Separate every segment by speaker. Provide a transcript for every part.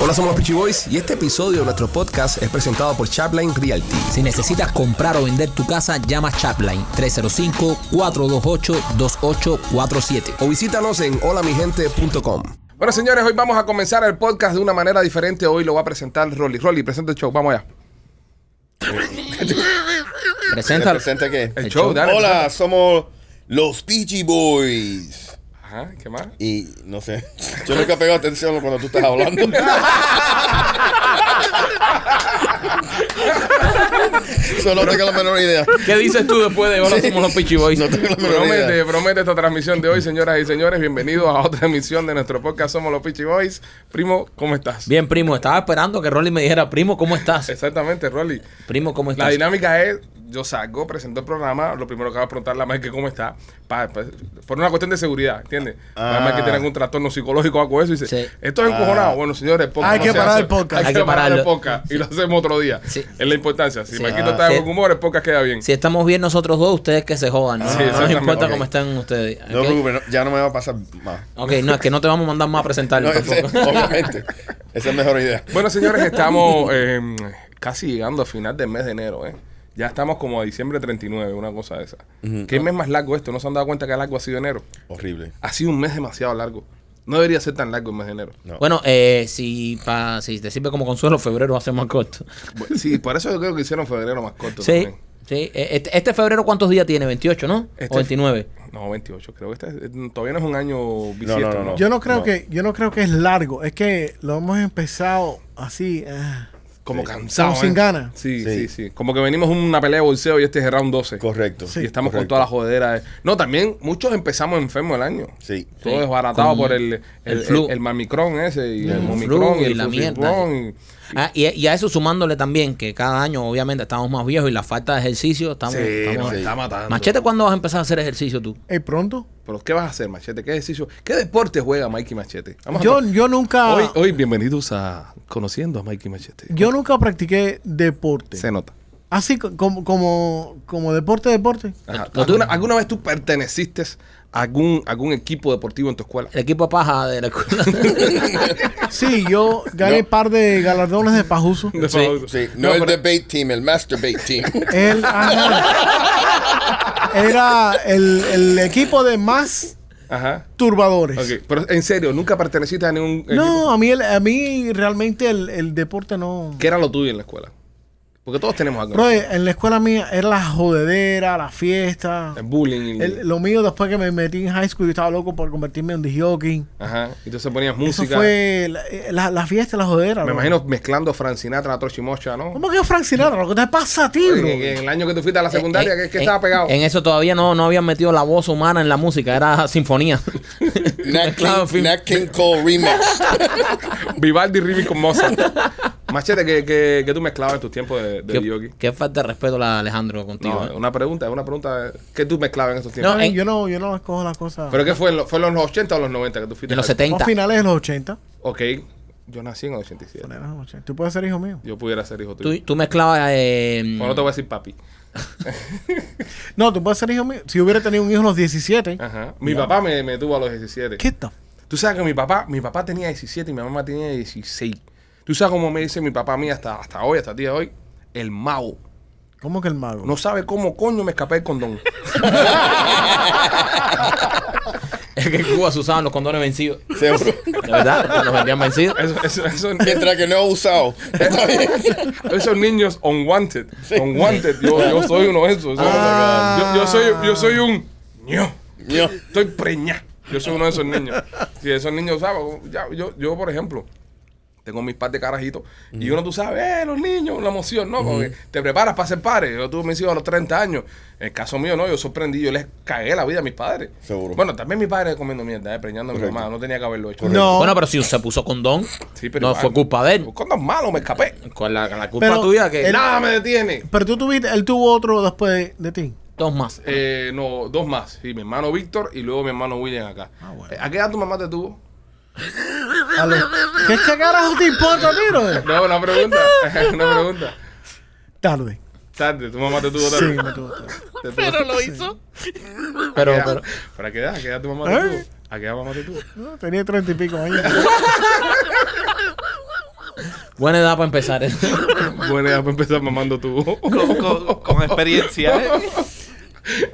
Speaker 1: Hola, somos los Peachy Boys y este episodio de nuestro podcast es presentado por Chapline Realty.
Speaker 2: Si necesitas comprar o vender tu casa, llama Chapline 305-428-2847.
Speaker 1: O visítanos en holamigente.com. Bueno, señores, hoy vamos a comenzar el podcast de una manera diferente. Hoy lo va a presentar Rolly. Rolly, presenta el show. Vamos allá.
Speaker 2: Presenta.
Speaker 3: ¿Presenta qué?
Speaker 1: El,
Speaker 2: El
Speaker 1: show,
Speaker 2: show.
Speaker 1: dale.
Speaker 3: Hola, somos los Peachy Boys.
Speaker 1: Ajá, ¿qué más?
Speaker 3: Y no sé, yo nunca pego atención cuando tú estás hablando. Solo tengo la menor idea.
Speaker 4: ¿Qué dices tú después de ahora somos los Peachy Boys?
Speaker 3: No tengo la menor
Speaker 1: Promete,
Speaker 3: idea.
Speaker 1: promete esta transmisión de hoy, señoras y señores. Bienvenidos a otra emisión de nuestro podcast Somos los Peachy Boys. Primo, ¿cómo estás?
Speaker 4: Bien, primo, estaba esperando que Rolly me dijera, primo, ¿cómo estás?
Speaker 1: Exactamente, Rolly.
Speaker 4: Primo, ¿cómo
Speaker 1: La
Speaker 4: estás?
Speaker 1: dinámica es, yo salgo, presento el programa, lo primero que va a preguntarle a Mike cómo está, pa- pa- por una cuestión de seguridad, ¿entiendes?
Speaker 3: Ah.
Speaker 1: Además que tiene algún trastorno psicológico o algo de eso, y dice,
Speaker 4: Sí. Ah.
Speaker 1: esto es encojonado. Bueno, señores, el podcast
Speaker 5: Hay
Speaker 1: no
Speaker 5: que
Speaker 1: se
Speaker 5: parar
Speaker 1: hace.
Speaker 5: el podcast.
Speaker 1: Hay,
Speaker 4: Hay
Speaker 1: que
Speaker 4: que
Speaker 1: parar el
Speaker 4: pararlo.
Speaker 1: podcast y lo hacemos otro día.
Speaker 4: Sí.
Speaker 1: Es la importancia. Si
Speaker 4: Sí.
Speaker 1: Maquito
Speaker 4: Ah.
Speaker 1: está de
Speaker 4: Sí.
Speaker 1: buen humor, el podcast queda bien.
Speaker 4: Si estamos bien nosotros dos, ustedes que se jodan. No,
Speaker 1: Sí,
Speaker 4: No nos
Speaker 1: exactamente.
Speaker 4: importa
Speaker 1: Ok.
Speaker 4: cómo están ustedes.
Speaker 3: No
Speaker 4: ¿ok?
Speaker 3: te preocupes, no- ya no me va a pasar más.
Speaker 4: Ok, no, es que no te vamos a mandar más a presentar.
Speaker 3: No, ese-
Speaker 4: tampoco.
Speaker 3: obviamente, esa es mejor idea.
Speaker 1: Bueno, señores, estamos eh, casi llegando a final del mes de enero, ¿eh? Ya estamos como a diciembre 39, una cosa de esa. ¿Qué mes más largo esto? ¿No se han dado cuenta que largo ha sido enero?
Speaker 3: Horrible.
Speaker 1: Ha sido un mes demasiado largo. No debería ser tan largo el mes de enero.
Speaker 3: No.
Speaker 4: Bueno, eh, si, pa- si te sirve como consuelo, febrero va a ser más corto.
Speaker 1: Bueno, Sí, por eso yo creo que hicieron febrero más corto.
Speaker 4: Sí,
Speaker 1: también.
Speaker 4: sí. Eh, Este, este febrero, ¿cuántos días tiene? ¿28, no?
Speaker 1: Este-
Speaker 4: ¿O 29?
Speaker 1: No, 28. Creo que este es- todavía no es un año
Speaker 3: No,
Speaker 1: bisiesto.
Speaker 3: no, no, no.
Speaker 5: Yo no creo
Speaker 3: No.
Speaker 5: que yo no creo que es largo, es que lo hemos empezado así. ah.
Speaker 1: Como
Speaker 3: Sí.
Speaker 1: cansado.
Speaker 5: Como sin
Speaker 1: ¿eh?
Speaker 5: ganas.
Speaker 1: Sí, sí,
Speaker 3: Sí.
Speaker 1: sí, Como que venimos una pelea de bolseo y este es el round 12.
Speaker 3: Correcto.
Speaker 5: Sí.
Speaker 1: y estamos con
Speaker 3: correcto.
Speaker 1: toda la jodera. de- No, también muchos empezamos enfermos el año.
Speaker 3: Sí.
Speaker 1: Todo
Speaker 4: Sí.
Speaker 1: desbaratado
Speaker 4: Con
Speaker 1: por el, el,
Speaker 4: el flu.
Speaker 1: el- el mamicrón ese y el
Speaker 4: El
Speaker 1: momicrón
Speaker 4: flu
Speaker 1: y el
Speaker 4: y la
Speaker 1: fusiblón
Speaker 4: mierda.
Speaker 1: y-
Speaker 4: Ah, y, y a eso sumándole también que cada año obviamente estamos más viejos y la falta de ejercicio estamos...
Speaker 1: Sí,
Speaker 4: estamos-
Speaker 1: nos está matando.
Speaker 4: Machete, ¿cuándo vas a empezar a hacer ejercicio tú?
Speaker 5: Eh, pronto.
Speaker 1: Pero ¿qué vas a hacer, Machete? ¿Qué ejercicio? ¿Qué deporte juega Mikey Machete? Vamos a-
Speaker 5: Yo yo nunca
Speaker 1: hoy, hoy bienvenidos a Conociendo a Mikey Machete.
Speaker 5: yo nunca practiqué deporte.
Speaker 1: Se nota.
Speaker 5: Así co- como como como deporte deporte.
Speaker 1: Ajá.
Speaker 4: Lo
Speaker 1: ¿Alguna,
Speaker 4: tuyo.
Speaker 1: alguna vez tú perteneciste a algún, algún equipo deportivo en tu escuela?
Speaker 4: El equipo de paja de la escuela.
Speaker 5: Sí, yo gané
Speaker 3: No.
Speaker 5: par de galardones de pajuso.
Speaker 3: Sí, no, el
Speaker 1: pero-
Speaker 3: debate team, el masturbate team.
Speaker 5: Él ajá. era el, el equipo de más
Speaker 1: Ajá.
Speaker 5: turbadores.
Speaker 1: Ok, pero en serio, nunca perteneciste a ningún equipo.
Speaker 5: No, a mí el- a mí realmente el, el deporte no.
Speaker 1: ¿Qué era lo tuyo en la escuela? Porque todos tenemos algo.
Speaker 5: Bro, en la escuela mía era la jodedera, la fiesta.
Speaker 1: El bullying. y-
Speaker 5: El- lo mío después que me metí en high school, yo estaba loco por convertirme en DJ.
Speaker 1: Ajá. Y Entonces ponías
Speaker 5: Eso
Speaker 1: música.
Speaker 5: fue la, eh, la, la fiesta, la jodera.
Speaker 1: Me
Speaker 5: bro.
Speaker 1: imagino mezclando Frank Sinatra, Trochi Mocha, ¿no?
Speaker 5: ¿Cómo que Frank Sinatra? ¿Lo que te pasa a ti,
Speaker 1: Oye,
Speaker 5: bro?
Speaker 1: que- que En el año que tú fuiste a la secundaria,
Speaker 4: Eh,
Speaker 1: que, que
Speaker 4: eh,
Speaker 1: estaba pegado.
Speaker 4: En eso todavía no, no habían metido la voz humana en la música, era sinfonía.
Speaker 3: Nat
Speaker 4: Claro,
Speaker 3: King,
Speaker 4: fin.
Speaker 3: Nat King Cole remix.
Speaker 1: Vivaldi, Rivi con Mozart. Machete, que, que, que tú mezclabas en tus tiempos de, de
Speaker 4: qué,
Speaker 1: yogi.
Speaker 4: qué falta de respeto la de Alejandro contigo.
Speaker 1: No,
Speaker 4: ¿eh?
Speaker 1: una pregunta, una pregunta. ¿Qué tú mezclabas en esos tiempos?
Speaker 4: No,
Speaker 5: Ay,
Speaker 4: en-
Speaker 5: yo, no, yo no escojo las cosas.
Speaker 1: ¿Pero qué fue? en lo- ¿Fue en los 80 o los 90 que tú fuiste?
Speaker 4: en los
Speaker 1: al-
Speaker 4: 70.
Speaker 5: a finales de los 80.
Speaker 1: Ok, yo nací en el 87.
Speaker 5: finales de los 80. Tú puedes ser hijo mío.
Speaker 1: Yo pudiera ser hijo tuyo.
Speaker 4: Tú, tú mezclabas... eh,
Speaker 1: Bueno, no te voy a decir papi.
Speaker 5: No, tú puedes ser hijo mío. Si yo hubiera tenido un hijo a los 17.
Speaker 1: Ajá. Mi papá me, me tuvo a los 17.
Speaker 5: ¿Qué tal?
Speaker 1: Tú sabes que mi papá, mi papá tenía 17 y mi mamá tenía 16. Tú sabes cómo me dice mi papá a mí hasta, hasta hoy, hasta el día de hoy, el mago.
Speaker 5: ¿Cómo que el mago?
Speaker 1: No sabe cómo coño me escapé el condón.
Speaker 4: es que en Cuba se usaban los condones vencidos.
Speaker 3: Seguro.
Speaker 4: De verdad, los vendían vencidos.
Speaker 1: Eso- eso- eso-
Speaker 3: Mientras que no he usado. Está bien.
Speaker 1: esos niños unwanted. Unwanted. Yo, yo soy uno de esos.
Speaker 5: Ah.
Speaker 1: Yo, yo soy, yo soy un ño.
Speaker 3: Yo-
Speaker 1: Estoy preñá. Yo soy uno de esos niños. Si esos niños, ¿sabes? Ya, yo, yo, por ejemplo, tengo mis par de carajitos y uno, tú sabes, eh, los niños, la emoción, ¿no? Porque te preparas para ser padre. Yo tuve mis hijos a los 30 años. En el caso mío, no, yo sorprendí, yo les cagué la vida a mis padres.
Speaker 3: Seguro.
Speaker 1: Bueno, también mis padres comiendo mierda, eh, preñando a mi
Speaker 3: Correcto.
Speaker 1: mamá. No tenía que haberlo hecho.
Speaker 5: Correcto. No.
Speaker 4: Bueno, pero si se puso condón,
Speaker 1: Sí,
Speaker 4: no
Speaker 1: igual.
Speaker 4: fue culpa de él. Eh,
Speaker 1: Con los malos me escapé.
Speaker 4: Con la, con la culpa
Speaker 5: Pero
Speaker 4: tuya que...
Speaker 5: él-
Speaker 1: Nada me detiene.
Speaker 5: Pero tú tuviste, él tuvo otro después de, de ti.
Speaker 4: Dos más.
Speaker 1: Eh, no, dos más. Sí, mi hermano Víctor y luego mi hermano William acá.
Speaker 5: Ah, bueno.
Speaker 1: Eh, ¿A qué edad tu mamá te tuvo?
Speaker 5: A los- ¿Qué este carajo te importa, tiro?
Speaker 1: No, una pregunta. una pregunta.
Speaker 5: Tarde.
Speaker 1: Tarde, tu mamá te tuvo
Speaker 5: Sí,
Speaker 1: tarde.
Speaker 5: me tuvo tarde.
Speaker 1: Te tuvo-
Speaker 6: Pero lo hizo.
Speaker 4: Pero,
Speaker 1: ¿A qué
Speaker 4: pero-
Speaker 1: edad? ¿Pero a qué edad? ¿A qué edad tu mamá te
Speaker 5: ¿Eh?
Speaker 1: tuvo? ¿A qué edad mamá te tuvo?
Speaker 5: No, Tenía treinta y pico años.
Speaker 4: Buena edad para empezar. ¿eh?
Speaker 1: Buena edad para empezar mamando tu
Speaker 6: Con, con- con experiencia. ¿eh?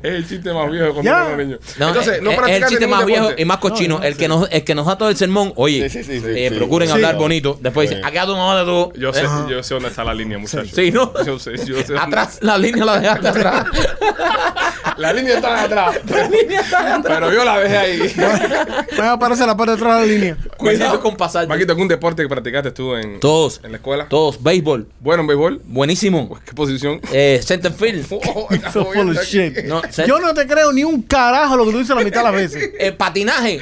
Speaker 1: es el chiste más viejo cuando
Speaker 5: Ya.
Speaker 1: era niño.
Speaker 4: No,
Speaker 1: Entonces,
Speaker 4: es-
Speaker 1: no
Speaker 4: es el
Speaker 1: practicas
Speaker 4: chiste
Speaker 1: ningún
Speaker 4: más viejo
Speaker 1: deporte.
Speaker 4: y más cochino.
Speaker 5: No, no,
Speaker 4: el, que
Speaker 5: sí.
Speaker 4: nos, el que nos da todo el sermón, oye,
Speaker 3: Sí, sí, sí, sí,
Speaker 4: eh,
Speaker 3: sí.
Speaker 4: procuren
Speaker 5: Sí.
Speaker 4: hablar bonito. Después
Speaker 3: Sí.
Speaker 4: dice, acá tu mamá de tú.
Speaker 1: Yo sé,
Speaker 5: Ajá.
Speaker 1: yo sé dónde está la línea, muchachos.
Speaker 4: ¿Eh? Sí, ¿no?
Speaker 1: Yo sé, yo sé. dónde-
Speaker 4: Atrás, la línea la dejaste atrás.
Speaker 1: La línea está atrás.
Speaker 4: la línea está atrás.
Speaker 1: Pero yo la dejé ahí.
Speaker 5: Me aparece la parte de atrás de la línea.
Speaker 4: Cuidado con pasar.
Speaker 1: Maquito, ¿algún deporte que practicaste tú en,
Speaker 4: Todos.
Speaker 1: en la escuela?
Speaker 4: Todos, béisbol,
Speaker 1: Bueno, en béisbol. Pues,
Speaker 4: buenísimo.
Speaker 1: ¿Qué posición?
Speaker 4: Eh, center field.
Speaker 1: Oh,
Speaker 5: So full of shit.
Speaker 4: No, se-
Speaker 5: Yo no te creo ni un carajo lo que tú dices la mitad de las veces.
Speaker 4: Eh, patinaje.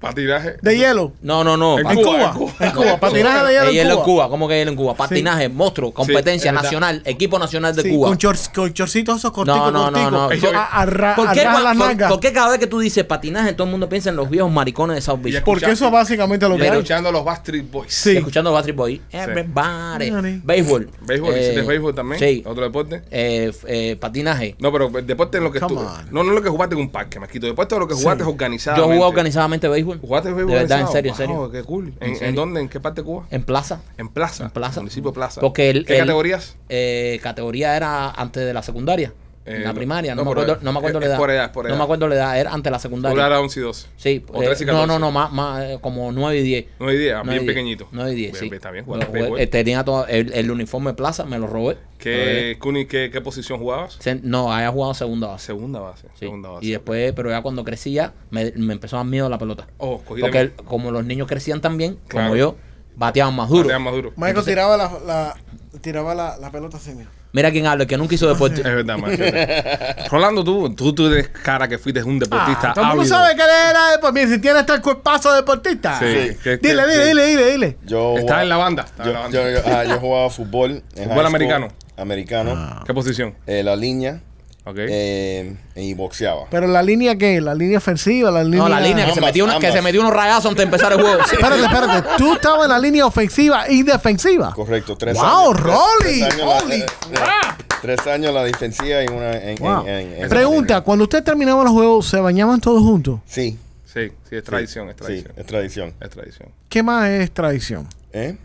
Speaker 1: Patinaje.
Speaker 5: De hielo.
Speaker 4: No, no, no.
Speaker 1: En
Speaker 4: Pa-
Speaker 5: En
Speaker 1: Cuba,
Speaker 5: Cuba.
Speaker 1: en Cuba.
Speaker 5: En Cuba. Patinaje de hielo.
Speaker 4: Eh, hielo en Cuba, ¿cómo que hielo en Cuba? Patinaje, monstruo, competencia
Speaker 1: es verdad.
Speaker 4: nacional, equipo nacional de
Speaker 5: Sí,
Speaker 4: Cuba.
Speaker 5: Con, shorts- con chorcitos esos corticos,
Speaker 4: No, no, no,
Speaker 5: corticos.
Speaker 4: no.
Speaker 1: Ellos-
Speaker 5: A- arra-
Speaker 4: ¿Por qué,
Speaker 5: arraja
Speaker 4: cua-
Speaker 5: las
Speaker 4: por-
Speaker 5: nalgas.
Speaker 4: por qué cada vez que tú dices patinaje, todo el mundo piensa en los viejos maricones de South Beach?
Speaker 1: Y escu-
Speaker 5: Porque eso es básicamente lo que
Speaker 1: Pero,
Speaker 5: hay.
Speaker 1: escuchando a los Backstreet Boys.
Speaker 5: Sí.
Speaker 4: Escuchando Battery Boy. Everybody.
Speaker 5: Everybody.
Speaker 4: Béisbol.
Speaker 1: Béisbol,
Speaker 4: Eh,
Speaker 1: ¿hiciste béisbol también?
Speaker 4: Sí.
Speaker 1: ¿Otro deporte?
Speaker 4: Eh, f- eh, patinaje.
Speaker 1: No, pero deporte en lo que
Speaker 5: Come
Speaker 1: estuve.
Speaker 5: on.
Speaker 1: No, no en lo que jugaste en un parque, Maquito. Deporte en lo que jugaste organizado.
Speaker 4: Yo jugué organizadamente béisbol.
Speaker 1: ¿Jugaste
Speaker 4: De
Speaker 1: béisbol
Speaker 4: verdad, en
Speaker 1: organizado?
Speaker 4: serio, en
Speaker 1: Wow,
Speaker 4: serio.
Speaker 1: qué cool.
Speaker 4: En
Speaker 1: ¿En, en
Speaker 4: serio.
Speaker 1: dónde? ¿En qué parte de Cuba?
Speaker 4: En plaza.
Speaker 1: En Plaza.
Speaker 4: En Plaza.
Speaker 1: Municipio Plaza.
Speaker 4: Porque el-
Speaker 1: ¿Qué
Speaker 4: el-
Speaker 1: categorías?
Speaker 4: Eh, categoría era antes de la secundaria.
Speaker 1: Eh,
Speaker 4: la
Speaker 1: no-
Speaker 4: primaria, no,
Speaker 1: no,
Speaker 4: me
Speaker 1: pero
Speaker 4: acuerdo,
Speaker 1: es-
Speaker 4: no me acuerdo
Speaker 1: es-
Speaker 4: la
Speaker 1: es
Speaker 4: edad.
Speaker 1: por edad, es por
Speaker 4: No
Speaker 1: edad.
Speaker 4: me acuerdo la edad, era antes de la secundaria.
Speaker 1: Popular era 11 y 12.
Speaker 4: Sí,
Speaker 1: O
Speaker 4: eh,
Speaker 1: 13 y 14.
Speaker 4: no, no, no, más, más eh, como 9 y 10.
Speaker 1: No hay idea,
Speaker 4: No
Speaker 1: bien
Speaker 4: hay
Speaker 1: pequeñito.
Speaker 4: 9 y 10, sí.
Speaker 1: Está bien,
Speaker 4: Lo
Speaker 1: jugaste
Speaker 4: jugué,
Speaker 1: béisbol.
Speaker 4: eh, tenía todo el, el uniforme plaza, me lo robé. Lo robé.
Speaker 1: ¿Qué, Cuni, qué, qué posición jugabas?
Speaker 4: Se- No, había jugado segunda base.
Speaker 1: Segunda base.
Speaker 4: sí.
Speaker 1: Segunda base.
Speaker 4: Y después, pero ya cuando crecí ya, me, me empezó a dar miedo la pelota.
Speaker 1: Oh, cogí
Speaker 4: Porque
Speaker 1: de-
Speaker 4: el- como los niños crecían también,
Speaker 1: Claro.
Speaker 4: como yo, bateaban más duro.
Speaker 1: Batean más duro.
Speaker 5: Michael tiraba la, la- tiraba la, la pelota así, mira.
Speaker 4: Mira quién habla, el que nunca hizo deporte.
Speaker 1: Es verdad, macho. Rolando, tú, tú, tú tienes cara que fuiste un deportista.
Speaker 5: Ah, todo el mundo
Speaker 1: ávido.
Speaker 5: sabe que él era deportista. Si tiene hasta el cuerpazo de deportista.
Speaker 1: Sí.
Speaker 3: Sí.
Speaker 1: ¿Qué- qué-
Speaker 5: Dile, dile,
Speaker 1: qué-
Speaker 5: dile, dile, dile.
Speaker 3: Yo
Speaker 1: Está
Speaker 3: jugaba-
Speaker 1: en la banda. está en la
Speaker 3: Yo,
Speaker 1: banda.
Speaker 3: yo, ajá, yo jugaba fútbol. en high school,
Speaker 1: americano.
Speaker 3: Americano.
Speaker 5: Ah.
Speaker 1: ¿Qué posición?
Speaker 3: eh, la línea.
Speaker 1: Ok.
Speaker 3: eh, y boxeaba.
Speaker 5: Pero la línea que, la línea ofensiva, la línea.
Speaker 4: No, la línea que se
Speaker 3: Ambas,
Speaker 4: metió, una- que
Speaker 3: ambas.
Speaker 4: se metió unos rayazos antes de empezar el juego.
Speaker 5: Espérate, espérate. Tú estabas en la línea ofensiva y defensiva.
Speaker 3: Correcto, tres
Speaker 5: Wow,
Speaker 3: años.
Speaker 5: Rolly,
Speaker 3: Tres, años
Speaker 5: holy
Speaker 3: la, eh, eh, tres años la defensiva y una en, en-
Speaker 5: Wow.
Speaker 3: en- en- en-
Speaker 5: Pregunta, cuando usted terminaba los juegos, ¿se bañaban todos juntos?
Speaker 3: Sí.
Speaker 1: Sí, sí, es tradición, es tradición.
Speaker 3: Sí, es tradición.
Speaker 1: Es tradición.
Speaker 5: ¿Qué más es tradición?
Speaker 3: ¿Eh?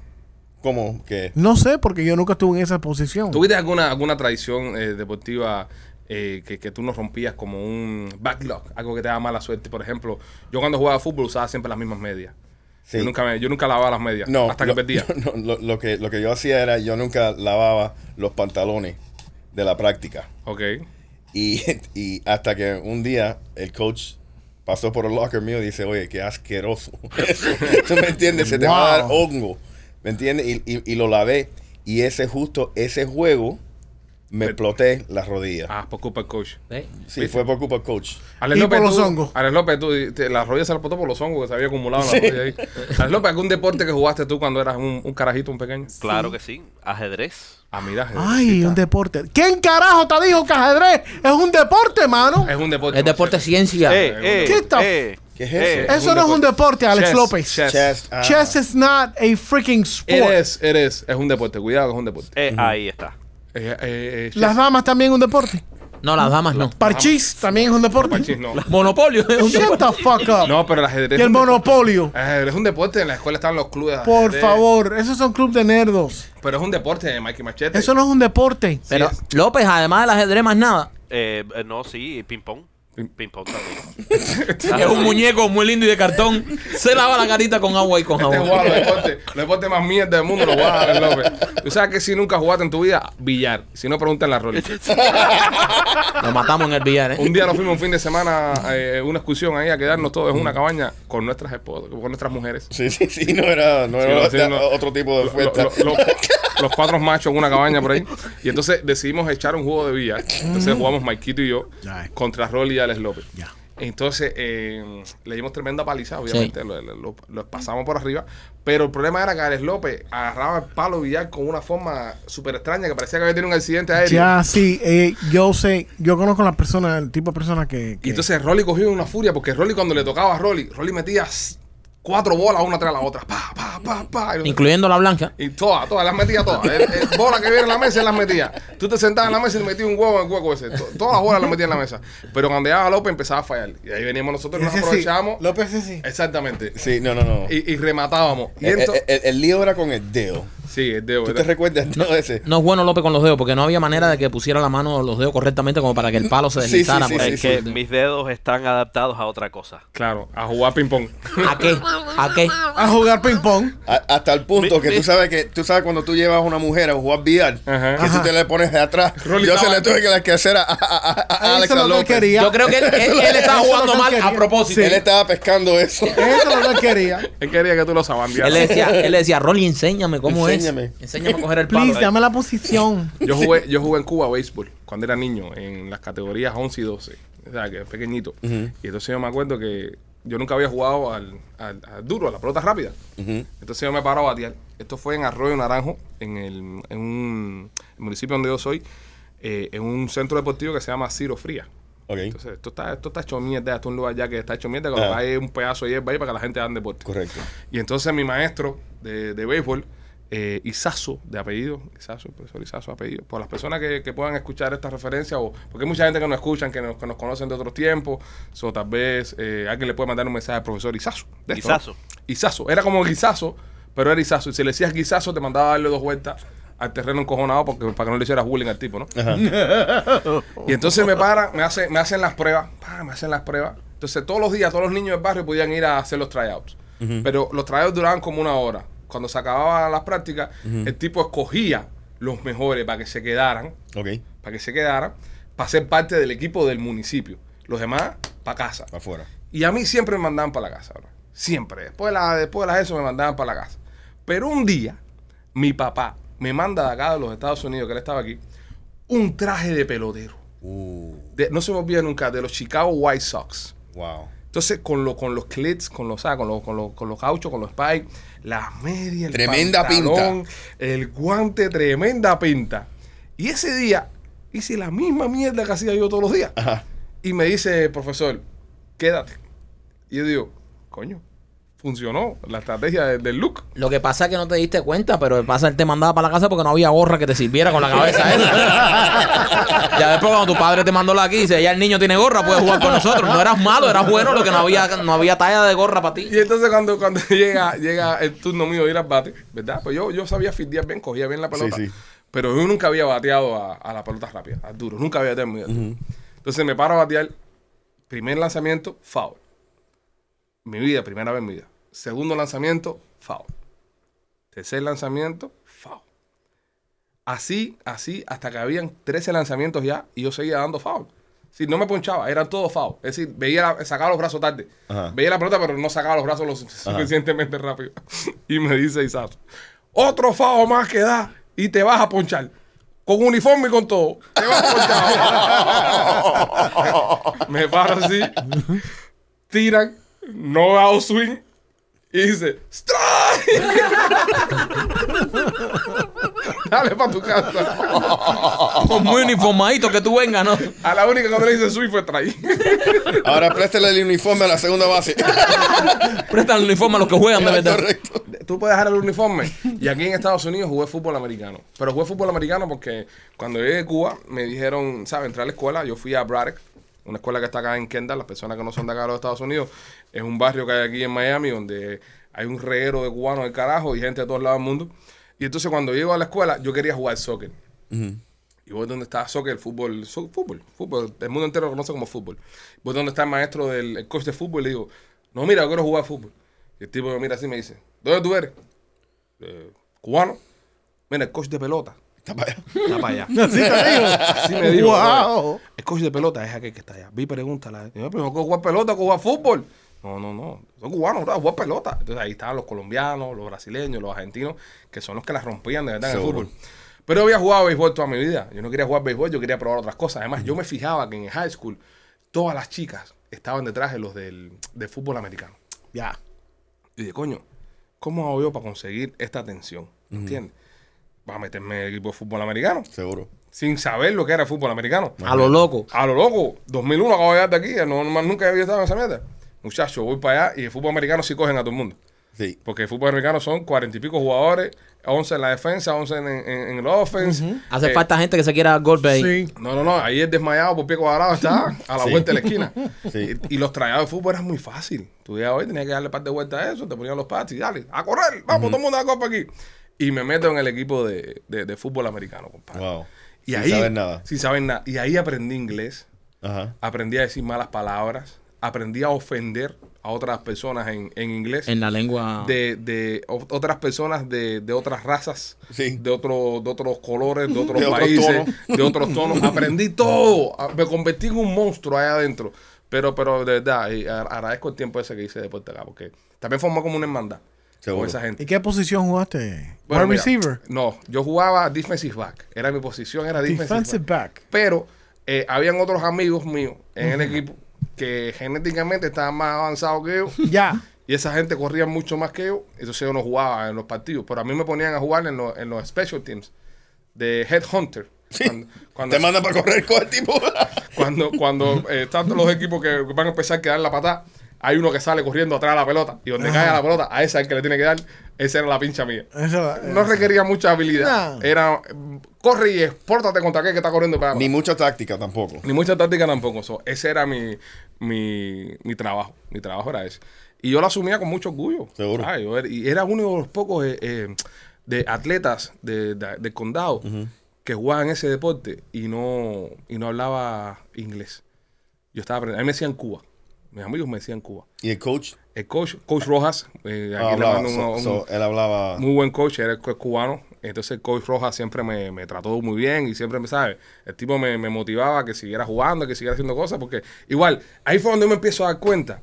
Speaker 3: ¿Cómo que?
Speaker 5: No sé, porque yo nunca estuve en esa posición.
Speaker 1: ¿Tuviste alguna, alguna tradición eh, deportiva eh, que, que tú no rompías como un backlog? Algo que te daba mala suerte. Por ejemplo, yo cuando jugaba fútbol usaba siempre las mismas medias.
Speaker 3: Sí.
Speaker 1: Yo, nunca me- yo nunca lavaba las medias.
Speaker 3: No,
Speaker 1: hasta
Speaker 3: lo,
Speaker 1: que perdía.
Speaker 3: no, lo, lo que lo que yo hacía era yo nunca lavaba los pantalones de la práctica
Speaker 1: Ok.
Speaker 3: y, y hasta que un día el coach pasó por el locker mío y dice, "Oye, qué asqueroso." ¿Tú me entiendes? Se te va a dar
Speaker 5: Wow.
Speaker 3: hongo. ¿Me entiendes? Y, y- y lo lavé y ese justo ese juego me exploté las rodillas.
Speaker 1: Ah, por culpa del coach.
Speaker 4: ¿Eh?
Speaker 3: sí, fue por culpa del coach.
Speaker 1: Alex
Speaker 5: Y
Speaker 1: López,
Speaker 5: por los
Speaker 1: tú-
Speaker 5: hongos.
Speaker 1: Alex López, tú, te- las rodillas se las botó por los hongos que se había acumulado en la rodilla ahí. Alex López, ¿algún deporte que jugaste tú cuando eras un, un carajito, un pequeño?
Speaker 6: Claro que sí. Ajedrez.
Speaker 1: Ah, mira.
Speaker 5: Ay,
Speaker 1: Jesucita.
Speaker 5: un deporte. ¿Quién carajo te dijo que ajedrez es un deporte, mano?
Speaker 1: Es un deporte.
Speaker 4: Es deporte
Speaker 1: machete.
Speaker 4: ciencia.
Speaker 6: Eh, eh,
Speaker 5: ¿Qué está-
Speaker 6: eh,
Speaker 3: ¿Qué es eso?
Speaker 6: eh.
Speaker 5: Eso no es un deporte, Alex
Speaker 1: Chess,
Speaker 5: López.
Speaker 1: chess.
Speaker 3: Chest, ah.
Speaker 5: Chess is not a freaking sport.
Speaker 1: Eres, eres. Es un deporte. Cuidado que es un deporte.
Speaker 6: Eh, ahí está.
Speaker 1: Eh, eh, eh, chess.
Speaker 5: Las damas también es un deporte.
Speaker 4: No, las damas no.
Speaker 5: Parchís también es un deporte.
Speaker 1: Sí, no.
Speaker 4: Monopolio. es un
Speaker 5: Shut
Speaker 4: deporte.
Speaker 5: the fuck up.
Speaker 1: No, pero el ajedrez. es
Speaker 5: y el
Speaker 1: un deporte.
Speaker 5: monopolio.
Speaker 1: El ajedrez es un deporte. En la escuela están los clubes. de
Speaker 5: Por
Speaker 1: ajedrez.
Speaker 5: favor, esos son club de nerdos.
Speaker 1: Pero es un deporte, Mikey Machete.
Speaker 5: Eso no es un deporte.
Speaker 4: Pero
Speaker 1: Sí
Speaker 4: López, además del ajedrez, más nada.
Speaker 6: Eh, eh, no, sí, ping-pong. Ping-pong también.
Speaker 4: Es un muñeco muy lindo y de cartón. Se lava la carita con agua y con
Speaker 1: Este
Speaker 4: jabón.
Speaker 1: jugador, los deportes, los deportes más mierda del mundo lo juega Alex López. Tú sabes que si nunca jugaste en tu vida, billar. Si no, preguntan a Rolly.
Speaker 4: Lo matamos en el billar, ¿eh?
Speaker 1: Un día nos fuimos un fin de semana eh, una excursión ahí a quedarnos todos en una cabaña con nuestras esposas, con nuestras mujeres.
Speaker 3: Sí, sí, sí, no era, no
Speaker 1: Sí,
Speaker 3: era
Speaker 1: lo- sí, no.
Speaker 3: otro tipo de
Speaker 1: Lo-
Speaker 3: fiesta.
Speaker 1: lo- lo- los cuatro machos en una cabaña por ahí. Y entonces decidimos echar un juego de billar. Entonces jugamos Maikito y yo
Speaker 5: Ya.
Speaker 1: contra Rolly y Alex López.
Speaker 5: Ya.
Speaker 1: Entonces eh, le dimos tremenda paliza, obviamente. Los pasamos por arriba. Pero el problema era que Alex López agarraba el palo de billar con una forma súper extraña que parecía que había tenido un accidente aéreo.
Speaker 5: Ya, sí, eh, yo sé, yo conozco la persona, el tipo de persona que...
Speaker 1: Y
Speaker 5: que-
Speaker 1: entonces Rolly cogió una furia porque Rolly cuando le tocaba a Rolly, Rolly metía s- cuatro bolas una tras la otra. Pa, pa, pa, pa. Y-
Speaker 4: Incluyendo la blanca.
Speaker 1: Y todas, todas, las metía todas. El, el bola que viene en la mesa, él las metía. Tú te sentabas en la mesa y le metías un huevo en el hueco ese. To- todas las bolas las metía en la mesa. Pero cuando llegaba López empezaba a fallar. Y ahí veníamos nosotros y nos
Speaker 5: Ese sí,
Speaker 1: aprovechábamos.
Speaker 5: López ese sí. Eh,
Speaker 1: Exactamente.
Speaker 3: Sí, no, no, no.
Speaker 1: Y, y rematábamos. Y
Speaker 3: el,
Speaker 1: entonces.
Speaker 3: el- el- el lío era con el dedo.
Speaker 1: Sí, es dedo.
Speaker 3: ¿Tú te
Speaker 1: ¿verdad?
Speaker 3: recuerdas el dedo ese?
Speaker 4: No es bueno López con los dedos, porque no había manera de que pusiera la mano los dedos correctamente como para que el palo se
Speaker 3: Sí, sí,
Speaker 4: deslizara.
Speaker 3: sí,
Speaker 4: por ahí.
Speaker 6: es que mis dedos están adaptados a otra cosa.
Speaker 1: Claro, a jugar ping-pong.
Speaker 4: ¿A qué? ¿A qué?
Speaker 5: A jugar ping-pong.
Speaker 3: A- hasta el punto
Speaker 6: Mi-
Speaker 3: que tú
Speaker 6: mi-
Speaker 3: sabes que tú sabes cuando tú llevas a una mujer a jugar billar,
Speaker 1: Ajá.
Speaker 3: que tú
Speaker 5: Ajá.
Speaker 3: te le pones de atrás.
Speaker 1: Rolly
Speaker 3: Yo se
Speaker 1: estaba-
Speaker 3: le tuve que la que hacer a, a- a- a- a
Speaker 5: Eso
Speaker 3: Alex
Speaker 5: es lo que él
Speaker 3: López.
Speaker 5: quería.
Speaker 4: Yo creo que él, él- él estaba
Speaker 5: Eso es lo
Speaker 4: jugando
Speaker 5: que él
Speaker 4: mal a
Speaker 5: quería.
Speaker 4: propósito.
Speaker 3: Él estaba pescando eso.
Speaker 5: Eso es lo que él quería.
Speaker 1: Él quería que tú lo sabandías.
Speaker 4: Él le decía, él le decía, Rolly, enséñame cómo
Speaker 3: Enséñame.
Speaker 4: es. Enséñame a coger el palo. ¿eh?
Speaker 5: Please, dame la posición.
Speaker 1: Yo jugué, yo jugué en Cuba béisbol cuando era niño, en las categorías 11 y 12, o sea, que pequeñito. Y entonces yo me acuerdo que yo nunca había jugado al, al- al duro, a la pelota rápida. Entonces yo me paro a batear. Esto fue en Arroyo Naranjo, en el en un el municipio donde yo soy, eh, en un centro deportivo que se llama Ciro Fría.
Speaker 3: Ok,
Speaker 1: Entonces, esto está, esto está hecho mierda, esto es un lugar ya que está hecho mierda, que
Speaker 3: Ah.
Speaker 1: lo que hay es un pedazo de hierba ahí para que la gente haga deporte.
Speaker 3: correcto.
Speaker 1: Y entonces mi maestro de, de béisbol, eh, Isazo, de apellido, Isazo, profesor Isazo, de apellido, por las personas que, que puedan escuchar esta referencia, o porque hay mucha gente que nos escuchan, que nos, que nos conocen de otros tiempos, o tal vez eh, alguien le puede mandar un mensaje al profesor Isazo. de esto, ¿no?
Speaker 6: Isazo.
Speaker 1: Isazo, era como Guisazo, pero era Isazo. Y si le decías Guisazo, te mandaba a darle dos vueltas al terreno encojonado porque, para que no le hicieras bullying al tipo, ¿no? Y entonces me para, me, hace, me hacen las pruebas, pa, me hacen las pruebas. Entonces todos los días, todos los niños del barrio podían ir a hacer los tryouts. Pero los tryouts duraban como una hora. Cuando se acababan las prácticas, el tipo escogía los mejores para que se quedaran,
Speaker 3: Ok,
Speaker 1: para que se quedaran, para ser parte del equipo del municipio. Los demás, para casa.
Speaker 3: afuera.
Speaker 1: Y a mí siempre me mandaban para la casa, bro. Siempre. Después de, la, después de las eso me mandaban para la casa. Pero un día, mi papá me manda de acá de los Estados Unidos, que él estaba aquí, un traje de pelotero.
Speaker 3: Uh,
Speaker 1: De- no se me olvida nunca, de los Chicago White Sox.
Speaker 3: wow.
Speaker 1: Entonces, con, lo, con los clits, con los, ah, con, los, con, los, con los cauchos, con los spikes, las medias, el
Speaker 3: Tremenda
Speaker 1: pantalón, el guante, tremenda pinta. Y ese día hice la misma mierda que hacía yo todos los días.
Speaker 3: Ajá.
Speaker 1: Y me dice, profesor, quédate. Y yo digo, coño, funcionó la estrategia de- del look.
Speaker 4: Lo que pasa es que no te diste cuenta, pero pasa él te mandaba para la casa porque no había gorra que te sirviera con la cabeza esa. ya después cuando tu padre te mandó la aquí, dice, ya el niño tiene gorra, puede jugar con nosotros. No eras malo, eras bueno, lo que no había, no había talla de gorra para ti.
Speaker 1: Y entonces cuando, cuando llega, llega el turno mío de ir al bate, ¿verdad? Pues yo, yo sabía fildear bien, cogía bien la pelota.
Speaker 3: Sí, sí.
Speaker 1: Pero yo nunca había bateado a, a la pelota rápida, al duro. Nunca había bateado muy al duro. Entonces me paro a batear. Primer lanzamiento, foul. Mi vida, primera vez en mi vida. Segundo lanzamiento, foul. Tercer lanzamiento, foul. Así, así, hasta que habían 13 lanzamientos ya y yo seguía dando foul. Si no me ponchaba, eran todos foul. Es decir, veía la- sacaba los brazos tarde.
Speaker 3: Ajá.
Speaker 1: Veía la pelota, pero no sacaba los brazos lo su- suficientemente rápido. y me dice Isazo, otro foul más que da y te vas a ponchar. Con uniforme y con todo. Te vas a ponchar. me paro así, tiran, no hago swing y dice, ¡Strike! Dale para tu casa.
Speaker 4: Con muy uniformadito que tú vengas, ¿no?
Speaker 1: A la única que no le dice swing fue traí.
Speaker 3: Ahora préstale el uniforme a la segunda base.
Speaker 4: Presta el uniforme a los que juegan, de verdad.
Speaker 3: correcto.
Speaker 1: Tú puedes dejar el uniforme. Y aquí en Estados Unidos jugué fútbol americano. Pero jugué fútbol americano porque cuando llegué de Cuba me dijeron, ¿sabes? Entré a la escuela, yo fui a Braddock, una escuela que está acá en Kendall. Las personas que no son de acá de los Estados Unidos, es un barrio que hay aquí en Miami donde hay un reguero de cubanos de carajo y gente de todos lados del mundo. Y entonces cuando llego a la escuela, yo quería jugar soccer. Y voy donde está soccer, fútbol, so- fútbol, fútbol. El mundo entero lo conoce como fútbol. Voy donde está el maestro del el coach de fútbol y le digo, no, mira, yo quiero jugar fútbol. Y el tipo me mira así y me dice, ¿dónde tú eres? "Eh, cubano. Mira, el coach de pelota.
Speaker 3: Está para allá.
Speaker 1: Está para allá.
Speaker 5: Así te digo.
Speaker 1: Así me digo.
Speaker 5: Wow.
Speaker 1: "Oye, El coach de pelota es aquel que está allá. Vi, pregúntala. Yo, pero no quiero jugar pelota, quiero jugar fútbol. No, no, no. Soy cubano, ¿verdad? Jugar pelota. Entonces ahí estaban los colombianos, los brasileños, los argentinos, que son los que las rompían de verdad en el
Speaker 3: Seguro.
Speaker 1: fútbol. Pero yo había jugado béisbol toda mi vida. Yo no quería jugar béisbol, yo quería probar otras cosas. Además, yo me fijaba que en el high school todas las chicas estaban detrás de los del, de fútbol americano.
Speaker 5: Ya.
Speaker 1: Y dije, coño, ¿cómo hago yo para conseguir esta atención? ¿Entiendes? Va a meterme en el equipo de fútbol americano
Speaker 3: Seguro.
Speaker 1: sin saber lo que era el fútbol americano.
Speaker 4: A lo loco.
Speaker 1: A lo loco, 2001 acabo de llegar de aquí, no, no- nunca había estado en esa mierda. Muchachos, voy para allá y el fútbol americano sí cogen a todo el mundo.
Speaker 3: Sí.
Speaker 1: Porque el fútbol americano son cuarenta y pico jugadores, 11 en la defensa, 11 en, en, en el offense.
Speaker 4: Hace
Speaker 1: Eh,
Speaker 4: falta gente que se quiera golpe ahí.
Speaker 5: Sí.
Speaker 1: No, no, no, ahí es desmayado por pie cuadrado, está a la
Speaker 3: Sí.
Speaker 1: vuelta de la esquina.
Speaker 3: Sí.
Speaker 1: Y, y los trayados de fútbol eran muy fácil. Tú ya hoy tenías que darle par de vueltas a eso, te ponían los pads y dale, a correr, vamos, todo el mundo a la copa aquí. y me meto en el equipo de, de- de fútbol americano, compadre.
Speaker 3: Wow.
Speaker 1: Y
Speaker 3: Sin
Speaker 1: ahí,
Speaker 3: saber nada.
Speaker 1: Sin saber nada. Y ahí aprendí inglés,
Speaker 3: Ajá.
Speaker 1: aprendí a decir malas palabras, aprendí a ofender a otras personas en, en inglés.
Speaker 4: En la lengua.
Speaker 1: de, de o- otras personas de, de otras razas,
Speaker 3: Sí.
Speaker 1: de, otro, de otros colores, de otros
Speaker 3: De otros
Speaker 1: países,
Speaker 3: tonos.
Speaker 1: de otros tonos. Aprendí todo. A- Me convertí en un monstruo allá adentro. Pero, pero de verdad, y a- agradezco el tiempo ese que hice de Puerto Acá, porque también formó como una hermandad
Speaker 3: Seguro.
Speaker 1: con esa gente.
Speaker 5: ¿Y qué posición jugaste?
Speaker 1: Bueno, mira,
Speaker 5: Wide receiver.
Speaker 1: No, yo jugaba defensive back. Era mi posición, era defensive,
Speaker 5: Defensive
Speaker 1: back.
Speaker 5: back.
Speaker 1: Pero eh, habían otros amigos míos en el equipo que genéticamente estaban más avanzados que yo.
Speaker 5: Ya.
Speaker 1: Y esa gente corría mucho más que yo. Entonces yo no jugaba en los partidos. Pero a mí me ponían a jugar en, los- en los special teams de Headhunter. Cuando, cuando,
Speaker 3: Te manda para correr con el tipo.
Speaker 1: cuando, cuando, eh, están todos los equipos que van a empezar a dar la patada, hay uno que sale corriendo atrás de la pelota. Y
Speaker 3: Ah.
Speaker 1: donde cae la pelota, a esa es el que le tiene que dar. Esa era la pincha mía.
Speaker 5: Esa-
Speaker 1: No requería mucha
Speaker 3: Ah.
Speaker 1: habilidad.
Speaker 5: No.
Speaker 1: Era mm, corre y expórtate contra aquel que está corriendo. para-
Speaker 3: Ni
Speaker 1: Ni,
Speaker 3: mucha táctica tampoco.
Speaker 1: mucha táctica tampoco. So, ese era mi, mi, mi trabajo. Mi trabajo era ese. Y yo lo asumía con mucho orgullo.
Speaker 3: Seguro.
Speaker 1: ¿sabes? Yo era- y era uno de los pocos eh, eh, de atletas de- de- del condado que jugaban ese deporte y no, y no hablaba inglés. Yo estaba aprendiendo. A mí me decían Cuba. Mis amigos me decían Cuba.
Speaker 3: Y el coach
Speaker 1: El coach, Coach Rojas, eh, aquí le
Speaker 3: hablaba.
Speaker 1: mando
Speaker 3: Ah, so-
Speaker 1: un- un-
Speaker 3: so, él hablaba.
Speaker 1: muy buen coach, era el co- cubano. Entonces el coach Rojas siempre me, me trató muy bien y siempre me sabe. El tipo me, me motivaba a que siguiera jugando, que siguiera haciendo cosas, porque igual, ahí fue donde yo me empiezo a dar cuenta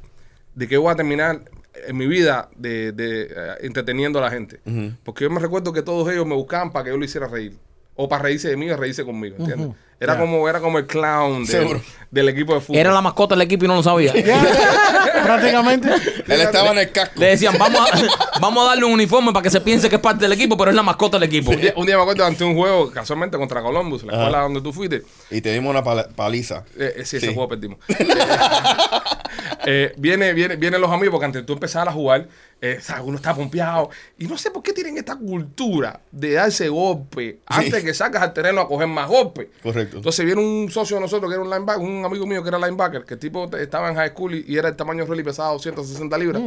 Speaker 1: de que voy a terminar en mi vida de, de, eh, entreteniendo a la gente. Porque yo me recuerdo que todos ellos me buscaban para que yo lo hiciera reír. O para reírse de mí o reírse conmigo, ¿entiendes? Era como, era como el clown de-
Speaker 3: Seguro.
Speaker 1: del equipo de fútbol.
Speaker 4: Era la mascota del equipo y no lo sabía.
Speaker 5: Ya. Prácticamente.
Speaker 3: él estaba en el casco.
Speaker 4: Le decían, vamos a, vamos a darle un uniforme para que se piense que es parte del equipo, pero es la mascota del equipo.
Speaker 1: un, día, un día me acuerdo ante un juego, casualmente contra Columbus, la escuela donde tú fuiste.
Speaker 3: Y te dimos una pala- paliza.
Speaker 1: Eh, eh, sí,
Speaker 3: Sí.
Speaker 1: ese juego perdimos. Eh, eh, viene, viene, vienen los amigos, porque antes de tú empezar a jugar, eh, ¿sabes? uno está pompeado. Y no sé por qué tienen esta cultura de darse golpe antes
Speaker 3: Sí.
Speaker 1: que sacas al terreno a coger más golpe.
Speaker 3: Correcto.
Speaker 1: Entonces viene un socio de nosotros que era un linebacker, un amigo mío que era linebacker, que el tipo te- estaba en high school y, y era el tamaño real y pesaba 260 libras.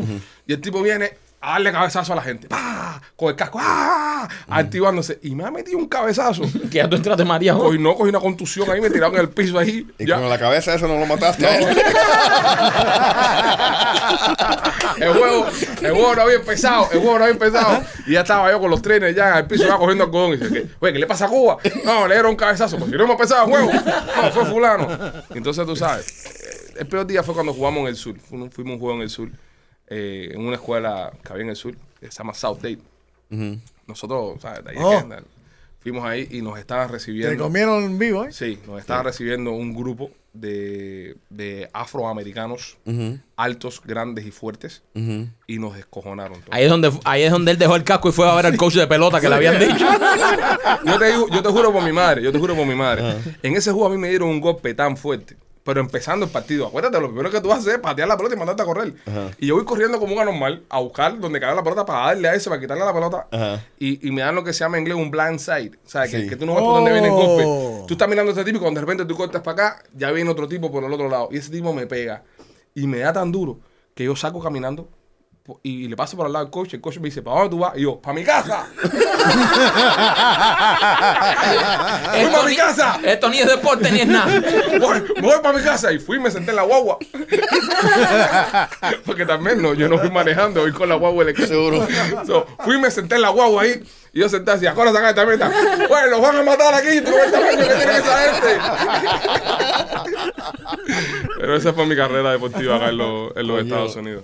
Speaker 1: Y el tipo viene a darle cabezazo a la gente. ¡Pah! Con el casco, ¡ah! activándose. Y me ha metido un cabezazo.
Speaker 4: Que ya tú entraste, María.
Speaker 1: Cogí, no, cogí una contusión ahí, me tiraron en el piso ahí.
Speaker 3: y
Speaker 1: Ya.
Speaker 3: con la cabeza eso no lo mataste. a él.
Speaker 1: El juego, el juego no había empezado, el juego no había empezado. Y ya estaba yo con los trenes ya en el piso, ya cogiendo algodón. Y dice, ¿qué? Oye, ¿qué le pasa a Cuba? No, le dieron un cabezazo. Porque no hemos empezado el juego. No, fue fulano. Entonces, tú sabes, eh, el peor día fue cuando jugamos en el sur. Fu- Fuimos a un juego en el sur, eh, en una escuela que había en el sur, que se llama South Date. Nosotros, ¿sabes? De ahí es
Speaker 5: Oh.
Speaker 1: que- fuimos ahí y nos estaban
Speaker 5: Te
Speaker 1: recibiendo.
Speaker 5: comieron en vivo, ¿eh?
Speaker 1: Sí, nos estaba recibiendo un grupo de, de afroamericanos altos, grandes y fuertes y nos descojonaron todos.
Speaker 4: Ahí es, donde, ahí es donde él dejó el casco y fue a ver al coach de pelota que le habían dicho.
Speaker 1: Yo te, digo- yo te juro por mi madre, yo te juro por mi madre. En ese juego a mí me dieron un golpe tan fuerte. Pero empezando el partido, acuérdate, lo primero que tú vas a hacer es patear la pelota y mandarte a correr. Y yo voy corriendo como un anormal a buscar donde cae la pelota para darle a ese, para quitarle la pelota.
Speaker 3: Ajá.
Speaker 1: Y, y me dan lo que se llama en inglés un blind side. O sea, que,
Speaker 3: Sí.
Speaker 1: que tú no ves por dónde viene el
Speaker 5: Oh.
Speaker 1: golpe. Tú estás mirando a este tipo y cuando de repente tú cortas para acá, ya viene otro tipo por el otro lado. Y ese tipo me pega. Y me da tan duro que yo saco caminando po- y le paso por al lado al coche. El coche me dice, ¿para dónde tú vas? Y yo, ¡para mi casa! ¡Voy para mi casa!
Speaker 4: esto ni es deporte ni es nada.
Speaker 1: Voy, voy para mi casa y fui, me senté en la guagua. Porque también no, yo no fui manejando, voy con la guagua eléctrica.
Speaker 3: Seguro.
Speaker 1: So, fui, me senté en la guagua ahí. Y yo senté así, acuérdate acá esta meta. Bueno, los van a matar aquí, tú ves el tamaño que tiene esa gente. Pero esa fue mi carrera deportiva acá en los, en los
Speaker 3: Coño.
Speaker 1: Estados Unidos.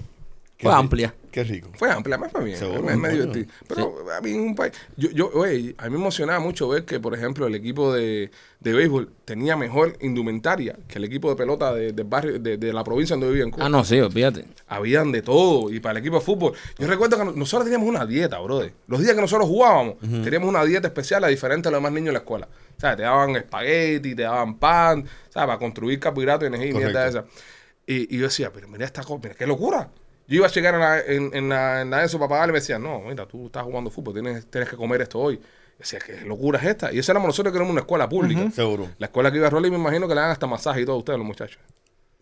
Speaker 4: Fue amplia.
Speaker 3: Qué rico.
Speaker 1: Fue amplia, más para mí.
Speaker 3: Seguro,
Speaker 1: me, me
Speaker 3: coño.
Speaker 1: divertí. Pero a mí en un país. Yo, yo, oye, a mí me emocionaba mucho ver que, por ejemplo, el equipo de, de béisbol tenía mejor indumentaria que el equipo de pelota de, del barrio, de, de la provincia donde vivía en Cuba.
Speaker 4: Ah, no, sí, olvídate.
Speaker 1: Habían de todo. Y para el equipo de fútbol. Yo recuerdo que no- nosotros teníamos una dieta, brother. Los días que nosotros jugábamos, teníamos una dieta especial a diferente a los demás niños de la escuela. O sea, te daban espagueti, te daban pan, ¿sabes? Para construir carbohidratos, energía y mierda de esa.
Speaker 3: Correcto.
Speaker 1: Y, y yo decía, pero mira esta cosa, mira qué locura. Yo iba a llegar en la, en, en la, en la ESO para pagarle y me decían, no, mira, tú estás jugando fútbol, tienes, tienes que comer esto hoy. Yo decía, qué locura es esta. Y eso éramos nosotros que éramos una escuela pública.
Speaker 3: Seguro.
Speaker 1: La escuela que iba a Rolly, me imagino que le dan hasta masaje y todo a ustedes, los muchachos.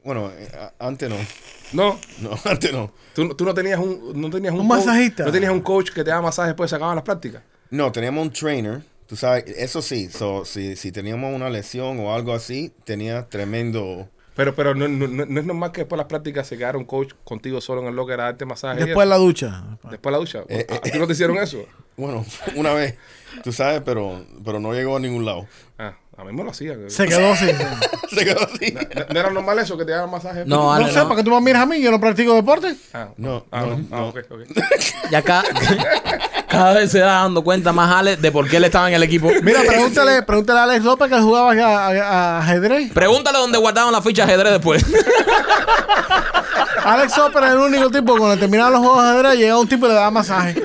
Speaker 3: Bueno, eh, a- antes no.
Speaker 1: No,
Speaker 3: No, antes no.
Speaker 1: Tú, tú no tenías un, no tenías un,
Speaker 5: Un
Speaker 1: coach-
Speaker 5: masajista.
Speaker 1: No tenías un coach que te daba masajes después de sacaban las prácticas.
Speaker 3: No, teníamos un trainer. Tú sabes, eso sí, so, si, si teníamos una lesión o algo así, tenía tremendo...
Speaker 1: Pero, pero no, no, no- no es normal que después de las prácticas se quedara un coach contigo solo en el locker a darte masaje. y
Speaker 5: Después
Speaker 1: eso.
Speaker 5: la ducha.
Speaker 1: Después la ducha.
Speaker 3: Eh,
Speaker 1: ¿A- a ti no te hicieron eso?
Speaker 3: Bueno, una vez, tú sabes, pero, pero no llegó a ningún lado.
Speaker 1: Ah, a mí me lo hacían.
Speaker 5: Se quedó sin.
Speaker 3: Se quedó así.
Speaker 1: ¿No no era normal eso que te hagan masaje?
Speaker 4: No,
Speaker 5: No
Speaker 4: Ale,
Speaker 5: sé, ¿para qué tú me miras a mí? Yo no practico deporte.
Speaker 1: Ah,
Speaker 3: No,
Speaker 1: ah,
Speaker 3: no,
Speaker 1: ah,
Speaker 3: no.
Speaker 1: ok, ok.
Speaker 4: Ya ca- cada vez se da dando cuenta más Ale de por qué él estaba en el equipo.
Speaker 5: Mira, pregúntale, pregúntale a Alex López que él jugaba a, a- a ajedrez.
Speaker 4: Pregúntale dónde guardaban la ficha de ajedrez después.
Speaker 5: Alex López era el único tipo que cuando terminaban los juegos de ajedrez llegaba un tipo y le daba masaje.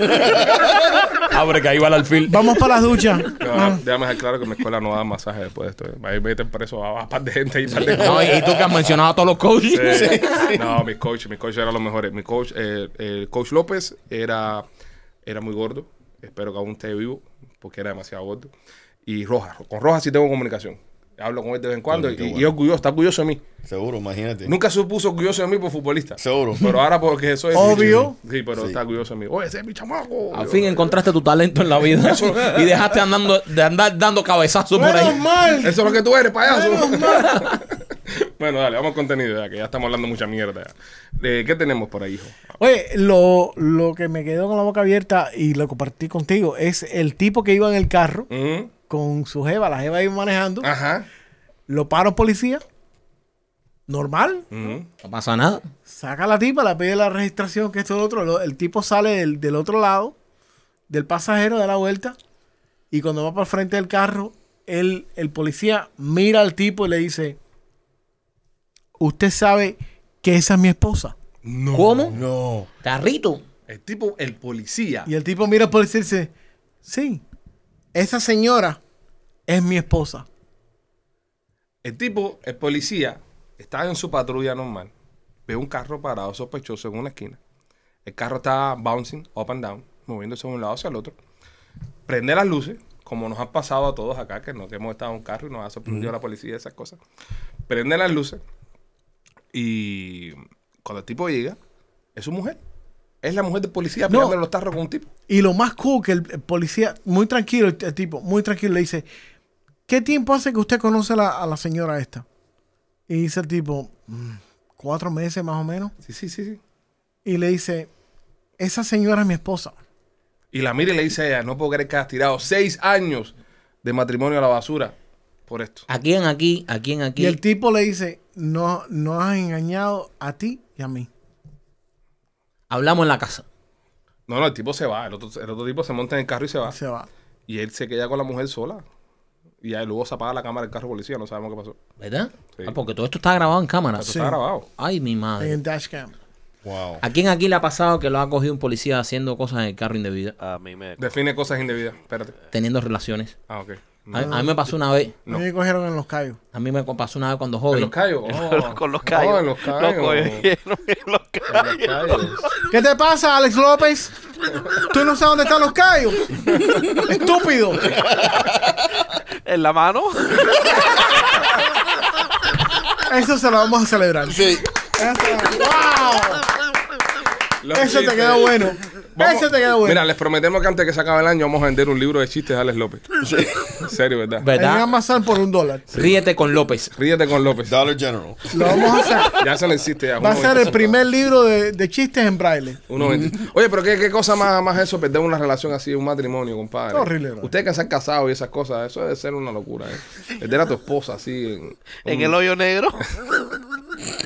Speaker 4: Abre que Ah, ahí va el alfil.
Speaker 5: Vamos para Ah. las duchas.
Speaker 1: No, déjame dejar claro que en mi escuela no da masaje después de esto. eh. Ahí meten preso a, a par de gente y par de
Speaker 4: No, y, y tú que has mencionado a todos los coaches.
Speaker 1: Eh, No, mi coach, mi coach era lo mejor. Mi coach, eh, el coach López era, era muy gordo. Espero que aún esté vivo, porque era demasiado gordo. Y Rojas, con Rojas sí tengo comunicación. Hablo con él de vez en cuando
Speaker 3: Coño, qué
Speaker 1: y, y
Speaker 3: bueno.
Speaker 1: orgulloso, está orgulloso de mí.
Speaker 3: Seguro, imagínate.
Speaker 1: Nunca se puso orgulloso de mí por futbolista.
Speaker 3: Seguro.
Speaker 1: Pero ahora porque soy.
Speaker 5: Obvio.
Speaker 1: Sí, pero
Speaker 3: Sí.
Speaker 1: está orgulloso de mí. Oye, ese es mi chamaco.
Speaker 4: Al fin encontraste tu talento en la vida y dejaste andando, de andar dando cabezazos por
Speaker 5: Menos
Speaker 4: ahí.
Speaker 5: mal.
Speaker 1: Eso es lo que tú eres, payaso. bueno, dale, vamos al contenido ya, que ya estamos hablando mucha mierda. ya. Eh, ¿Qué tenemos por ahí, hijo?
Speaker 5: Oye, lo, lo que me quedó con la boca abierta y lo compartí contigo es el tipo que iba en el carro
Speaker 1: Ujú.
Speaker 5: con su jeva, la jeva iba manejando,
Speaker 1: Mm, Ajá.
Speaker 5: lo paró policía, normal,
Speaker 1: Ujú.
Speaker 4: No pasa nada.
Speaker 5: saca a la tipa, la pide la registración, que esto lo otro, lo- el tipo sale del, del otro lado, del pasajero, da la vuelta, y cuando va para el frente del carro, él, el policía mira al tipo y le dice, usted sabe que esa es mi esposa.
Speaker 1: No.
Speaker 4: ¿Cómo?
Speaker 3: No.
Speaker 4: Carrito.
Speaker 1: El tipo, el policía.
Speaker 5: Y el tipo mira al policía y dice, sí, esa señora es mi esposa.
Speaker 1: El tipo, el policía, estaba en su patrulla normal. Ve un carro parado sospechoso en una esquina. El carro está bouncing up and down, moviéndose de un lado hacia el otro. Prende las luces, como nos ha pasado a todos acá, que, nos, que hemos estado en un carro y nos ha sorprendido la policía y esas cosas. Prende las luces y cuando el tipo llega, es su mujer. Es la mujer del policía
Speaker 5: No.
Speaker 1: pegándole los tarros con un tipo.
Speaker 5: Y lo más cool que el, el policía, muy tranquilo, el, el tipo, muy tranquilo, le dice, ¿qué tiempo hace que usted conoce a la, a la señora esta? Y dice el tipo, "Mm, cuatro meses más o menos.
Speaker 1: Sí, sí, sí, sí.
Speaker 5: Y le dice, esa señora es mi esposa.
Speaker 1: Y la mira y le dice a ella, no puedo creer que has tirado seis años de matrimonio a la basura por esto.
Speaker 4: ¿A quién aquí? ¿A quién
Speaker 5: Y
Speaker 4: aquí?
Speaker 5: el tipo le dice, no, no has engañado a ti y a mí.
Speaker 4: Hablamos en la casa.
Speaker 1: No, no, el tipo se va. El otro, el otro tipo se monta en el carro y se va.
Speaker 5: Se va.
Speaker 1: Y él se queda con la mujer sola. Y ahí luego se apaga la cámara del carro de policía. No sabemos qué pasó.
Speaker 4: ¿Verdad?
Speaker 1: Sí.
Speaker 4: Ah, porque todo esto está grabado en cámara.
Speaker 1: Eso está grabado.
Speaker 4: Ay, mi
Speaker 5: En
Speaker 4: madre.
Speaker 5: el dashcam.
Speaker 3: Wow.
Speaker 1: Ah.
Speaker 4: ¿A quién aquí le ha pasado que lo ha cogido un policía haciendo cosas en el carro indebidas?
Speaker 6: A mí me.
Speaker 1: Define cosas indebidas. Espérate.
Speaker 4: Teniendo relaciones.
Speaker 1: Ah, ok. No.
Speaker 4: A, a mí me pasó una vez.
Speaker 5: A mí me cogieron en los callos.
Speaker 4: A mí me pasó una vez cuando
Speaker 1: ¿En
Speaker 4: joven.
Speaker 1: los callos? Oh.
Speaker 6: Con los
Speaker 1: No,
Speaker 6: callos. eh.
Speaker 1: en los callos.
Speaker 6: Los cogieron en los callos.
Speaker 1: En los callos.
Speaker 5: ¿Qué te pasa, Alex López? ¿Tú no sabes dónde están los callos? ¡Estúpido!
Speaker 6: En la mano.
Speaker 5: Eso se lo vamos a celebrar.
Speaker 3: Sí.
Speaker 5: ¡Wow!
Speaker 1: Los
Speaker 5: Eso te
Speaker 1: chistes.
Speaker 5: quedó bueno.
Speaker 1: Vamos-
Speaker 5: Eso te quedó bueno.
Speaker 1: Mira, les prometemos que antes que se acabe el año vamos a vender un libro de chistes de Alex López. En serio, ¿verdad?
Speaker 5: En
Speaker 4: ¿Verdad?
Speaker 5: Amazon por un dólar.
Speaker 4: Ríete con López.
Speaker 1: Ríete con López.
Speaker 3: Dollar General.
Speaker 5: Lo vamos a hacer.
Speaker 1: Ya se lo existe. Ya,
Speaker 5: Va a ser el
Speaker 1: 1.25.
Speaker 5: primer libro de, de chistes en braille.
Speaker 1: 1.20. Oye, pero qué, qué cosa más, más eso, perder una relación así, un matrimonio, compadre.
Speaker 5: Qué horrible, ¿no?
Speaker 1: Ustedes que se han casado y esas cosas, eso debe ser una locura, ¿eh? Perder a tu esposa así. En,
Speaker 6: En el hoyo negro.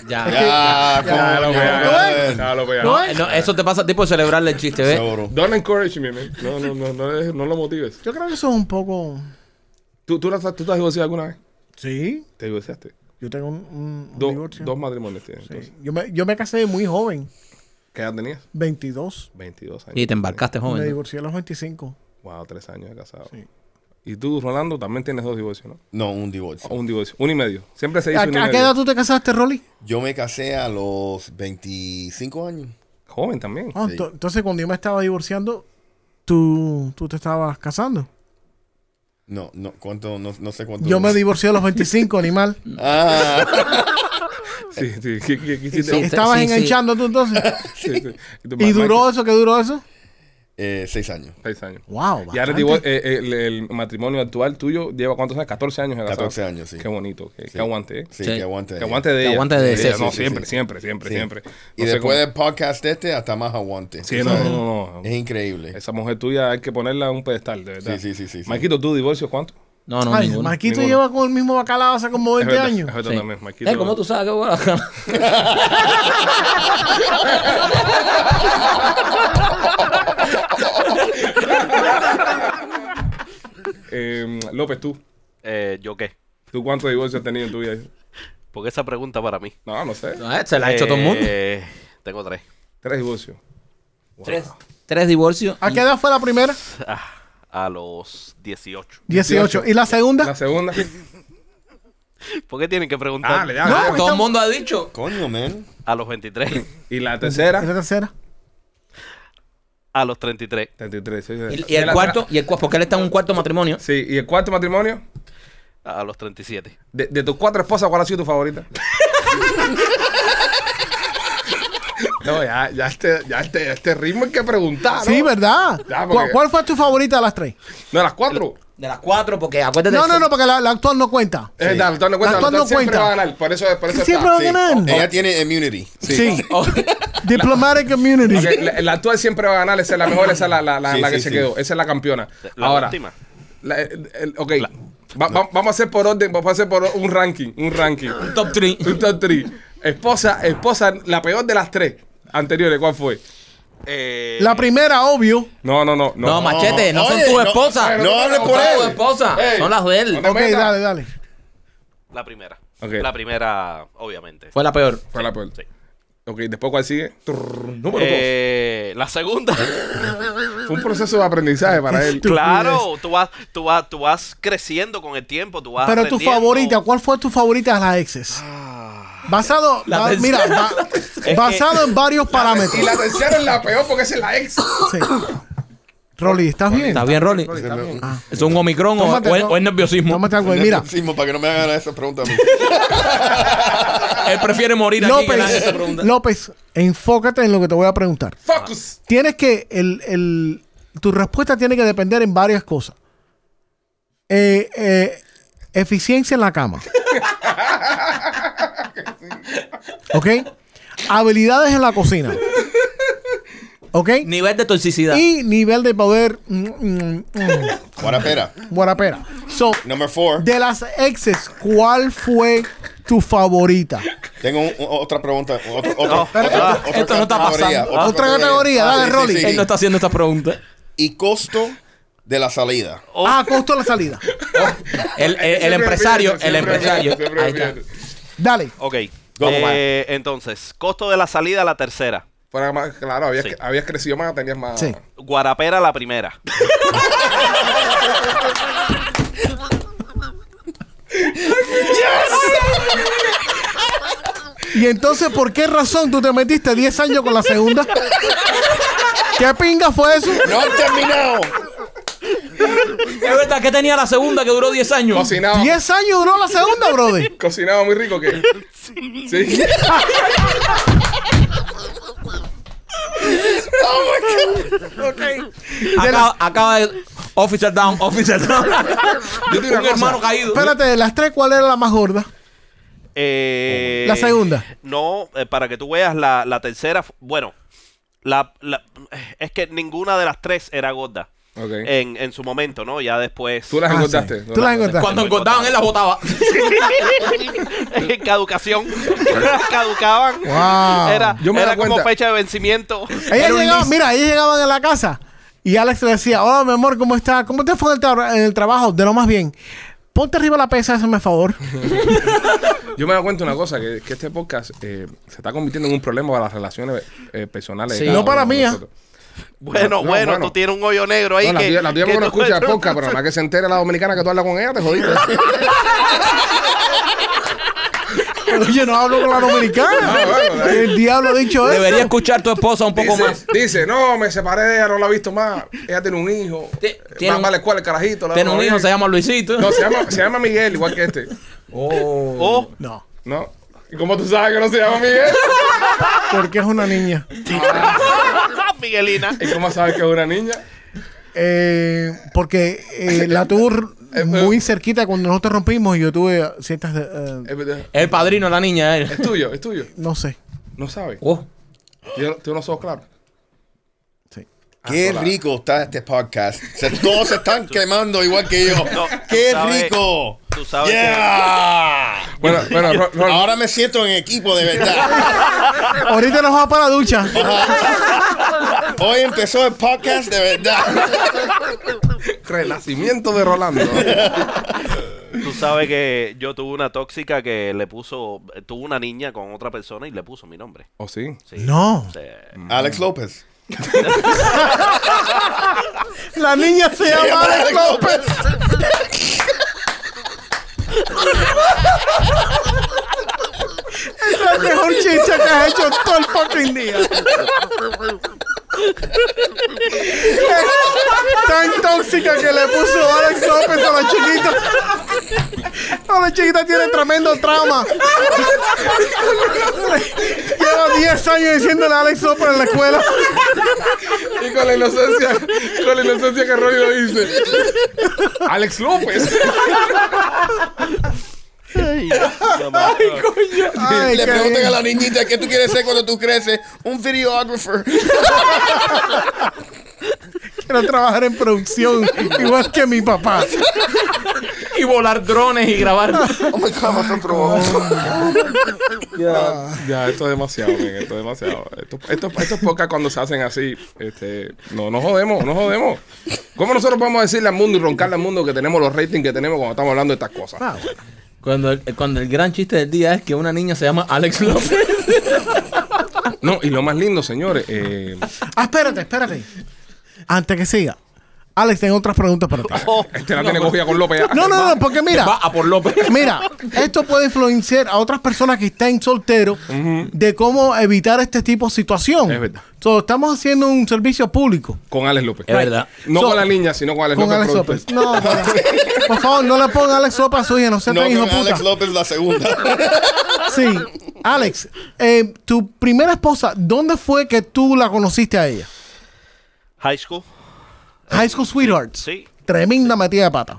Speaker 4: Ya.
Speaker 3: Ya,
Speaker 1: Ya lo
Speaker 3: coño,
Speaker 1: veo,
Speaker 3: brother.
Speaker 1: ya lo veo.
Speaker 5: ¿No
Speaker 4: Eh, no, eso te pasa tipo de celebrarle el chiste,
Speaker 1: ¿Eh?
Speaker 4: ¿ves?
Speaker 3: Seguro.
Speaker 1: Don't encourage me, man. No, no, no, no, le- no lo motives.
Speaker 5: Yo creo que eso es un poco.
Speaker 1: ¿Tú, tú, la- tú te has divorciado alguna vez?
Speaker 5: Sí.
Speaker 1: ¿Te divorciaste?
Speaker 5: Yo tengo un, un- un
Speaker 1: Do-
Speaker 5: divorcio.
Speaker 1: Dos matrimonios tienes.
Speaker 5: Sí.
Speaker 1: entonces.
Speaker 5: Yo, me, yo me casé muy joven,
Speaker 1: ¿Qué edad tenías?
Speaker 5: 22.
Speaker 1: 22 años.
Speaker 4: Y te embarcaste
Speaker 5: Me
Speaker 4: joven. ¿no?
Speaker 5: divorcié a los 25.
Speaker 1: Wow, tres años de casado.
Speaker 5: Sí.
Speaker 1: Y tú, Rolando, también tienes dos divorcios, ¿no?
Speaker 3: No, un divorcio.
Speaker 1: Un divorcio, un y medio. Siempre se
Speaker 5: ¿A,
Speaker 1: dice un y
Speaker 5: a
Speaker 1: medio.
Speaker 5: qué edad tú te casaste, Rolly?
Speaker 3: Yo me casé a los 25 años.
Speaker 1: Joven también.
Speaker 5: Ah,
Speaker 3: Sí.
Speaker 5: to- Entonces, cuando yo me estaba divorciando, tú, tú te estabas casando.
Speaker 3: No, no, cuánto, no, no sé cuánto.
Speaker 5: Yo me divorcié a los 25, animal.
Speaker 3: Ah,
Speaker 1: Sí, sí. ¿Qué, qué- qué
Speaker 5: Y
Speaker 1: hiciste?
Speaker 5: te- Estabas
Speaker 4: sí, sí.
Speaker 5: enganchando tú entonces.
Speaker 1: Sí, sí. tú,
Speaker 5: ¿Y
Speaker 1: Mike-
Speaker 5: duró eso? ¿Qué duró eso?
Speaker 3: Eh, seis años.
Speaker 1: Seis años.
Speaker 5: Wow,
Speaker 1: Y ahora el,
Speaker 5: bastante.
Speaker 1: divor- eh, eh, el- el matrimonio actual tuyo lleva cuántos años? 14 años. de casado.
Speaker 3: 14 años, sí.
Speaker 1: Qué bonito, que,
Speaker 3: Sí.
Speaker 1: aguante, ¿eh?
Speaker 3: Sí,
Speaker 4: Sí.
Speaker 3: que aguante.
Speaker 1: Que aguante de ella.
Speaker 4: aguante de
Speaker 1: ella.
Speaker 4: ella,
Speaker 1: No,
Speaker 3: sí, sí,
Speaker 1: siempre,
Speaker 3: sí.
Speaker 1: siempre, siempre,
Speaker 3: Sí.
Speaker 1: siempre.
Speaker 3: Y
Speaker 1: No sé
Speaker 3: después
Speaker 1: cómo-
Speaker 3: del podcast este, hasta más aguante.
Speaker 1: Sí, no,
Speaker 3: ¿sabes?
Speaker 1: no, no.
Speaker 3: Es increíble.
Speaker 1: Esa mujer tuya hay que ponerla en un pedestal, de verdad.
Speaker 3: Sí, sí, sí, sí, sí.
Speaker 1: Maquito, ¿tú divorcio cuánto?
Speaker 4: No, no,
Speaker 5: Ay,
Speaker 4: ninguno.
Speaker 5: Marquito
Speaker 1: ninguno.
Speaker 5: lleva con el mismo bacalao hace como 20
Speaker 1: verdad,
Speaker 5: años.
Speaker 1: Es verdad
Speaker 4: Sí.
Speaker 1: también, Maquito.
Speaker 4: Eh, ¿Cómo tú sabes qué bueno?
Speaker 1: Eh, López, ¿tú?
Speaker 6: Eh, ¿Yo qué?
Speaker 1: ¿Tú cuántos divorcios has tenido en tu vida?
Speaker 6: Porque esa pregunta para mí.
Speaker 1: No, no sé.
Speaker 4: No, eh, se la ha hecho todo el mundo.
Speaker 6: Eh, Tengo tres.
Speaker 1: Tres divorcios.
Speaker 4: Tres, tres divorcios.
Speaker 5: ¿A qué edad fue la primera?
Speaker 6: Ah, a los 18.
Speaker 5: 18. ¿Y la
Speaker 1: La
Speaker 5: segunda?
Speaker 1: segunda.
Speaker 6: ¿Por qué tienen que preguntar?
Speaker 1: Dale, dale. dale.
Speaker 4: Todo el mundo ha dicho.
Speaker 3: Coño, man.
Speaker 6: A los 23.
Speaker 1: Y la
Speaker 5: ¿Y la
Speaker 1: tercera.
Speaker 5: tercera?
Speaker 6: A los 33.
Speaker 1: 33, sí, sí.
Speaker 4: Y, y el
Speaker 1: la-
Speaker 4: cuarto, y el cuarto, porque él está en un cuarto matrimonio.
Speaker 1: Sí, y el cuarto matrimonio.
Speaker 6: A los 37.
Speaker 1: De, de tus cuatro esposas, ¿cuál ha sido tu favorita? no, ya, ya, este, ya este, este ritmo hay que preguntar. ¿no?
Speaker 5: Sí, ¿verdad?
Speaker 1: Ya,
Speaker 5: ¿Cuál,
Speaker 1: porque-
Speaker 5: cuál fue tu favorita de las tres?
Speaker 1: No, las cuatro.
Speaker 4: De las cuatro, porque acuérdate.
Speaker 5: No, no, no, porque la, la actual no cuenta.
Speaker 1: Es verdad, el doctor no cuenta.
Speaker 5: El
Speaker 1: El
Speaker 5: doctor no
Speaker 1: doctor siempre
Speaker 5: cuenta.
Speaker 1: va a ganar. Por eso, por eso está.
Speaker 5: Siempre va a
Speaker 3: Sí.
Speaker 5: ganar.
Speaker 3: Ella tiene immunity.
Speaker 5: Sí. Diplomatic Community.
Speaker 1: Ok, la, la actual siempre va a ganar, esa es la mejor, esa es la, la, la,
Speaker 3: Sí,
Speaker 1: la que
Speaker 3: sí,
Speaker 1: se
Speaker 3: sí.
Speaker 1: quedó, esa es la campeona.
Speaker 6: La
Speaker 1: Ahora,
Speaker 6: última.
Speaker 1: la- el- el- ok, va- va- vamos a hacer por orden, vamos a hacer por un ranking, un ranking.
Speaker 4: Top 3.
Speaker 1: Un top three. Esposa, esposa, la peor de las tres anteriores, ¿cuál fue?
Speaker 6: Eh,
Speaker 5: La primera, obvio.
Speaker 1: No, no, no, no.
Speaker 4: No, machete, no
Speaker 3: Oye,
Speaker 4: son tus
Speaker 3: no-
Speaker 4: esposas.
Speaker 3: no hables
Speaker 4: son
Speaker 3: por
Speaker 4: tus
Speaker 3: él.
Speaker 4: esposas,
Speaker 1: Ey.
Speaker 4: son las de él.
Speaker 1: Te
Speaker 5: Ok,
Speaker 1: meta.
Speaker 5: dale, dale.
Speaker 6: la primera.
Speaker 1: Ok.
Speaker 6: La primera, obviamente.
Speaker 4: Fue la peor.
Speaker 1: Fue la peor.
Speaker 6: Sí.
Speaker 1: Ok, después cuál sigue. Trrr, número
Speaker 6: Eh, la segunda.
Speaker 1: dos. Fue un proceso de aprendizaje para él.
Speaker 6: claro, tú vas, tú, vas, tú vas creciendo con el tiempo. Tú vas
Speaker 5: Pero tu
Speaker 6: aprendiendo.
Speaker 5: favorita, ¿cuál fue tu favorita de las exes?
Speaker 1: Ah.
Speaker 5: Basado,
Speaker 4: La
Speaker 5: ba-
Speaker 4: tercera.
Speaker 5: mira, ba-
Speaker 6: que-
Speaker 5: basado en varios
Speaker 1: Y
Speaker 5: parámetros.
Speaker 1: la tercera es la peor porque esa es la ex.
Speaker 5: Sí. Rolly, ¿estás bien?
Speaker 4: ¿Está bien, Rolly? Ah. ¿Es un omicron o,
Speaker 5: Tómate
Speaker 4: o es,
Speaker 5: todo.
Speaker 4: o es nerviosismo?
Speaker 5: Tómate algo. ahí.
Speaker 3: Mira.
Speaker 5: pues Mira,
Speaker 3: Para que no me hagan esas preguntas a mí.
Speaker 4: Él prefiere morir aquí que la gente
Speaker 5: López, eh,
Speaker 4: pregunta.
Speaker 5: López, enfócate en lo que te voy a preguntar.
Speaker 1: Focus.
Speaker 5: Tienes que, el, el- tu respuesta tiene que depender en varias cosas. Eh, eh, eficiencia en la cama. ¿Ok? Habilidades en la cocina. ¿Ok?
Speaker 4: Nivel de toxicidad.
Speaker 5: Y nivel de poder. mm, mm, mm,
Speaker 3: Guarapera.
Speaker 5: guarapera. So,
Speaker 3: Number four.
Speaker 5: de las exes, ¿cuál fue tu favorita?
Speaker 3: Tengo un- un- otra pregunta. Otro, otro,
Speaker 6: ah,
Speaker 3: otra
Speaker 4: esto no está pasando.
Speaker 5: Ah. Otra categoría, dale,
Speaker 3: Sí, sí,
Speaker 5: Rolly.
Speaker 3: sí, sí.
Speaker 4: Él no está haciendo esta pregunta.
Speaker 3: Y costo de la salida.
Speaker 6: Oh.
Speaker 5: Ah, costo de la salida.
Speaker 4: El, el- el
Speaker 1: Siempre
Speaker 4: empresario,
Speaker 1: olvídate,
Speaker 4: el
Speaker 1: siempre
Speaker 4: empresario.
Speaker 1: olvídate, siempre
Speaker 4: Ahí está.
Speaker 1: olvídate.
Speaker 5: Dale.
Speaker 6: Ok.
Speaker 3: Go,
Speaker 6: Eh, entonces, costo de la salida, la tercera.
Speaker 1: Fuera más, claro, habías,
Speaker 6: Sí.
Speaker 1: cre- habías crecido más, tenías más.
Speaker 5: Sí.
Speaker 6: Guarapera, la primera.
Speaker 5: Y entonces, ¿por qué razón tú te metiste 10 años con la segunda? ¿Qué pinga fue eso?
Speaker 3: No han terminado.
Speaker 4: Es verdad que tenía la segunda que duró 10 años.
Speaker 1: Cocinaba.
Speaker 5: 10 años duró la segunda, brother.
Speaker 1: Cocinaba muy rico que. Sí.
Speaker 4: Acaba, acaba de. Officer down, officer down.
Speaker 1: Yo te digo una
Speaker 4: un
Speaker 1: cosa.
Speaker 4: hermano caído.
Speaker 5: Espérate, de las tres, ¿cuál era la más gorda?
Speaker 6: Eh,
Speaker 5: La segunda.
Speaker 6: No, eh, para que tú veas, la, la tercera. fu- Bueno, la, la- es que ninguna de las tres era gorda.
Speaker 1: Ok.
Speaker 4: Eh.
Speaker 6: En, en su momento, ¿no? Ya después.
Speaker 1: Tú las
Speaker 5: Ah,
Speaker 1: engordaste.
Speaker 5: sí.
Speaker 1: ¿no?
Speaker 5: Tú las engordaste.
Speaker 4: Cuando engordaban, él la botaba.
Speaker 6: caducación. Caducaban.
Speaker 5: Wow.
Speaker 6: Era,
Speaker 1: Yo me
Speaker 6: era
Speaker 1: da
Speaker 6: como
Speaker 1: cuenta.
Speaker 6: fecha de vencimiento.
Speaker 5: Ellas
Speaker 4: Era un
Speaker 5: llegaban,
Speaker 4: lis-
Speaker 5: mira, ellas llegaban a la casa y Alex le decía, hola mi amor, ¿cómo estás? ¿Cómo te fue en el, tra- en el trabajo? De lo más bien. Ponte arriba la pesa, hazme favor.
Speaker 1: Yo me he dado cuenta de una cosa, que, que este podcast eh, se está convirtiendo en un problema para las relaciones eh, personales.
Speaker 4: Sí.
Speaker 1: cada
Speaker 4: No
Speaker 1: uno
Speaker 5: para
Speaker 1: de
Speaker 5: mí,
Speaker 1: nosotros.
Speaker 6: Bueno,
Speaker 1: No,
Speaker 6: bueno,
Speaker 1: bueno.
Speaker 6: tú tienes un hoyo negro ahí
Speaker 1: No, la
Speaker 6: que.
Speaker 1: tía, la tía
Speaker 6: que
Speaker 1: porque no
Speaker 6: tú-
Speaker 1: escucha el podcast, pero nada más que se entere la dominicana que tú hablas con ella, te jodiste.
Speaker 5: Pero yo no hablo con la dominicana.
Speaker 1: No, bueno, ahí-
Speaker 5: el diablo ha dicho eso.
Speaker 4: Debería escuchar tu esposa un poco
Speaker 1: Dice,
Speaker 4: más.
Speaker 1: dice, no, me separé de ella, no la he visto más. Ella tiene un hijo.
Speaker 4: Ti- tiene
Speaker 1: va,
Speaker 4: un-
Speaker 1: va a la escuela, el carajito. la
Speaker 4: Tiene
Speaker 1: dejo
Speaker 4: un hijo,
Speaker 1: ir.
Speaker 4: se llama Luisito.
Speaker 1: No, se llama, se llama Miguel, igual que este.
Speaker 6: Oh,
Speaker 5: No,
Speaker 1: ¿No? ¿Y cómo tú sabes que no se llama Miguel?
Speaker 5: porque es una niña.
Speaker 6: ah, Miguelina.
Speaker 1: ¿Y cómo sabes que es una niña?
Speaker 5: Eh, porque eh, la tour muy cerquita cuando nosotros rompimos y yo tuve ciertas... eh,
Speaker 1: Es verdad.
Speaker 4: El padrino, la niña, él.
Speaker 1: Es tuyo, es tuyo.
Speaker 5: no sé.
Speaker 1: No sabes.
Speaker 4: Oh,
Speaker 1: Tiene tiene unos ojos claros.
Speaker 5: Sí.
Speaker 3: Qué
Speaker 1: hola.
Speaker 3: rico está este podcast. Se- todos se están quemando igual que yo.
Speaker 6: No,
Speaker 3: Qué
Speaker 6: tú sabes-
Speaker 3: rico.
Speaker 6: tú sabes
Speaker 3: Yeah.
Speaker 1: Bueno, bueno, Ro- Ro-
Speaker 3: Ahora me siento en equipo de verdad.
Speaker 5: Ahorita nos va para la ducha.
Speaker 3: Hoy empezó el podcast de verdad.
Speaker 1: renacimiento de Rolando.
Speaker 6: Tú sabes que yo tuve una tóxica que le puso, tuvo una niña con otra persona y le puso mi nombre.
Speaker 1: ¿O sí?
Speaker 6: Sí.
Speaker 5: No.
Speaker 6: Eh,
Speaker 3: Alex López.
Speaker 5: La niña se llama Alex López. Esa es la mejor chicha que has hecho todo el fucking día. Es tan tóxica que le puso Alex López a la chiquita. A la chiquita tiene tremendo trauma. Lleva 10 años diciéndole a Alex López en la escuela.
Speaker 1: Y con la inocencia, con la inocencia que Rolly lo dice. Alex López.
Speaker 5: Ay,
Speaker 3: Le
Speaker 5: qué
Speaker 3: preguntan
Speaker 5: bien.
Speaker 3: a la niñita qué tú quieres ser cuando tú creces. Un videographer.
Speaker 5: Quiero trabajar en producción, igual que mi papá.
Speaker 4: y volar drones y grabar.
Speaker 3: Oh my God, me
Speaker 1: Ah, Ya, esto es demasiado, men, esto es demasiado. Esto, esto, esto es poca cuando se hacen así. Este, no, no jodemos, no jodemos. ¿Cómo nosotros vamos a decirle al mundo y roncarle al mundo que tenemos los ratings que tenemos cuando estamos hablando de estas cosas?
Speaker 5: Ah.
Speaker 4: Cuando el, cuando el gran chiste del día es que una niña se llama Alex López.
Speaker 1: No, y lo más lindo, señores, eh,
Speaker 5: Ah, espérate, espérate. Antes que siga, Alex, tengo otras preguntas para ti.
Speaker 1: este la tiene cogida con López. ya.
Speaker 5: No, no, no, porque
Speaker 4: Va
Speaker 5: mira,
Speaker 4: a por López.
Speaker 5: mira, esto puede influenciar a otras personas que estén solteros de cómo evitar este tipo de situación.
Speaker 1: Es verdad.
Speaker 5: So, estamos haciendo un servicio público.
Speaker 1: Con Alex López.
Speaker 4: Es verdad.
Speaker 1: No
Speaker 5: So-
Speaker 1: con la niña, sino con Alex
Speaker 5: Con
Speaker 1: López.
Speaker 5: Alex
Speaker 1: productor.
Speaker 5: López. No, no, no. por favor, no le ponga Alex López a su hija, no sea
Speaker 3: No,
Speaker 5: tan hijo
Speaker 3: con
Speaker 5: puta.
Speaker 3: Alex López la segunda.
Speaker 5: Sí, Alex, eh, tu primera esposa, ¿dónde fue que tú la conociste a ella?
Speaker 6: High school.
Speaker 5: High School Sweethearts.
Speaker 6: Sí.
Speaker 5: Tremenda metida de pata.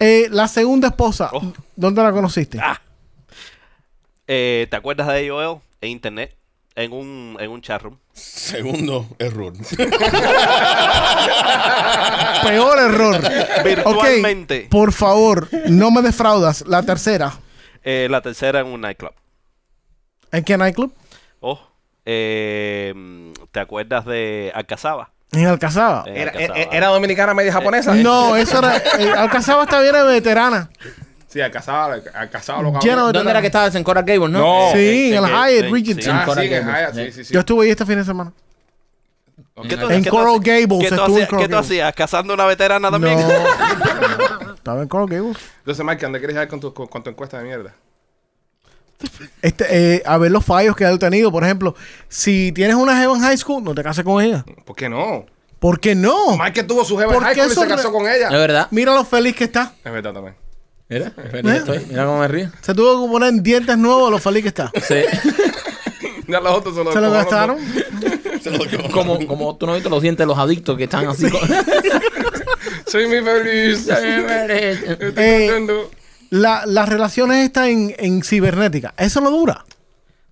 Speaker 5: Eh, la segunda esposa,
Speaker 6: Oh.
Speaker 5: ¿dónde la conociste?
Speaker 6: Ah. Eh, ¿Te acuerdas de AOL? En internet. En un, en un chatroom.
Speaker 3: Segundo error.
Speaker 5: Peor error.
Speaker 6: Virtualmente.
Speaker 5: Ok, por favor, no me defraudas. La tercera,
Speaker 6: Eh, la tercera en un nightclub.
Speaker 5: ¿en qué nightclub?
Speaker 6: Oh. eh, ¿Te acuerdas de Alcazaba?
Speaker 5: En Alcazaba.
Speaker 6: En
Speaker 1: Era,
Speaker 6: Eh,
Speaker 1: eh,
Speaker 6: Alcazaba.
Speaker 1: era- era dominicana media japonesa.
Speaker 5: No, eso era. eh, Alcazaba está bien de veterana.
Speaker 1: Sí, alcazaba, alcazaba lo
Speaker 5: Lleno
Speaker 1: cabrón.
Speaker 5: de-
Speaker 4: ¿Dónde era que estabas? En Coral Gables, no?
Speaker 1: No.
Speaker 5: sí,
Speaker 6: eh,
Speaker 5: en el
Speaker 6: eh,
Speaker 5: Hyatt
Speaker 6: sí,
Speaker 5: Regency.
Speaker 1: Ah,
Speaker 4: Coral
Speaker 1: sí, en
Speaker 4: Gables,
Speaker 1: Haya,
Speaker 4: eh.
Speaker 1: sí, sí, sí.
Speaker 5: Yo estuve ahí este fin de semana.
Speaker 6: ¿Qué tú-
Speaker 5: En
Speaker 6: qué tú
Speaker 5: Coral
Speaker 6: hacías-
Speaker 5: Gables
Speaker 6: ¿Qué tú
Speaker 5: estuvo en
Speaker 6: hacías?
Speaker 5: Coral
Speaker 6: ¿Qué tú
Speaker 5: Gables.
Speaker 6: hacías? ¿Cazando una veterana
Speaker 5: No.
Speaker 6: también?
Speaker 5: Estaba en Coral Gables.
Speaker 1: Entonces, Mike, ¿dónde quieres ir con tu, con, con tu encuesta de mierda?
Speaker 5: Este, eh, a ver los fallos que ha tenido. Por ejemplo, si tienes una jeva en high school, no te cases con ella.
Speaker 1: ¿Por qué no?
Speaker 5: ¿Por qué no?
Speaker 1: Mike tuvo su jeva en
Speaker 5: ¿Por
Speaker 1: high
Speaker 5: qué
Speaker 1: school
Speaker 5: Eh.
Speaker 1: y
Speaker 5: eso
Speaker 1: se casó
Speaker 5: re-
Speaker 1: con ella.
Speaker 4: Es verdad.
Speaker 5: Mira lo feliz que está.
Speaker 1: Es verdad también.
Speaker 4: Mira, feliz estoy. Mira cómo me río.
Speaker 5: Se tuvo que poner dientes nuevos de lo feliz que está.
Speaker 4: Sí.
Speaker 1: Ya los otros se lo,
Speaker 5: Se lo
Speaker 1: cojones,
Speaker 5: gastaron.
Speaker 3: Se lo acabo.
Speaker 4: Como, como tú no viste los dientes de los adictos que están así. con-
Speaker 1: no. Soy muy feliz. Estoy
Speaker 5: Eh,
Speaker 1: contento.
Speaker 5: La- las relaciones están en, en cibernética. Eso no dura.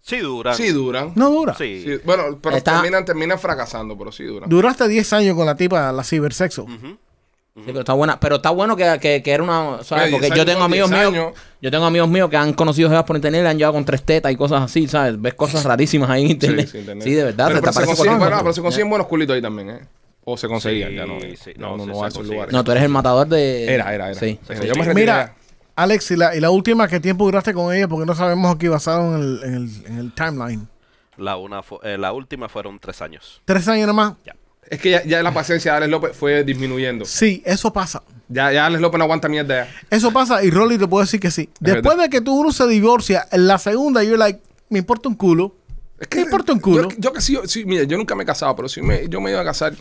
Speaker 6: Sí, duran.
Speaker 1: Sí, duran.
Speaker 5: No dura.
Speaker 6: Sí.
Speaker 1: Sí, bueno, pero
Speaker 4: Está-
Speaker 1: terminan, terminan fracasando, pero sí duran.
Speaker 5: Dura hasta 10 años con la tipa, la cibersexo.
Speaker 4: Sí, pero está buena. Pero está bueno que, que, que era una. ¿Sabes?
Speaker 1: Oye,
Speaker 4: Porque
Speaker 1: diez
Speaker 4: yo
Speaker 1: años
Speaker 4: tengo
Speaker 1: son
Speaker 4: amigos
Speaker 1: diez
Speaker 4: míos.
Speaker 1: años.
Speaker 4: Yo tengo amigos míos que han conocido jevas por internet y le han llevado con tres tetas y cosas así, ¿sabes? Ves cosas rarísimas ahí en internet. Sí,
Speaker 1: sí, internet.
Speaker 4: de verdad.
Speaker 1: Pero,
Speaker 4: te
Speaker 1: pero se,
Speaker 4: aparece
Speaker 1: consiguen,
Speaker 4: cualquier
Speaker 1: bueno, pero
Speaker 4: cosa.
Speaker 1: se consiguen buenos culitos ahí también, ¿eh? O se conseguían, ya no.
Speaker 6: Sí, sí,
Speaker 1: no,
Speaker 6: no,
Speaker 1: no,
Speaker 6: sí,
Speaker 1: no
Speaker 6: se
Speaker 1: a esos
Speaker 6: consigue.
Speaker 1: lugares.
Speaker 4: No, tú eres el matador de.
Speaker 1: Era, era, era.
Speaker 4: Sí.
Speaker 1: Pero Yo me retiré.
Speaker 5: Eh, Mira, Alex, y la, y la última, ¿qué tiempo duraste con ella? Porque no sabemos aquí basado en el, en el- en el timeline.
Speaker 6: La, una fu- eh, la última fueron tres años.
Speaker 5: ¿Tres años nomás?
Speaker 1: Es que ya, ya la paciencia de Alex López fue disminuyendo.
Speaker 5: Sí, eso pasa.
Speaker 1: Ya, ya Alex López no aguanta mierda ya.
Speaker 5: Eso pasa y Rolly te puede decir que sí. Después
Speaker 1: verdad.
Speaker 5: de que tú uno se divorcia, en la segunda yo like, me importa un culo. me importa un culo.
Speaker 1: Yo, yo que sí, yo- sí, mira, yo nunca me he casado, pero si me, yo me iba a casar,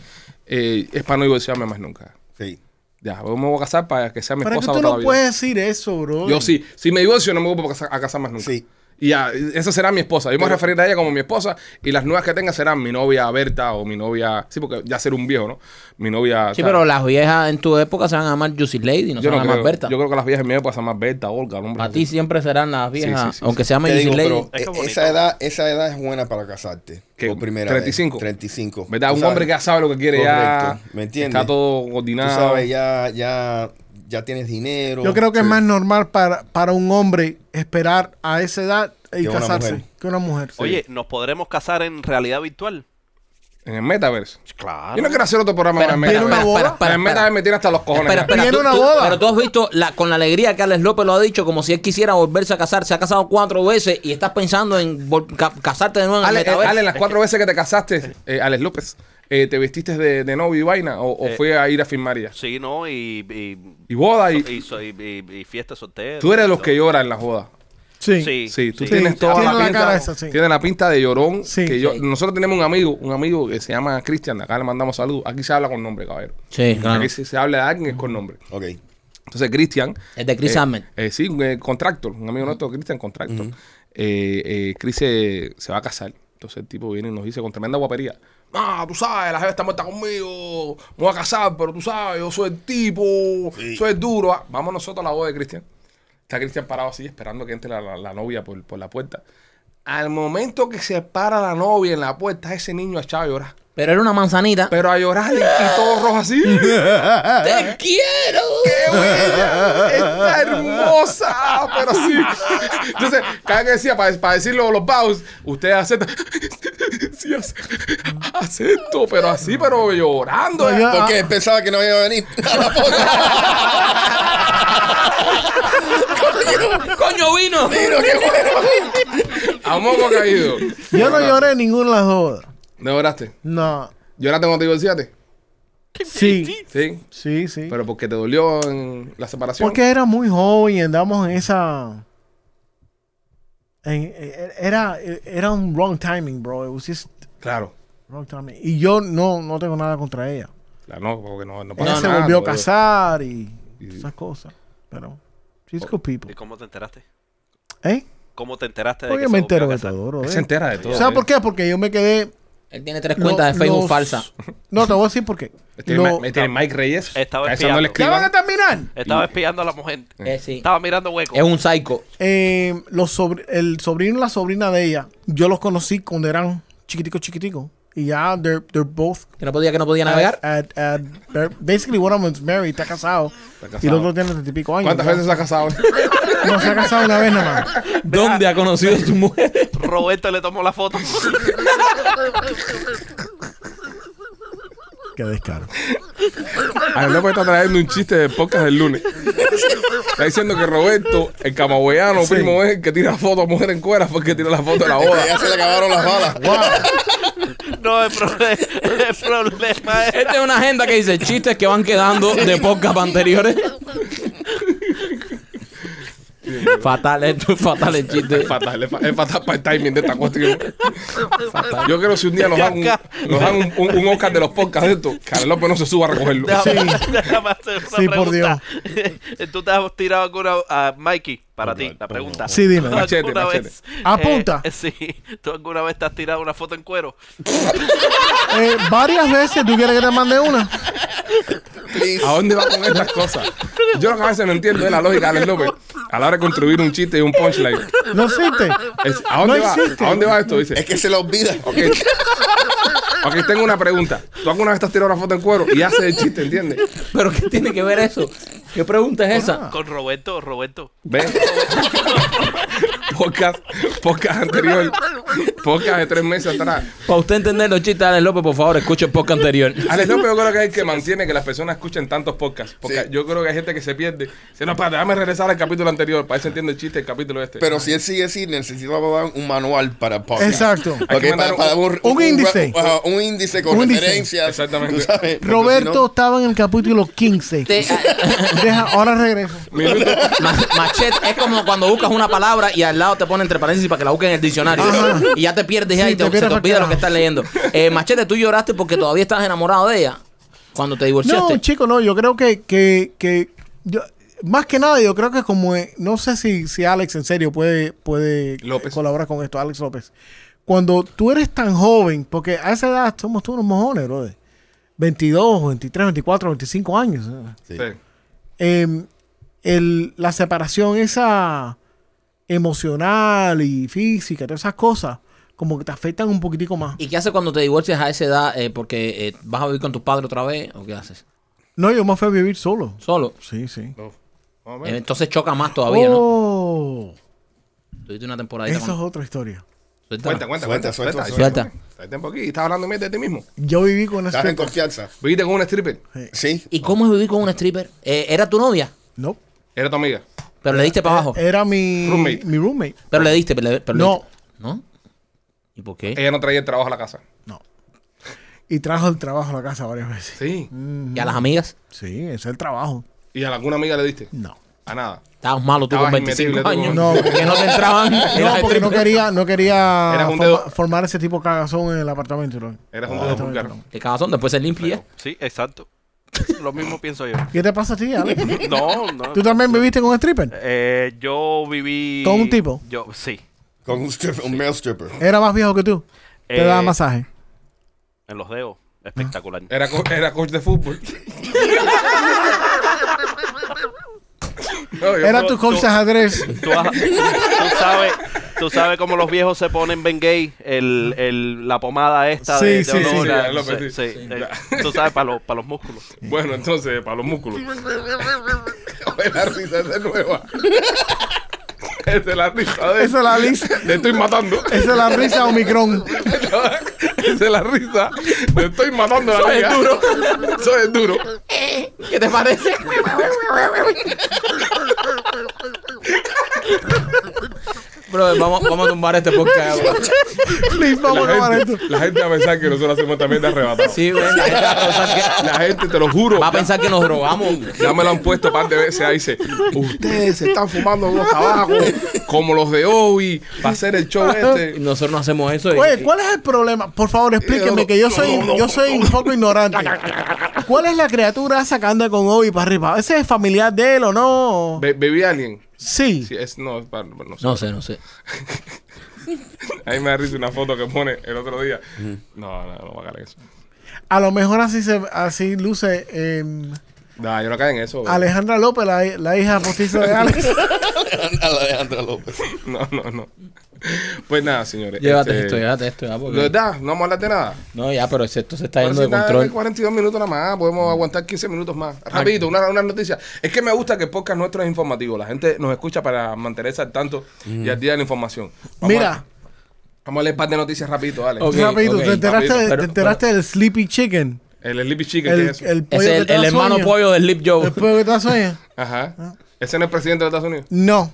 Speaker 1: eh, es para no divorciarme más nunca.
Speaker 3: Sí.
Speaker 1: Ya, yo me voy a casar para que sea mi
Speaker 5: Pero es que
Speaker 1: esposa
Speaker 5: tú
Speaker 1: toda la
Speaker 5: no
Speaker 1: vida.
Speaker 5: puedes decir eso, bro.
Speaker 1: Yo sí, si me divorcio no me voy a casar, a casar más nunca.
Speaker 3: Sí.
Speaker 1: Y a- esa será mi esposa. Yo me voy a referir a ella como mi esposa y las nuevas que tenga serán mi novia Berta o mi novia. Sí, porque ya ser un viejo, ¿no? Mi novia.
Speaker 4: Sí,
Speaker 1: ¿sabes?
Speaker 4: pero las viejas en tu época se van a llamar Juicy Lady, no se
Speaker 1: yo no
Speaker 4: van a llamar
Speaker 1: creo.
Speaker 4: Berta.
Speaker 1: Yo creo que las viejas en mi época se llaman Berta, Olga, nombre.
Speaker 4: Para ti siempre serán las viejas,
Speaker 1: sí, sí, sí.
Speaker 4: aunque se llamen
Speaker 3: Te digo,
Speaker 4: Juicy Lady.
Speaker 3: pero
Speaker 6: Es que
Speaker 3: e-
Speaker 6: bonito.
Speaker 3: esa edad, esa edad es buena para casarte.
Speaker 1: ¿Qué?
Speaker 3: Por primera
Speaker 1: 35.
Speaker 3: vez. 35.
Speaker 1: ¿Verdad?
Speaker 3: Tú
Speaker 1: Pues Un
Speaker 3: sabes-
Speaker 1: hombre que ya sabe lo que quiere ya.
Speaker 3: Correcto. ¿Me entiendes?
Speaker 1: Está todo
Speaker 3: Tú
Speaker 1: coordinado.
Speaker 3: sabes, ya, ya, ya tienes dinero.
Speaker 5: Yo creo que es
Speaker 3: Sí.
Speaker 5: más normal para, para un hombre esperar a esa edad y
Speaker 3: Que una
Speaker 5: casarse
Speaker 3: mujer.
Speaker 5: que una mujer.
Speaker 6: Oye, ¿nos podremos casar en realidad virtual?
Speaker 1: En el metaverso.
Speaker 6: Claro.
Speaker 3: Ah,
Speaker 1: Yo no quiero hacer otro programa
Speaker 4: Espera,
Speaker 1: en el
Speaker 4: espera,
Speaker 5: Tiene una
Speaker 1: metaverso.
Speaker 5: boda.
Speaker 4: espera, espera,
Speaker 1: En el metaverso me tiene hasta los cojones.
Speaker 4: Espera,
Speaker 1: ya.
Speaker 4: espera,
Speaker 5: Tiene
Speaker 4: tú-
Speaker 5: una
Speaker 4: tú-
Speaker 5: boda.
Speaker 4: pero tú has visto la, con la alegría que Alex López lo ha dicho, como si él quisiera volverse a casar. Se ha casado cuatro veces y estás pensando en vol- ca- casarte de nuevo en el
Speaker 1: Ale, eh,
Speaker 4: metaverso.
Speaker 1: Ale, las cuatro veces que te casaste, eh, Alex López, eh, ¿te vestiste de, de novio y vaina o, o
Speaker 6: Eh,
Speaker 1: fue a ir a firmar ya?
Speaker 6: Sí, ¿no? Y, y,
Speaker 1: Y boda
Speaker 6: y,
Speaker 1: y...
Speaker 6: so- y- y- y fiesta soltera.
Speaker 1: Tú eres de
Speaker 6: y
Speaker 1: los que
Speaker 6: todo.
Speaker 1: llora en las bodas.
Speaker 5: sí.
Speaker 6: Sí,
Speaker 1: Sí, tú
Speaker 6: sí.
Speaker 1: tienes
Speaker 5: Sí,
Speaker 1: toda
Speaker 5: tiene
Speaker 1: la
Speaker 5: la
Speaker 1: pinta,
Speaker 5: cara esa, sí.
Speaker 1: tienes la pinta de llorón.
Speaker 5: Sí.
Speaker 1: que yo,
Speaker 4: Sí.
Speaker 1: Nosotros tenemos un amigo, un amigo que se llama Cristian, acá le mandamos saludos. Aquí se habla con nombre, caballero.
Speaker 4: Sí, claro.
Speaker 1: Aquí se, se habla de alguien es con nombre.
Speaker 3: Ok.
Speaker 1: Entonces, Cristian.
Speaker 4: Es de Chris
Speaker 1: eh,
Speaker 4: Ahmed.
Speaker 1: eh, sí, un eh, contractor, un amigo nuestro, Cristian Contractor. Eh, eh, Chris eh, se va a casar. Entonces el tipo viene y nos dice con tremenda guapería. Ah, tú sabes, la gente está muerta conmigo. Me voy a casar, pero tú sabes, yo soy el tipo, soy el duro. Ah, vamos nosotros a la boda de Cristian. Está Cristian parado así, esperando que entre la, la- la novia por, por la puerta. Al momento que se para la novia en la puerta, ese niño ha echado a llorar.
Speaker 4: Pero era una manzanita.
Speaker 1: Pero a llorar y, y todo rojo así.
Speaker 4: ¡Te quiero!
Speaker 1: ¡Qué bella! ¡Está hermosa! Pero sí. Entonces, cada vez que decía, para, para decirlo los paus, usted acepta. Sí, ace- acepto, pero así, pero llorando.
Speaker 5: No, yo-
Speaker 3: ¿Por qué? Pensaba que no iba a venir. A la boda.
Speaker 4: ¡Coño vino!
Speaker 3: Mira, qué bueno.
Speaker 1: A moco caído.
Speaker 5: Yo no lloré en ninguna de las dos.
Speaker 1: ¿No lloraste?
Speaker 5: No.
Speaker 1: ¿Lloraste cuando te divorciaste?
Speaker 5: Sí,
Speaker 1: Sí.
Speaker 5: sí, sí.
Speaker 1: Pero porque te dolió en la separación.
Speaker 5: Porque era muy joven y andamos en esa. en- en- era, e, era un wrong timing, bro. It was just
Speaker 1: Claro.
Speaker 5: wrong timing. Y yo no, no tengo nada contra ella.
Speaker 1: La no, porque no, no pasa
Speaker 5: Ella se
Speaker 1: nada,
Speaker 5: volvió a
Speaker 1: porque-
Speaker 5: casar y
Speaker 1: Y- Oh,
Speaker 5: esas cosas. Pero, she's good people.
Speaker 6: ¿Y cómo te enteraste?
Speaker 5: ¿Eh?
Speaker 6: ¿Cómo te enteraste de
Speaker 5: Porque
Speaker 6: que
Speaker 5: me
Speaker 6: se volvió a
Speaker 5: entero de
Speaker 6: casar?
Speaker 5: todo, bro. ¿eh?
Speaker 1: Él Se entera de todo. ¿eh?
Speaker 5: ¿Sabes por
Speaker 1: qué?
Speaker 5: qué? Porque yo me quedé.
Speaker 4: Él tiene tres cuentas de
Speaker 5: lo-
Speaker 4: Facebook
Speaker 5: los-
Speaker 4: falsas.
Speaker 5: No, te voy a decir por qué.
Speaker 1: Tiene,
Speaker 5: Lo-
Speaker 1: Ma- tiene Mike Reyes.
Speaker 6: Estaba
Speaker 1: Está echando el
Speaker 5: ¿Ya
Speaker 6: espiando.
Speaker 5: van a
Speaker 1: escriban.
Speaker 5: terminar?
Speaker 6: Estaba espiando a la mujer.
Speaker 4: Eh, sí.
Speaker 6: Estaba mirando huecos.
Speaker 4: Es un psycho.
Speaker 5: Eh, los sobr- el sobrino y la sobrina de ella, yo los conocí cuando eran chiquiticos, chiquiticos. Y ya, they're, they're both.
Speaker 4: Que no podía, que no
Speaker 1: Ah,
Speaker 4: podía navegar.
Speaker 5: At, at- at- basically, one of them is married, está casado.
Speaker 1: Está
Speaker 5: Y el
Speaker 1: casado.
Speaker 5: otro tiene treinta y pico años.
Speaker 1: ¿Cuántas
Speaker 5: ya.
Speaker 1: veces se ha casado?
Speaker 5: No, se ha casado una vez nada más.
Speaker 4: ¿Dónde ha conocido a su mujer?
Speaker 6: Roberto le tomó la foto.
Speaker 5: Qué descaro.
Speaker 1: A López Ah, pues, está trayendo un chiste de podcast del lunes. Está diciendo que Roberto, el camagüeyano, primo, es el que tira fotos a mujer en cuera porque tira la foto de la boda.
Speaker 3: Ya se le acabaron las balas.
Speaker 6: No, el, pro- el problema es.
Speaker 4: Esta es una agenda que dice chistes que van quedando de podcast anteriores. fatal, esto es fatal el chiste.
Speaker 1: Es fatal, es fa- es fatal para el timing de esta cuestión. Yo creo que si un día nos dan un, nos dan un, un- un Oscar de los podcasts de esto, que Ale López no se suba a recogerlo.
Speaker 6: Déjame, déjame hacer una
Speaker 5: Este Sí, por
Speaker 6: pregunta. ¿Tú te has tirado alguna a Mikey para ti? La pregunta.
Speaker 5: Sí, dime.
Speaker 6: ¿Tú
Speaker 1: Machete,
Speaker 6: alguna
Speaker 1: machete.
Speaker 6: vez,
Speaker 5: Apunta.
Speaker 6: eh, sí. ¿Tú alguna vez te has tirado una foto en cuero?
Speaker 5: Eh, varias veces, ¿tú quieres que te mande una?
Speaker 3: Please.
Speaker 1: ¿A dónde va con estas cosas? Yo lo que a veces no entiendo es la lógica de Alex López a la hora de construir un chiste y un punchline.
Speaker 5: ¿No existe?
Speaker 1: Es- ¿A dónde
Speaker 5: No
Speaker 1: va?
Speaker 5: existe.
Speaker 1: ¿A dónde va esto? Dice.
Speaker 3: Es que se le olvida.
Speaker 1: Ok. Ok, tengo una pregunta. ¿Tú alguna vez te has tirado una foto en cuero y haces el chiste, entiendes?
Speaker 4: ¿Pero qué tiene que ver eso? ¿Qué pregunta es
Speaker 5: Ah.
Speaker 4: esa?
Speaker 6: Con Roberto, Roberto.
Speaker 1: ¿Ves? Podcast, podcast anterior. Podcast de tres meses atrás.
Speaker 4: Para usted entender los chistes de Alex López, por favor, escuche el podcast anterior.
Speaker 1: Alex López, yo creo que es el que mantiene que las personas escuchen tantos podcasts. Porque
Speaker 3: Sí.
Speaker 1: yo creo que hay gente que se pierde. Dice, no, espérate, déjame regresar al capítulo anterior. Para eso entiendo el chiste del capítulo este.
Speaker 3: Pero si él sigue así, necesitamos un manual para el podcast.
Speaker 5: Exacto.
Speaker 1: Hay que
Speaker 3: Ok,
Speaker 1: mandar
Speaker 3: para, para
Speaker 1: un-
Speaker 3: un,
Speaker 5: un índice.
Speaker 3: ajá, Un, índice con
Speaker 5: Un índice.
Speaker 3: referencias.
Speaker 1: Exactamente.
Speaker 3: tú sabes, porque si
Speaker 5: Roberto
Speaker 3: no-
Speaker 5: estaba en el capítulo 15.
Speaker 4: Te-
Speaker 5: Deja, ahora regreso.
Speaker 1: Minuto-
Speaker 4: Ma- Machete es como cuando buscas una palabra y al lado te pone entre paréntesis para que la busques en el diccionario.
Speaker 5: Ajá.
Speaker 4: Y ya te pierdes
Speaker 5: Sí,
Speaker 4: ahí y te,
Speaker 5: te
Speaker 4: se
Speaker 5: pierdes
Speaker 4: te
Speaker 5: para
Speaker 4: olvida lo
Speaker 5: carajo.
Speaker 4: que estás leyendo. Eh, machete, tú lloraste porque todavía estabas enamorado de ella cuando te divorciaste.
Speaker 5: No, chico, no. Yo creo que, que, que yo, más que nada, yo creo que como, eh, no sé si, si Alex en serio puede, puede
Speaker 1: López.
Speaker 5: colaborar con esto, Alex López. Cuando tú eres tan joven, porque a esa edad somos todos unos mojones, brother. 22, 23, 24, 25 años. eh.
Speaker 3: Sí.
Speaker 1: Sí.
Speaker 5: Eh, el- la separación esa emocional y física, todas esas cosas, como que te afectan un poquitico más.
Speaker 4: ¿Y qué haces cuando te divorcias a esa edad? eh, porque eh, vas a vivir con tus padres otra vez. ¿O qué haces?
Speaker 5: No, yo me fui a vivir solo.
Speaker 4: Solo.
Speaker 5: Sí, sí.
Speaker 1: No. Vamos a
Speaker 4: Eh,
Speaker 1: ver.
Speaker 4: Entonces choca más todavía, ¿no?
Speaker 5: Oh,
Speaker 4: Tuviste una temporadita.
Speaker 5: Esa es otra historia.
Speaker 4: con- Suéltala.
Speaker 1: Cuenta, cuenta, cuenta.
Speaker 3: Suelta, suelta,
Speaker 4: suelta.
Speaker 1: Suelta un poquito. Estás hablando mierda de ti mismo.
Speaker 5: Yo viví con una
Speaker 3: ¿Estás en
Speaker 5: stripper.
Speaker 3: confianza?
Speaker 1: Viviste con un stripper.
Speaker 3: Sí.
Speaker 4: ¿Y cómo es vivir con una stripper? Eh, ¿Era tu novia?
Speaker 5: No.
Speaker 1: Era tu amiga.
Speaker 4: Pero le diste para abajo.
Speaker 5: Era mi
Speaker 1: Roommate.
Speaker 5: mi roommate.
Speaker 4: Pero le diste, pero le, pero le
Speaker 5: No.
Speaker 4: diste. ¿No? ¿Y por qué?
Speaker 1: Ella no traía el trabajo a la casa.
Speaker 5: No. Y trajo el trabajo a la casa varias veces.
Speaker 1: Sí.
Speaker 4: ¿Y a las amigas?
Speaker 5: Sí, ese es el trabajo.
Speaker 1: ¿Y a alguna amiga le diste?
Speaker 5: No.
Speaker 1: A nada.
Speaker 4: Estabas Ah, malo tú con
Speaker 1: Estabas
Speaker 4: 25
Speaker 1: inmetible tú.
Speaker 4: años.
Speaker 5: No,
Speaker 4: porque no te entraban. en
Speaker 5: No,
Speaker 4: las
Speaker 5: porque no
Speaker 4: stripper.
Speaker 5: quería, no quería
Speaker 1: Eras un
Speaker 5: forma-
Speaker 1: dedo-
Speaker 5: formar ese tipo de cagazón en el apartamento. ¿no?
Speaker 1: Era un dedo pulgar.
Speaker 4: Que cagazón, después se limpia.
Speaker 6: Sí, exacto. Lo mismo pienso yo.
Speaker 5: ¿Qué te pasa a ti, Alex?
Speaker 6: No, no.
Speaker 5: ¿Tú también viviste con stripper?
Speaker 6: Eh, yo viví.
Speaker 5: ¿Con un tipo?
Speaker 6: Yo, sí.
Speaker 3: Con un, stripper, un male stripper.
Speaker 5: Era más viejo que tú. Te
Speaker 6: Eh,
Speaker 5: daba masaje.
Speaker 6: En los dedos. Espectacular.
Speaker 1: Era, co- era coach de fútbol. No, yo-
Speaker 5: Era
Speaker 6: pero
Speaker 5: tu coach
Speaker 6: tú-
Speaker 5: de ajedrez.
Speaker 6: Tú, has- tú sabes, tú sabes cómo los viejos se ponen Bengay, el, el, la pomada esta de,
Speaker 5: Sí,
Speaker 6: de
Speaker 5: sí, sí,
Speaker 6: olor,
Speaker 1: sí,
Speaker 6: la-
Speaker 1: ya, López,
Speaker 6: sí,
Speaker 1: sí.
Speaker 6: sí,
Speaker 1: Sí.
Speaker 6: eh, tú sabes, para los, para los músculos.
Speaker 1: Bueno, entonces, para los músculos. Oye, la risa esa es nueva. Esa es la risa de...
Speaker 5: Esa es la risa.
Speaker 1: Te estoy matando.
Speaker 5: Esa es la risa Omicron.
Speaker 1: Esa es la risa. Te estoy matando la
Speaker 4: Eso es
Speaker 1: risa.
Speaker 4: duro.
Speaker 1: Eso es duro.
Speaker 4: ¿Qué te parece? Bro, vamos, vamos a tumbar este podcast. bro.
Speaker 5: Please, vamos a
Speaker 1: La
Speaker 5: acabar esto.
Speaker 1: gente, la gente va a pensar que nosotros hacemos también de arrebatado.
Speaker 4: Sí, ven, la gente va a pensar
Speaker 1: La gente, te lo juro.
Speaker 4: que, va a pensar que nos robamos.
Speaker 1: Ya me lo han puesto par de veces ahí. Dice, ustedes se están fumando unos tabacos como los de Obi para hacer el show
Speaker 4: Y
Speaker 1: este.
Speaker 4: nosotros no hacemos eso. y-
Speaker 1: Pues,
Speaker 5: Oye, ¿cuál es el problema? Por favor, explíqueme, que yo soy, yo soy un poco ignorante. ¿Cuál es la criatura esa que anda con Obi para arriba? ¿Ese es familiar de él o no?
Speaker 1: Be- ¿Bebí alguien?
Speaker 5: Sí.
Speaker 1: Sí, es, no, es para- no sé.
Speaker 4: No sé, no sé.
Speaker 1: Ahí me da risa una foto que pone el otro día. No, no, no va a caer en eso.
Speaker 5: A lo mejor así se así luce em,
Speaker 1: No, yo no caí en eso. bro.
Speaker 5: Alejandra López, la, la hija postiza de Alex.
Speaker 3: Alejandra López.
Speaker 1: No, no, no. Pues nada, señores.
Speaker 4: Llévate
Speaker 1: este,
Speaker 4: esto, llévate esto. Ya, porque-
Speaker 1: ¿De verdad? No vamos a hablar de nada.
Speaker 4: No, ya, pero esto se está
Speaker 1: Ahora
Speaker 4: yendo
Speaker 1: sí,
Speaker 4: de
Speaker 1: nada,
Speaker 4: control. Ah.
Speaker 1: 42 minutos nada más, podemos aguantar 15 minutos más. Rapidito, una, una noticia. Es que me gusta que el podcast nuestro es informativo. La gente nos escucha para mantenerse al tanto y al día de la información. Vamos
Speaker 5: Mira,
Speaker 1: a- vamos a leer un par de noticias rapidito, dale.
Speaker 4: Ok,
Speaker 5: rapidito,
Speaker 4: ok,
Speaker 5: ¿te enteraste,
Speaker 1: rapidito,
Speaker 5: de-
Speaker 4: pero-
Speaker 5: te enteraste del Sleepy Chicken?
Speaker 1: El Sleepy Chicken, ¿qué
Speaker 5: El,
Speaker 1: es eso?
Speaker 5: el pollo
Speaker 4: Es
Speaker 5: que
Speaker 4: el,
Speaker 5: te da
Speaker 4: el hermano
Speaker 5: sueño.
Speaker 4: pollo del Lip Joe.
Speaker 5: ¿El pollo que te da sueño? Ah.
Speaker 1: Ajá. ¿Ese no es presidente de Estados Unidos?
Speaker 5: No.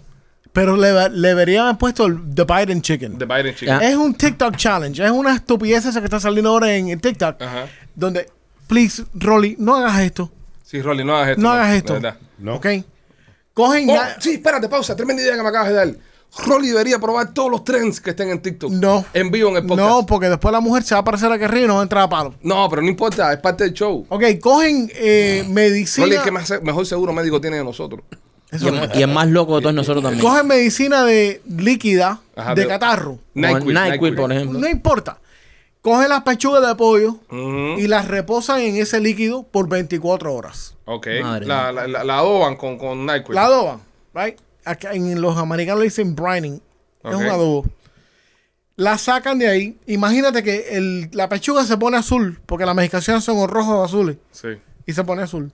Speaker 5: Pero le, le deberían haber puesto el The Biden Chicken.
Speaker 1: De Biden Chicken.
Speaker 4: Ya.
Speaker 5: Es un TikTok challenge. Es una estupidez esa que está saliendo ahora en, en TikTok.
Speaker 1: Ajá.
Speaker 5: Donde, please, Rolly, no hagas esto.
Speaker 1: Sí, Rolly, no hagas esto.
Speaker 5: No hagas
Speaker 1: de
Speaker 5: esto.
Speaker 1: verdad.
Speaker 3: No.
Speaker 5: ¿Ok? Cogen.
Speaker 1: Oh,
Speaker 5: na-
Speaker 1: sí, espérate, pausa. Tremenda idea que me acabas de dar. Rolly debería probar todos los trends que estén en TikTok.
Speaker 5: No.
Speaker 1: En vivo en el podcast.
Speaker 5: No, porque después la mujer se va a aparecer a que ríe y nos va a entrar a palo.
Speaker 1: No, pero no importa, es parte del show.
Speaker 5: Ok, cogen eh, medicina.
Speaker 1: Rolly es que más- mejor seguro médico tiene de nosotros.
Speaker 5: Eso
Speaker 4: Y
Speaker 5: no.
Speaker 4: el, y el más loco de todos nosotros también.
Speaker 5: Cogen medicina de líquida
Speaker 1: Ajá,
Speaker 5: de
Speaker 1: de-
Speaker 5: catarro.
Speaker 4: Como el
Speaker 1: Nyquil,
Speaker 4: Nyquil, por ejemplo.
Speaker 5: No importa. Cogen las pechugas de pollo
Speaker 1: Ujú.
Speaker 5: y las reposan en ese líquido por 24 horas.
Speaker 1: Ok.
Speaker 4: Madre
Speaker 1: La, la, la, la adoban con, con Nyquil.
Speaker 5: La adoban, right? Acá en los americanos le dicen brining. Es un
Speaker 1: Ok.
Speaker 5: adobo. La sacan de ahí. Imagínate que el- la pechuga se pone azul, porque las medicaciones son o rojos o azules,
Speaker 1: Sí.
Speaker 5: y se pone azul.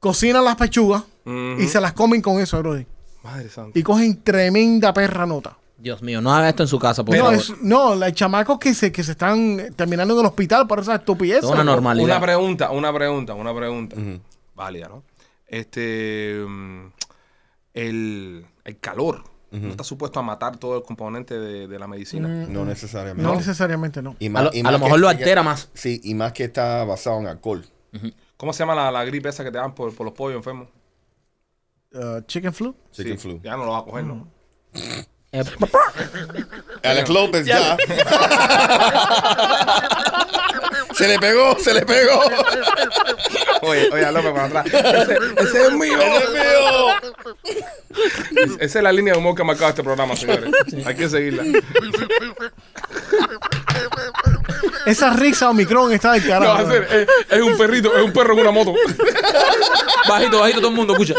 Speaker 5: Cocinan las pechugas
Speaker 1: Ujú.
Speaker 5: y se las comen con eso, brother.
Speaker 1: Madre santa.
Speaker 5: Y cogen tremenda perra nota.
Speaker 4: Dios mío, no haga esto en su casa, por
Speaker 5: No,
Speaker 4: favor.
Speaker 5: es, no, los chamacos que se, que se están terminando en el hospital por esa estupidez.
Speaker 4: Esto es una
Speaker 1: Una
Speaker 4: normalidad.
Speaker 1: pregunta, una pregunta, una pregunta. Válida, ¿no? Este. mm, El, el calor. ¿No está supuesto a matar todo el componente de, de la medicina?
Speaker 3: No necesariamente.
Speaker 5: No necesariamente, no.
Speaker 3: Y
Speaker 4: A lo,
Speaker 3: y
Speaker 4: a lo
Speaker 3: que-
Speaker 4: mejor lo
Speaker 3: que-
Speaker 4: altera más.
Speaker 3: Sí, y más que está basado en alcohol.
Speaker 1: ¿Cómo se llama la, la gripe esa que te dan por, por los pollos enfermos?
Speaker 5: Uh, chicken flu.
Speaker 3: Chicken
Speaker 1: Sí,
Speaker 3: flu.
Speaker 1: Ya no lo vas a coger, ¿no?
Speaker 4: Eh,
Speaker 3: Alex López ya. Se le pegó, se le pegó.
Speaker 1: Oye, oye, López, para atrás. Ese, ese es mío.
Speaker 3: ¡Ese es mío!
Speaker 1: Esa es la línea de humor que ha marcado este programa, señores. Hay que seguirla.
Speaker 5: Esa risa Omicron está del
Speaker 1: No,
Speaker 5: carajo.
Speaker 1: va a ser- es, es un perrito, es un perro en una moto.
Speaker 4: Bajito, bajito, todo el mundo, escucha.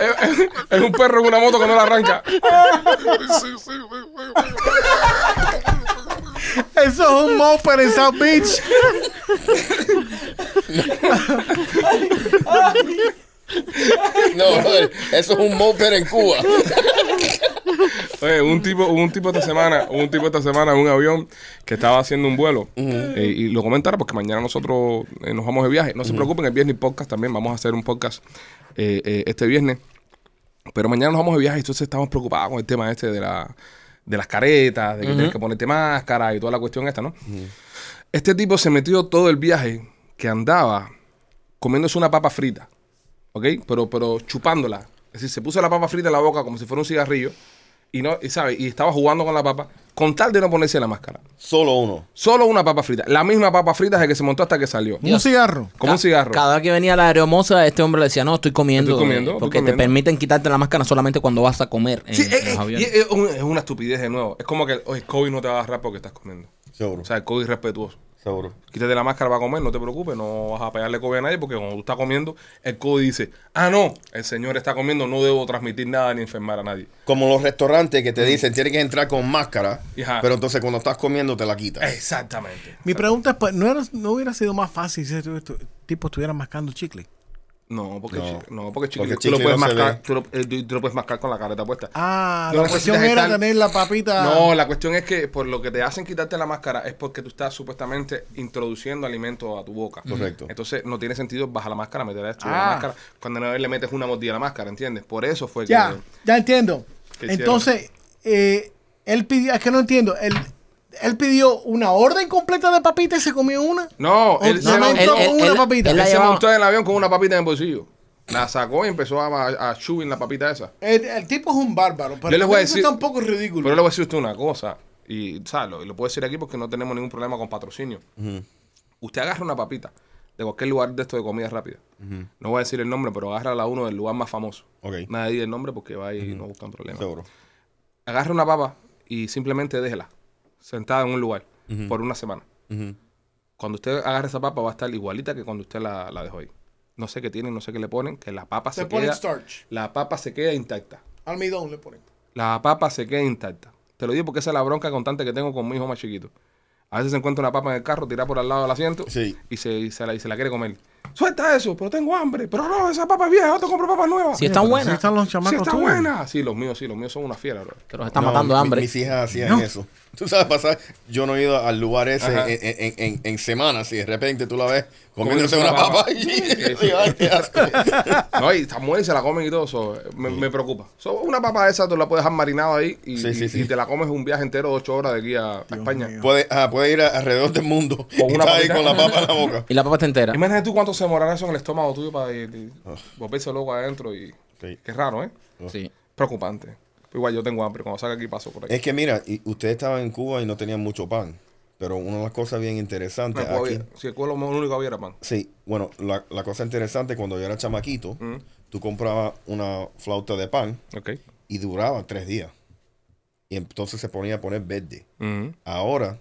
Speaker 1: Es, es- es un perro en una moto que no la arranca.
Speaker 5: Eso es un moped en South Beach.
Speaker 3: No, brother, eso es un moped en Cuba.
Speaker 1: Oye, un tipo, un tipo esta semana, un tipo esta semana en un avión que estaba haciendo un vuelo. Eh, y lo comentara porque mañana nosotros eh, nos vamos de viaje. No se preocupen, el viernes hay podcast también. Vamos a hacer un podcast eh, eh, este viernes. Pero mañana nos vamos de viaje, entonces estamos preocupados con el tema este de la, de las caretas, de que tienes que ponerte máscara y toda la cuestión esta, ¿no? Este tipo se metió todo el viaje que andaba comiéndose una papa frita, ¿ok? Pero, pero chupándola. Es decir, se puso la papa frita en la boca como si fuera un cigarrillo y no, y sabe, y estaba jugando con la papa con tal de no ponerse la máscara.
Speaker 3: Solo uno.
Speaker 1: Solo una papa frita, la misma papa frita desde que se montó hasta que salió.
Speaker 5: Un cigarro.
Speaker 1: Como un cigarro.
Speaker 4: Cada vez que venía la aeromoza, este hombre le decía, no, estoy comiendo.
Speaker 1: Estoy comiendo,
Speaker 4: eh,
Speaker 1: estoy
Speaker 4: porque
Speaker 1: comiendo.
Speaker 4: te permiten quitarte la máscara solamente cuando vas a comer. en-
Speaker 1: Sí,
Speaker 4: en
Speaker 1: es,
Speaker 4: los
Speaker 1: es- y
Speaker 4: aviones.
Speaker 1: es- es un- es una estupidez de nuevo. Es como que oye, COVID no te va a agarrar porque estás comiendo.
Speaker 3: Seguro,
Speaker 1: O sea, el COVID es respetuoso.
Speaker 3: seguro.
Speaker 1: Quítate la máscara para comer, no te preocupes, no vas a pegarle COVID a nadie porque cuando tú estás comiendo, el COVID dice, ah, no, el señor está comiendo, no debo transmitir nada ni enfermar a nadie.
Speaker 3: Como los restaurantes que te
Speaker 4: Mm.
Speaker 3: dicen tienes que entrar con máscara,
Speaker 1: Ajá.
Speaker 3: pero entonces cuando estás comiendo te la quitas.
Speaker 1: Exactamente.
Speaker 5: Mi pregunta es, pues, ¿no, era- no hubiera sido más fácil si estos estos tipos estuvieran mascando chicle?
Speaker 1: No, porque,
Speaker 3: No.
Speaker 1: chi- no, porque, chicle,
Speaker 3: Porque
Speaker 1: tú, lo
Speaker 3: chicle
Speaker 1: puedes
Speaker 3: no se
Speaker 1: mascar,
Speaker 3: ve.
Speaker 1: tú, lo, eh, tú- tú lo puedes mascar con la careta puesta.
Speaker 5: Ah,
Speaker 1: No
Speaker 5: la cuestión
Speaker 1: necesitas
Speaker 5: era
Speaker 1: estar-
Speaker 5: tener la papita.
Speaker 1: No, la cuestión es que por lo que te hacen quitarte la máscara es porque tú estás supuestamente introduciendo alimentos a tu boca.
Speaker 3: Correcto.
Speaker 1: Entonces no tiene sentido bajar la máscara, meter esto
Speaker 5: Ah.
Speaker 1: la máscara. Cuando no le metes una mordida a la máscara, ¿entiendes? Por eso fue
Speaker 5: Ya, ya entiendo.
Speaker 1: ¿Qué hicieron?
Speaker 5: Entonces, eh, él pidió, es que no entiendo, él, él pidió una orden completa de papita y se comió una.
Speaker 1: que. No, él,
Speaker 5: No,
Speaker 1: se,
Speaker 5: no,
Speaker 1: montó,
Speaker 5: él- él- una papita.
Speaker 4: él
Speaker 1: él
Speaker 4: la
Speaker 1: se
Speaker 4: llevaba-
Speaker 1: montó en el avión con una papita en el bolsillo. La sacó y empezó a, a, a chewing la papita esa.
Speaker 5: El, el tipo es un bárbaro, pero
Speaker 1: Yo les voy a
Speaker 5: eso
Speaker 1: decir-
Speaker 5: está un poco ridículo.
Speaker 1: Pero le voy a decir a usted una cosa, y ¿sabes? Lo, y lo puedo decir aquí porque no tenemos ningún problema con patrocinio. Usted agarra una papita de cualquier lugar de esto de comida rápida. No voy a decir el nombre, pero agarra la uno del lugar más famoso.
Speaker 3: Ok.
Speaker 1: Nadie diga el nombre porque va y no buscan problemas.
Speaker 3: Seguro.
Speaker 1: Agarra una papa y simplemente déjela sentada en un lugar por una semana. Cuando usted agarre esa papa va a estar igualita que cuando usted la, la dejó ahí. No sé qué tienen, no sé qué le ponen, que la papa
Speaker 5: Se
Speaker 1: se
Speaker 5: ponen
Speaker 1: queda...
Speaker 5: starch.
Speaker 1: La papa se queda intacta
Speaker 5: Almidón le ponen.
Speaker 1: la papa se queda intacta. Te lo digo porque esa es la bronca constante que tengo con mi hijo más chiquito. A veces se encuentra una papa en el carro, tira por al lado del asiento
Speaker 3: Sí.
Speaker 1: y, se, y se la, y se la quiere comer. Suelta eso, pero tengo hambre. Pero no, esa papa es vieja, yo te compro papas nuevas.
Speaker 4: Si están
Speaker 5: Sí
Speaker 4: buenas,
Speaker 5: están los chamacos
Speaker 1: Sí, está
Speaker 5: tuyos.
Speaker 1: buena. Sí, los míos, sí, los míos son una fiera, bro.
Speaker 4: te los están
Speaker 3: No,
Speaker 4: matando de
Speaker 3: mi-
Speaker 4: hambre.
Speaker 3: mis hijas hacían eso. Tú sabes pasar, yo no he ido al lugar ese en,
Speaker 1: Ajá.
Speaker 3: en, en- en semanas y de repente tú la ves
Speaker 1: Comiéndose
Speaker 3: comiéndose una
Speaker 1: una
Speaker 3: papa.
Speaker 1: papa.
Speaker 3: y- y- ay, qué asco.
Speaker 1: No, y está buena y se la comen y todo eso. eh, Me, me preocupa. So, una papa esa tú la puedes dejar marinada ahí y,
Speaker 3: Sí, sí,
Speaker 1: y-
Speaker 3: sí.
Speaker 1: y te la comes un viaje entero de ocho horas de aquí a, a España.
Speaker 3: Puede, ah, puede ir a- alrededor del mundo
Speaker 1: Con
Speaker 3: y
Speaker 1: una
Speaker 3: está ahí
Speaker 1: papita.
Speaker 3: con la papa en la boca.
Speaker 4: Y la papa está entera.
Speaker 1: Imagínate tú cuánto se demorará eso en el estómago tuyo para eh, eh, volverse loco adentro y...
Speaker 3: Sí.
Speaker 1: Qué raro, ¿eh?
Speaker 4: Sí.
Speaker 1: preocupante. Igual yo tengo hambre. Cuando salga aquí paso por ahí.
Speaker 3: Es que mira, y ustedes estaban en Cuba y no tenían mucho pan. Pero una de las cosas bien
Speaker 1: No,
Speaker 3: interesantes
Speaker 1: puedo
Speaker 3: aquí.
Speaker 1: ver. si el cuello lo único que había era pan.
Speaker 3: Sí, bueno, la, la cosa interesante cuando yo era chamaquito,
Speaker 1: Mm.
Speaker 3: tú comprabas una flauta de pan
Speaker 1: Ok.
Speaker 3: y duraba tres días. Y entonces se ponía a poner verde.
Speaker 1: Ujú.
Speaker 3: Ahora,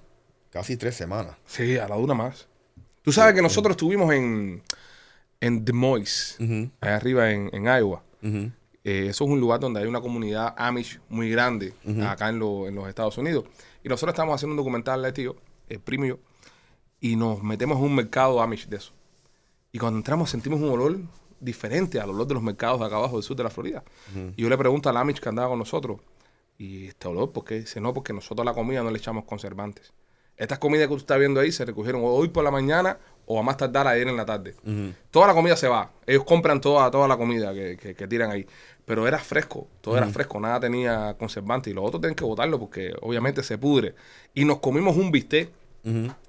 Speaker 3: casi tres semanas.
Speaker 1: Sí, a la dura más. Tú sabes que nosotros estuvimos en, en Des Moines, allá arriba en, en Iowa. Eh, eso es un lugar donde hay una comunidad Amish muy grande acá en, lo- en los Estados Unidos. Y nosotros estamos haciendo un documental de tío, el primo y yo, y nos metemos en un mercado Amish de eso. Y cuando entramos sentimos un olor diferente al olor de los mercados de acá abajo del sur de la Florida. Y yo le pregunto al Amish que andaba con nosotros, ¿y este olor por qué? Dice, no, porque nosotros a la comida no le echamos conservantes. Estas comidas que tú estás viendo ahí se recogieron o hoy por la mañana o a más tardar ayer en la tarde. Toda la comida se va. Ellos compran toda, toda la comida que, que- que tiran ahí. Pero era fresco, todo era fresco, nada tenía conservante. Y los otros tienen que botarlo porque obviamente se pudre. Y nos comimos un bistec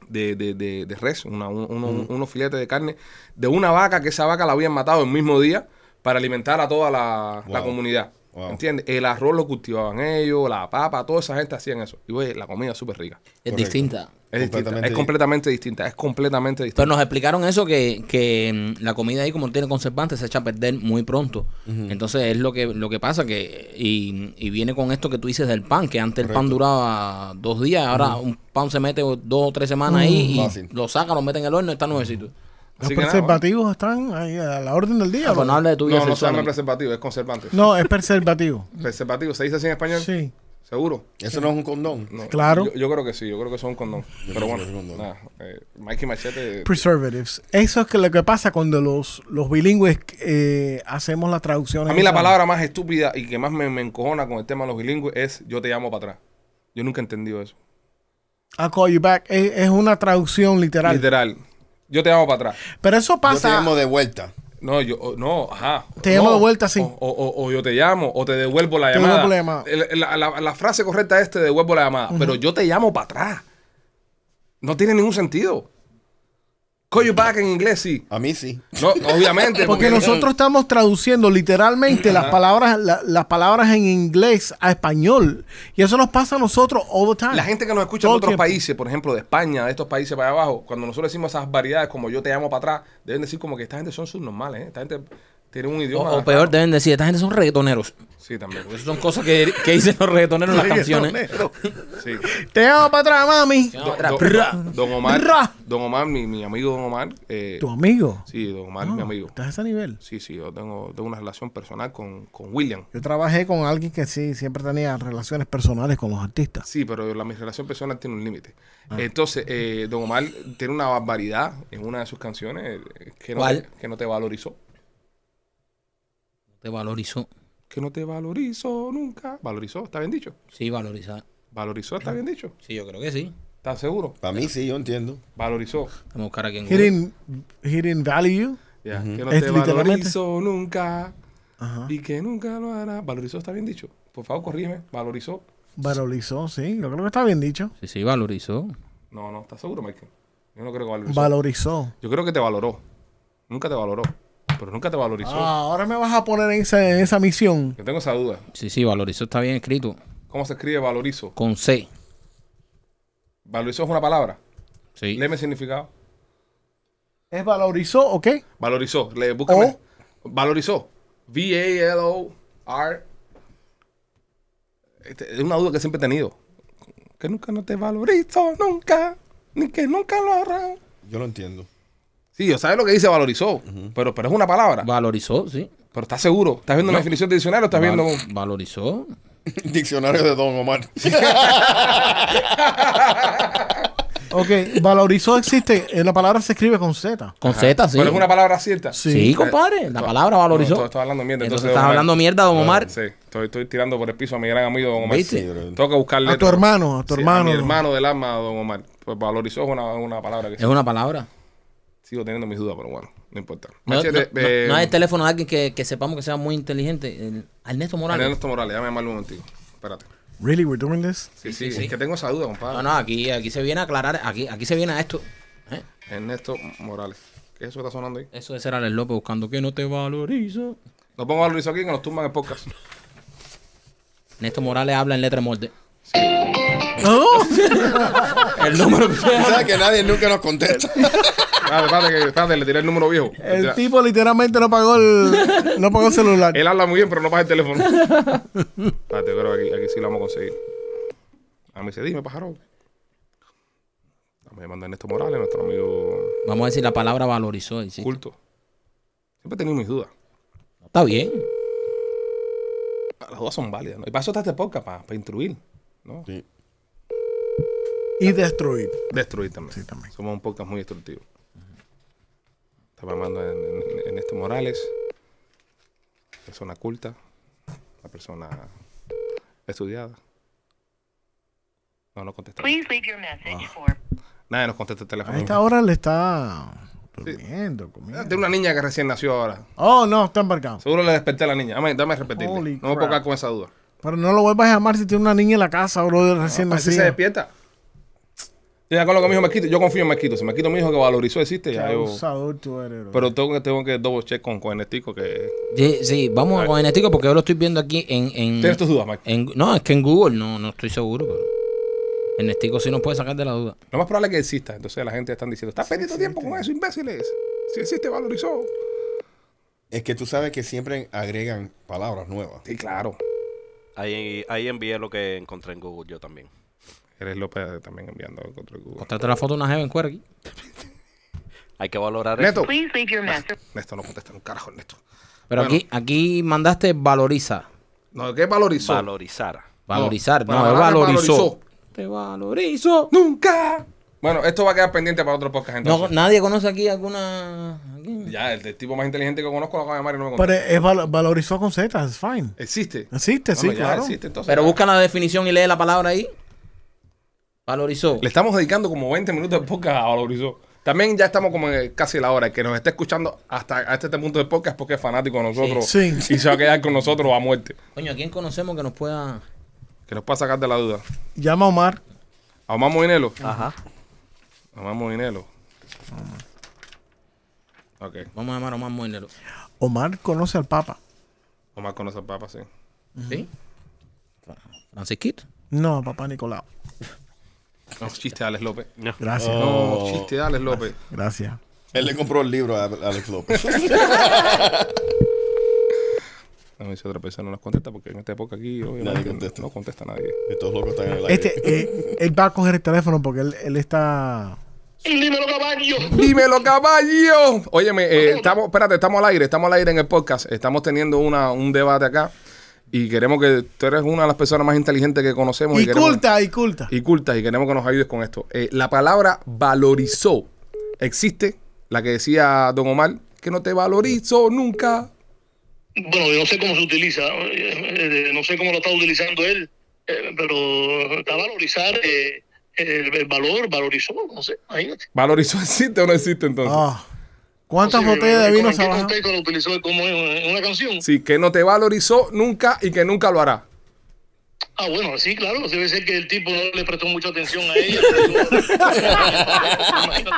Speaker 1: de, de, de, de res, una- un- uno- unos filetes de carne, de una vaca que esa vaca la habían matado el mismo día, para alimentar a toda la, la
Speaker 3: Wow.
Speaker 1: comunidad.
Speaker 3: Wow.
Speaker 1: ¿Entiendes? El arroz lo cultivaban ellos, la papa, toda esa gente hacían eso. Y oye, la comida es súper rica.
Speaker 4: Es
Speaker 3: Correcto.
Speaker 4: distinta.
Speaker 1: Es distinta.
Speaker 3: Completamente
Speaker 1: Es completamente distinta. Es completamente distinta.
Speaker 4: Pero nos explicaron eso, que, que mm, la comida ahí como tiene conservantes se echa a perder muy pronto. Entonces es lo que, lo que pasa, que y, y viene con esto que tú dices del pan, que antes el pan duraba dos días, ahora un pan se mete dos o tres semanas ahí y
Speaker 3: Fácil.
Speaker 4: lo sacan, lo meten en el horno y está nuevecito.
Speaker 5: Los
Speaker 1: Así que nada,
Speaker 5: preservativos están ahí a la orden del día.
Speaker 4: Ah, pues no
Speaker 5: bro.
Speaker 4: hable de tu vida
Speaker 1: No, no se
Speaker 4: sexual.
Speaker 1: llama preservativo, es conservante.
Speaker 5: No, es preservativo.
Speaker 1: Preservativo, ¿se dice así en español?
Speaker 5: Sí.
Speaker 1: ¿Seguro?
Speaker 3: Eso no es un condón.
Speaker 1: No,
Speaker 5: Claro.
Speaker 1: Yo, yo creo que sí, yo creo que son condón. Pero
Speaker 3: creo
Speaker 1: bueno,
Speaker 3: que son condón.
Speaker 1: nada, eh, Mikey Machete.
Speaker 5: Preservatives. Eso es que lo que pasa cuando los, los bilingües eh, hacemos las traducciones.
Speaker 1: A mí la
Speaker 5: esas.
Speaker 1: palabra más estúpida y que más me, me encojona con el tema de los bilingües es yo te llamo para atrás. Yo nunca he entendido eso.
Speaker 5: I'll call you back. Es, es una traducción literal.
Speaker 1: Literal. Yo te llamo para atrás.
Speaker 5: Pero eso
Speaker 3: Yo te
Speaker 5: pasa.
Speaker 3: llamo de vuelta.
Speaker 1: No, yo, o- no, ajá. No.
Speaker 5: Te llamo de vuelta, sí.
Speaker 1: O, o- o- o yo te llamo, o te devuelvo la
Speaker 5: Te
Speaker 1: llamada.
Speaker 5: devuelvo la llamada.
Speaker 1: El- La, la- la frase correcta es te devuelvo la llamada, pero yo te llamo para atrás. No tiene ningún sentido. Call you back en inglés, sí.
Speaker 3: A mí sí.
Speaker 1: No, obviamente.
Speaker 5: Porque nosotros estamos traduciendo literalmente las palabras, la- las palabras en inglés a español. Y eso nos pasa a nosotros all the time.
Speaker 1: La gente que nos escucha
Speaker 5: Todo
Speaker 1: de
Speaker 5: el
Speaker 1: otros
Speaker 5: tiempo.
Speaker 1: países, por ejemplo, de España, de estos países para allá abajo, cuando nosotros decimos esas variedades como yo te llamo para atrás, deben decir como que esta gente son subnormales, ¿eh? Esta gente tiene un
Speaker 4: O,
Speaker 1: idioma.
Speaker 4: o peor, deben decir, esta gente son reggaetoneros.
Speaker 1: Sí, también.
Speaker 4: Porque Esas son cosas que, que dicen los reggaetoneros en las canciones.
Speaker 1: Sí.
Speaker 5: Te llamo para atrás, mami.
Speaker 1: Do-
Speaker 4: Atrás,
Speaker 1: do-
Speaker 4: prra.
Speaker 1: don Omar,
Speaker 5: Prra.
Speaker 1: don Omar, mi, mi amigo Don Omar. eh,
Speaker 5: Tu amigo.
Speaker 1: sí, Don Omar, mi
Speaker 5: Ah,
Speaker 1: amigo.
Speaker 5: Estás a ese nivel.
Speaker 1: Sí, sí, yo tengo, tengo una relación personal con, con William.
Speaker 5: Yo trabajé con alguien que sí, siempre tenía relaciones personales con los artistas.
Speaker 1: Sí, pero la, mi relación personal tiene un límite. Entonces, eh, Don Omar tiene una barbaridad en una de sus canciones eh, que no,
Speaker 4: ¿Cuál?
Speaker 1: que no te valorizó.
Speaker 4: Te valorizó.
Speaker 1: que no te valorizó nunca. Valorizó, está bien dicho.
Speaker 4: Sí, valorizar.
Speaker 1: Valorizó, está bien dicho.
Speaker 4: Sí, yo creo que sí.
Speaker 1: ¿Estás seguro?
Speaker 3: Para mí sí, yo entiendo.
Speaker 1: Valorizó.
Speaker 4: Vamos a buscar aquí en
Speaker 5: He
Speaker 4: Google.
Speaker 5: didn't, he didn't value you.
Speaker 1: Ya. Que no
Speaker 5: Es
Speaker 1: te
Speaker 5: literalmente.
Speaker 1: valorizó nunca
Speaker 5: Ajá.
Speaker 1: y que nunca lo hará. Valorizó, está bien dicho. Por favor, corrígeme. Valorizó.
Speaker 5: Valorizó, sí. Yo creo que está bien dicho.
Speaker 4: Sí, sí, valorizó.
Speaker 1: No, no, ¿estás seguro, Michael? Yo no creo que valorizó.
Speaker 5: Valorizó.
Speaker 1: Yo creo que te valoró. Nunca te valoró. Pero nunca te valorizó.
Speaker 5: Ah, ahora me vas a poner en esa, en esa misión.
Speaker 1: Yo tengo esa duda.
Speaker 4: Sí, sí, valorizó está bien escrito.
Speaker 1: ¿Cómo se escribe valorizo?
Speaker 4: Con C.
Speaker 1: Valorizó es una palabra.
Speaker 4: Sí.
Speaker 1: Léeme el significado.
Speaker 5: ¿Es valorizó o qué?
Speaker 1: Valorizó. Le, búscame. Valorizó. V-A-L-O-R. Este, es una duda que siempre he tenido. Que nunca no te valorizo, nunca. Ni que nunca lo hará.
Speaker 3: Yo lo entiendo.
Speaker 1: Sí, yo sabes lo que dice valorizó, pero, pero es una palabra.
Speaker 4: Valorizó, sí.
Speaker 1: pero estás seguro. ¿Estás viendo la definición de diccionario o estás viendo
Speaker 4: Val-
Speaker 1: un-
Speaker 4: Valorizó.
Speaker 3: Diccionario de Don Omar.
Speaker 5: Ok, valorizó existe. eh, La palabra se escribe con Z.
Speaker 4: Con Z, sí.
Speaker 1: Pero es una palabra cierta.
Speaker 5: Sí.
Speaker 4: Sí, compadre. La palabra valorizó.
Speaker 1: No, estoy- estoy hablando mierda,
Speaker 4: Entonces
Speaker 1: entonces,
Speaker 4: estás
Speaker 1: Omar.
Speaker 4: hablando mierda, don Omar.
Speaker 1: Sí, estoy, estoy tirando por el piso a mi gran amigo Don Omar.
Speaker 4: ¿Viste?
Speaker 3: Sí, bro.
Speaker 1: Tengo que buscarle.
Speaker 5: A tu hermano, a tu
Speaker 1: A
Speaker 5: hermano.
Speaker 1: mi hermano del alma, Don Omar. Pues valorizó es una, una palabra que
Speaker 4: Es una palabra.
Speaker 1: Sigo teniendo mis dudas, pero bueno, no importa.
Speaker 4: No, no,
Speaker 1: Machete,
Speaker 4: no-
Speaker 1: eh,
Speaker 4: no hay teléfono de alguien que, que sepamos que sea muy inteligente. El- Ernesto Morales.
Speaker 1: Ernesto Morales, déjame llamarlo un momentico. Espérate.
Speaker 5: Really, we're doing this?
Speaker 1: Sí, sí,
Speaker 4: sí, sí.
Speaker 1: es que tengo esa duda, compadre.
Speaker 4: No, no, aquí, aquí se viene a aclarar. Aquí, aquí se viene a esto. ¿Eh?
Speaker 1: Ernesto Morales. ¿Qué eso está sonando ahí?
Speaker 4: Eso de ser Alex López buscando que no te valorizo.
Speaker 1: Lo pongo a Luis aquí que nos tumban el podcast.
Speaker 4: Ernesto Morales habla en letra de molde.
Speaker 5: ¡Oh!
Speaker 4: El número que
Speaker 3: Tú sabes que nadie nunca nos contesta.
Speaker 1: Espérate, espérate, que- espérate, le tiré el número viejo.
Speaker 5: El
Speaker 1: Ya. Eh.
Speaker 5: tipo literalmente no pagó el, no pagó el celular.
Speaker 1: Él habla muy bien, pero no pasa el teléfono. espérate, yo creo que aquí, aquí sí lo vamos a conseguir. A mí se dime, pájaro. Estamos llamando a Ernesto Morales, nuestro amigo
Speaker 4: Vamos a decir la palabra valorizó. y sí.
Speaker 1: culto. Siempre he tenido mis dudas.
Speaker 4: Está bien.
Speaker 1: Las dudas son válidas, ¿no? Y para eso está este podcast, para, para instruir, ¿no?
Speaker 3: Sí.
Speaker 5: Y destruir.
Speaker 1: Destruir también.
Speaker 5: Sí, también.
Speaker 1: Somos un podcast muy destructivo. Estamos llamando en, en- en Ernesto Morales, persona culta, una persona estudiada. No, no contesta. Ah.
Speaker 7: Please leave your message for
Speaker 1: Nadie nos contesta el
Speaker 5: A
Speaker 1: teléfono.
Speaker 5: esta hora le está durmiendo,
Speaker 1: Tiene
Speaker 5: comiendo.
Speaker 1: una niña que recién nació ahora.
Speaker 5: Oh, no, está embarcado.
Speaker 1: Seguro le desperté a la niña. Dame, dame a repetirle.
Speaker 5: Holy
Speaker 1: no me puedo
Speaker 5: crap.
Speaker 1: quedar con esa duda.
Speaker 5: Pero no lo vuelvas a llamar si tiene una niña en la casa, bro, de recién
Speaker 1: Ah, Así se
Speaker 5: nacida.
Speaker 1: despierta. Ya con lo que me dijo Maquito, yo confío en Maquito. Si Maquito me dijo que valorizó, existe,
Speaker 5: Qué
Speaker 1: ya yo.
Speaker 5: abusador tú eres, bro.
Speaker 1: Pero tengo que, tengo que double check con, con Ernestico que.
Speaker 2: Sí, sí, vamos con Enetico porque yo lo estoy viendo aquí en... en
Speaker 1: Tienes tus dudas, Mike.
Speaker 2: en- no, es que en Google no, no estoy seguro, pero... Enetico sí nos puede sacar de la duda.
Speaker 1: Lo más probable es que exista. Entonces la gente están diciendo, estás perdiendo tiempo con eso, imbéciles. Si existe, valorizó.
Speaker 3: Es que tú sabes que siempre agregan palabras nuevas.
Speaker 1: Sí, claro.
Speaker 6: Ahí, ahí envié lo que encontré en Google yo también.
Speaker 1: Eres López también enviando contra el Google.
Speaker 2: Contrate la foto de una jeva en cuero aquí.
Speaker 6: Hay que valorar
Speaker 1: Neto.
Speaker 6: eso.
Speaker 8: Please leave your message.
Speaker 1: Néstor no contesta un carajo, Néstor.
Speaker 2: Pero
Speaker 1: Bueno.
Speaker 2: aquí, aquí mandaste valoriza.
Speaker 1: No, ¿qué valorizó?
Speaker 6: Valorizar.
Speaker 2: Valorizar,
Speaker 1: No,
Speaker 2: no,
Speaker 1: para
Speaker 2: es
Speaker 1: nada
Speaker 2: valorizó.
Speaker 1: valorizó.
Speaker 2: Te valorizo.
Speaker 1: Nunca. Bueno, esto va a quedar pendiente para otro podcast
Speaker 2: No,
Speaker 1: entonces.
Speaker 2: nadie conoce aquí alguna... aquí.
Speaker 1: Ya, el, el tipo más inteligente que conozco lo acaba de llamar y no me
Speaker 5: Pero
Speaker 1: contesta.
Speaker 5: es val- valorizó con Z, es fine.
Speaker 1: Existe.
Speaker 5: Existe, sí,
Speaker 1: Bueno, ya
Speaker 5: claro.
Speaker 1: Existe, entonces,
Speaker 2: Pero
Speaker 1: ya.
Speaker 2: busca la definición y lee la palabra ahí. Valorizó.
Speaker 1: Le estamos dedicando como 20 minutos de podcast a Valorizó. También ya estamos como en casi la hora. El que nos esté escuchando hasta, hasta este punto del podcast es porque es fanático de nosotros
Speaker 5: Sí. Sí.
Speaker 1: y se va a quedar con nosotros a muerte.
Speaker 2: Coño, ¿a quién conocemos que nos pueda...?
Speaker 1: Que nos pueda sacar de la duda.
Speaker 5: Llama a Omar.
Speaker 1: ¿Amamos Moinelo?
Speaker 6: Ajá.
Speaker 1: ¿Amamos Moinelo? Ok.
Speaker 2: Vamos a llamar a Omar Moinelo.
Speaker 5: Omar conoce al Papa.
Speaker 1: Omar conoce al Papa, sí.
Speaker 2: ¿Sí? Francisquito.
Speaker 5: No, a Papá Nicolau.
Speaker 1: No, chiste de Alex López.
Speaker 5: Gracias.
Speaker 1: No,
Speaker 5: Oh.
Speaker 1: chiste de Alex López.
Speaker 5: Ah. Gracias.
Speaker 3: Él le compró el libro a Alex López.
Speaker 1: A ver si otra persona nos contesta, porque en esta época aquí obviamente,
Speaker 3: contesta.
Speaker 1: no contesta nadie.
Speaker 3: Estos locos están en el aire.
Speaker 5: Este, eh, él va a coger el teléfono porque él, él está.
Speaker 1: ¡Dímelo, caballo! Óyeme, eh, estamos, espérate, estamos al aire, estamos al aire en el podcast. Estamos teniendo una, un debate acá. Y queremos que tú eres una de las personas más inteligentes que conocemos.
Speaker 5: Y
Speaker 1: queremos-
Speaker 5: culta, y culta.
Speaker 1: Y cultas, y queremos que nos ayudes con esto. Eh, la palabra valorizó existe, la que decía Don Omar, que no te valorizó nunca.
Speaker 9: Bueno, yo no sé cómo se utiliza, eh, eh, no sé cómo lo está utilizando él, eh, pero está a valorizar eh, el, el valor, valorizó, no sé, imagínate.
Speaker 1: ¿Valorizó existe o no existe entonces?
Speaker 5: Ah. ¿Cuántas
Speaker 9: No sé,
Speaker 5: botellas de
Speaker 9: ¿con
Speaker 5: vino
Speaker 9: ¿En
Speaker 5: se
Speaker 9: qué
Speaker 5: abajo?
Speaker 9: contexto lo utilizó? ¿Cómo es? ¿En una canción?
Speaker 1: Sí, que no te valorizó nunca y que nunca lo hará.
Speaker 9: Ah, bueno, sí, claro, debe ser que el tipo no le prestó mucha atención a ella.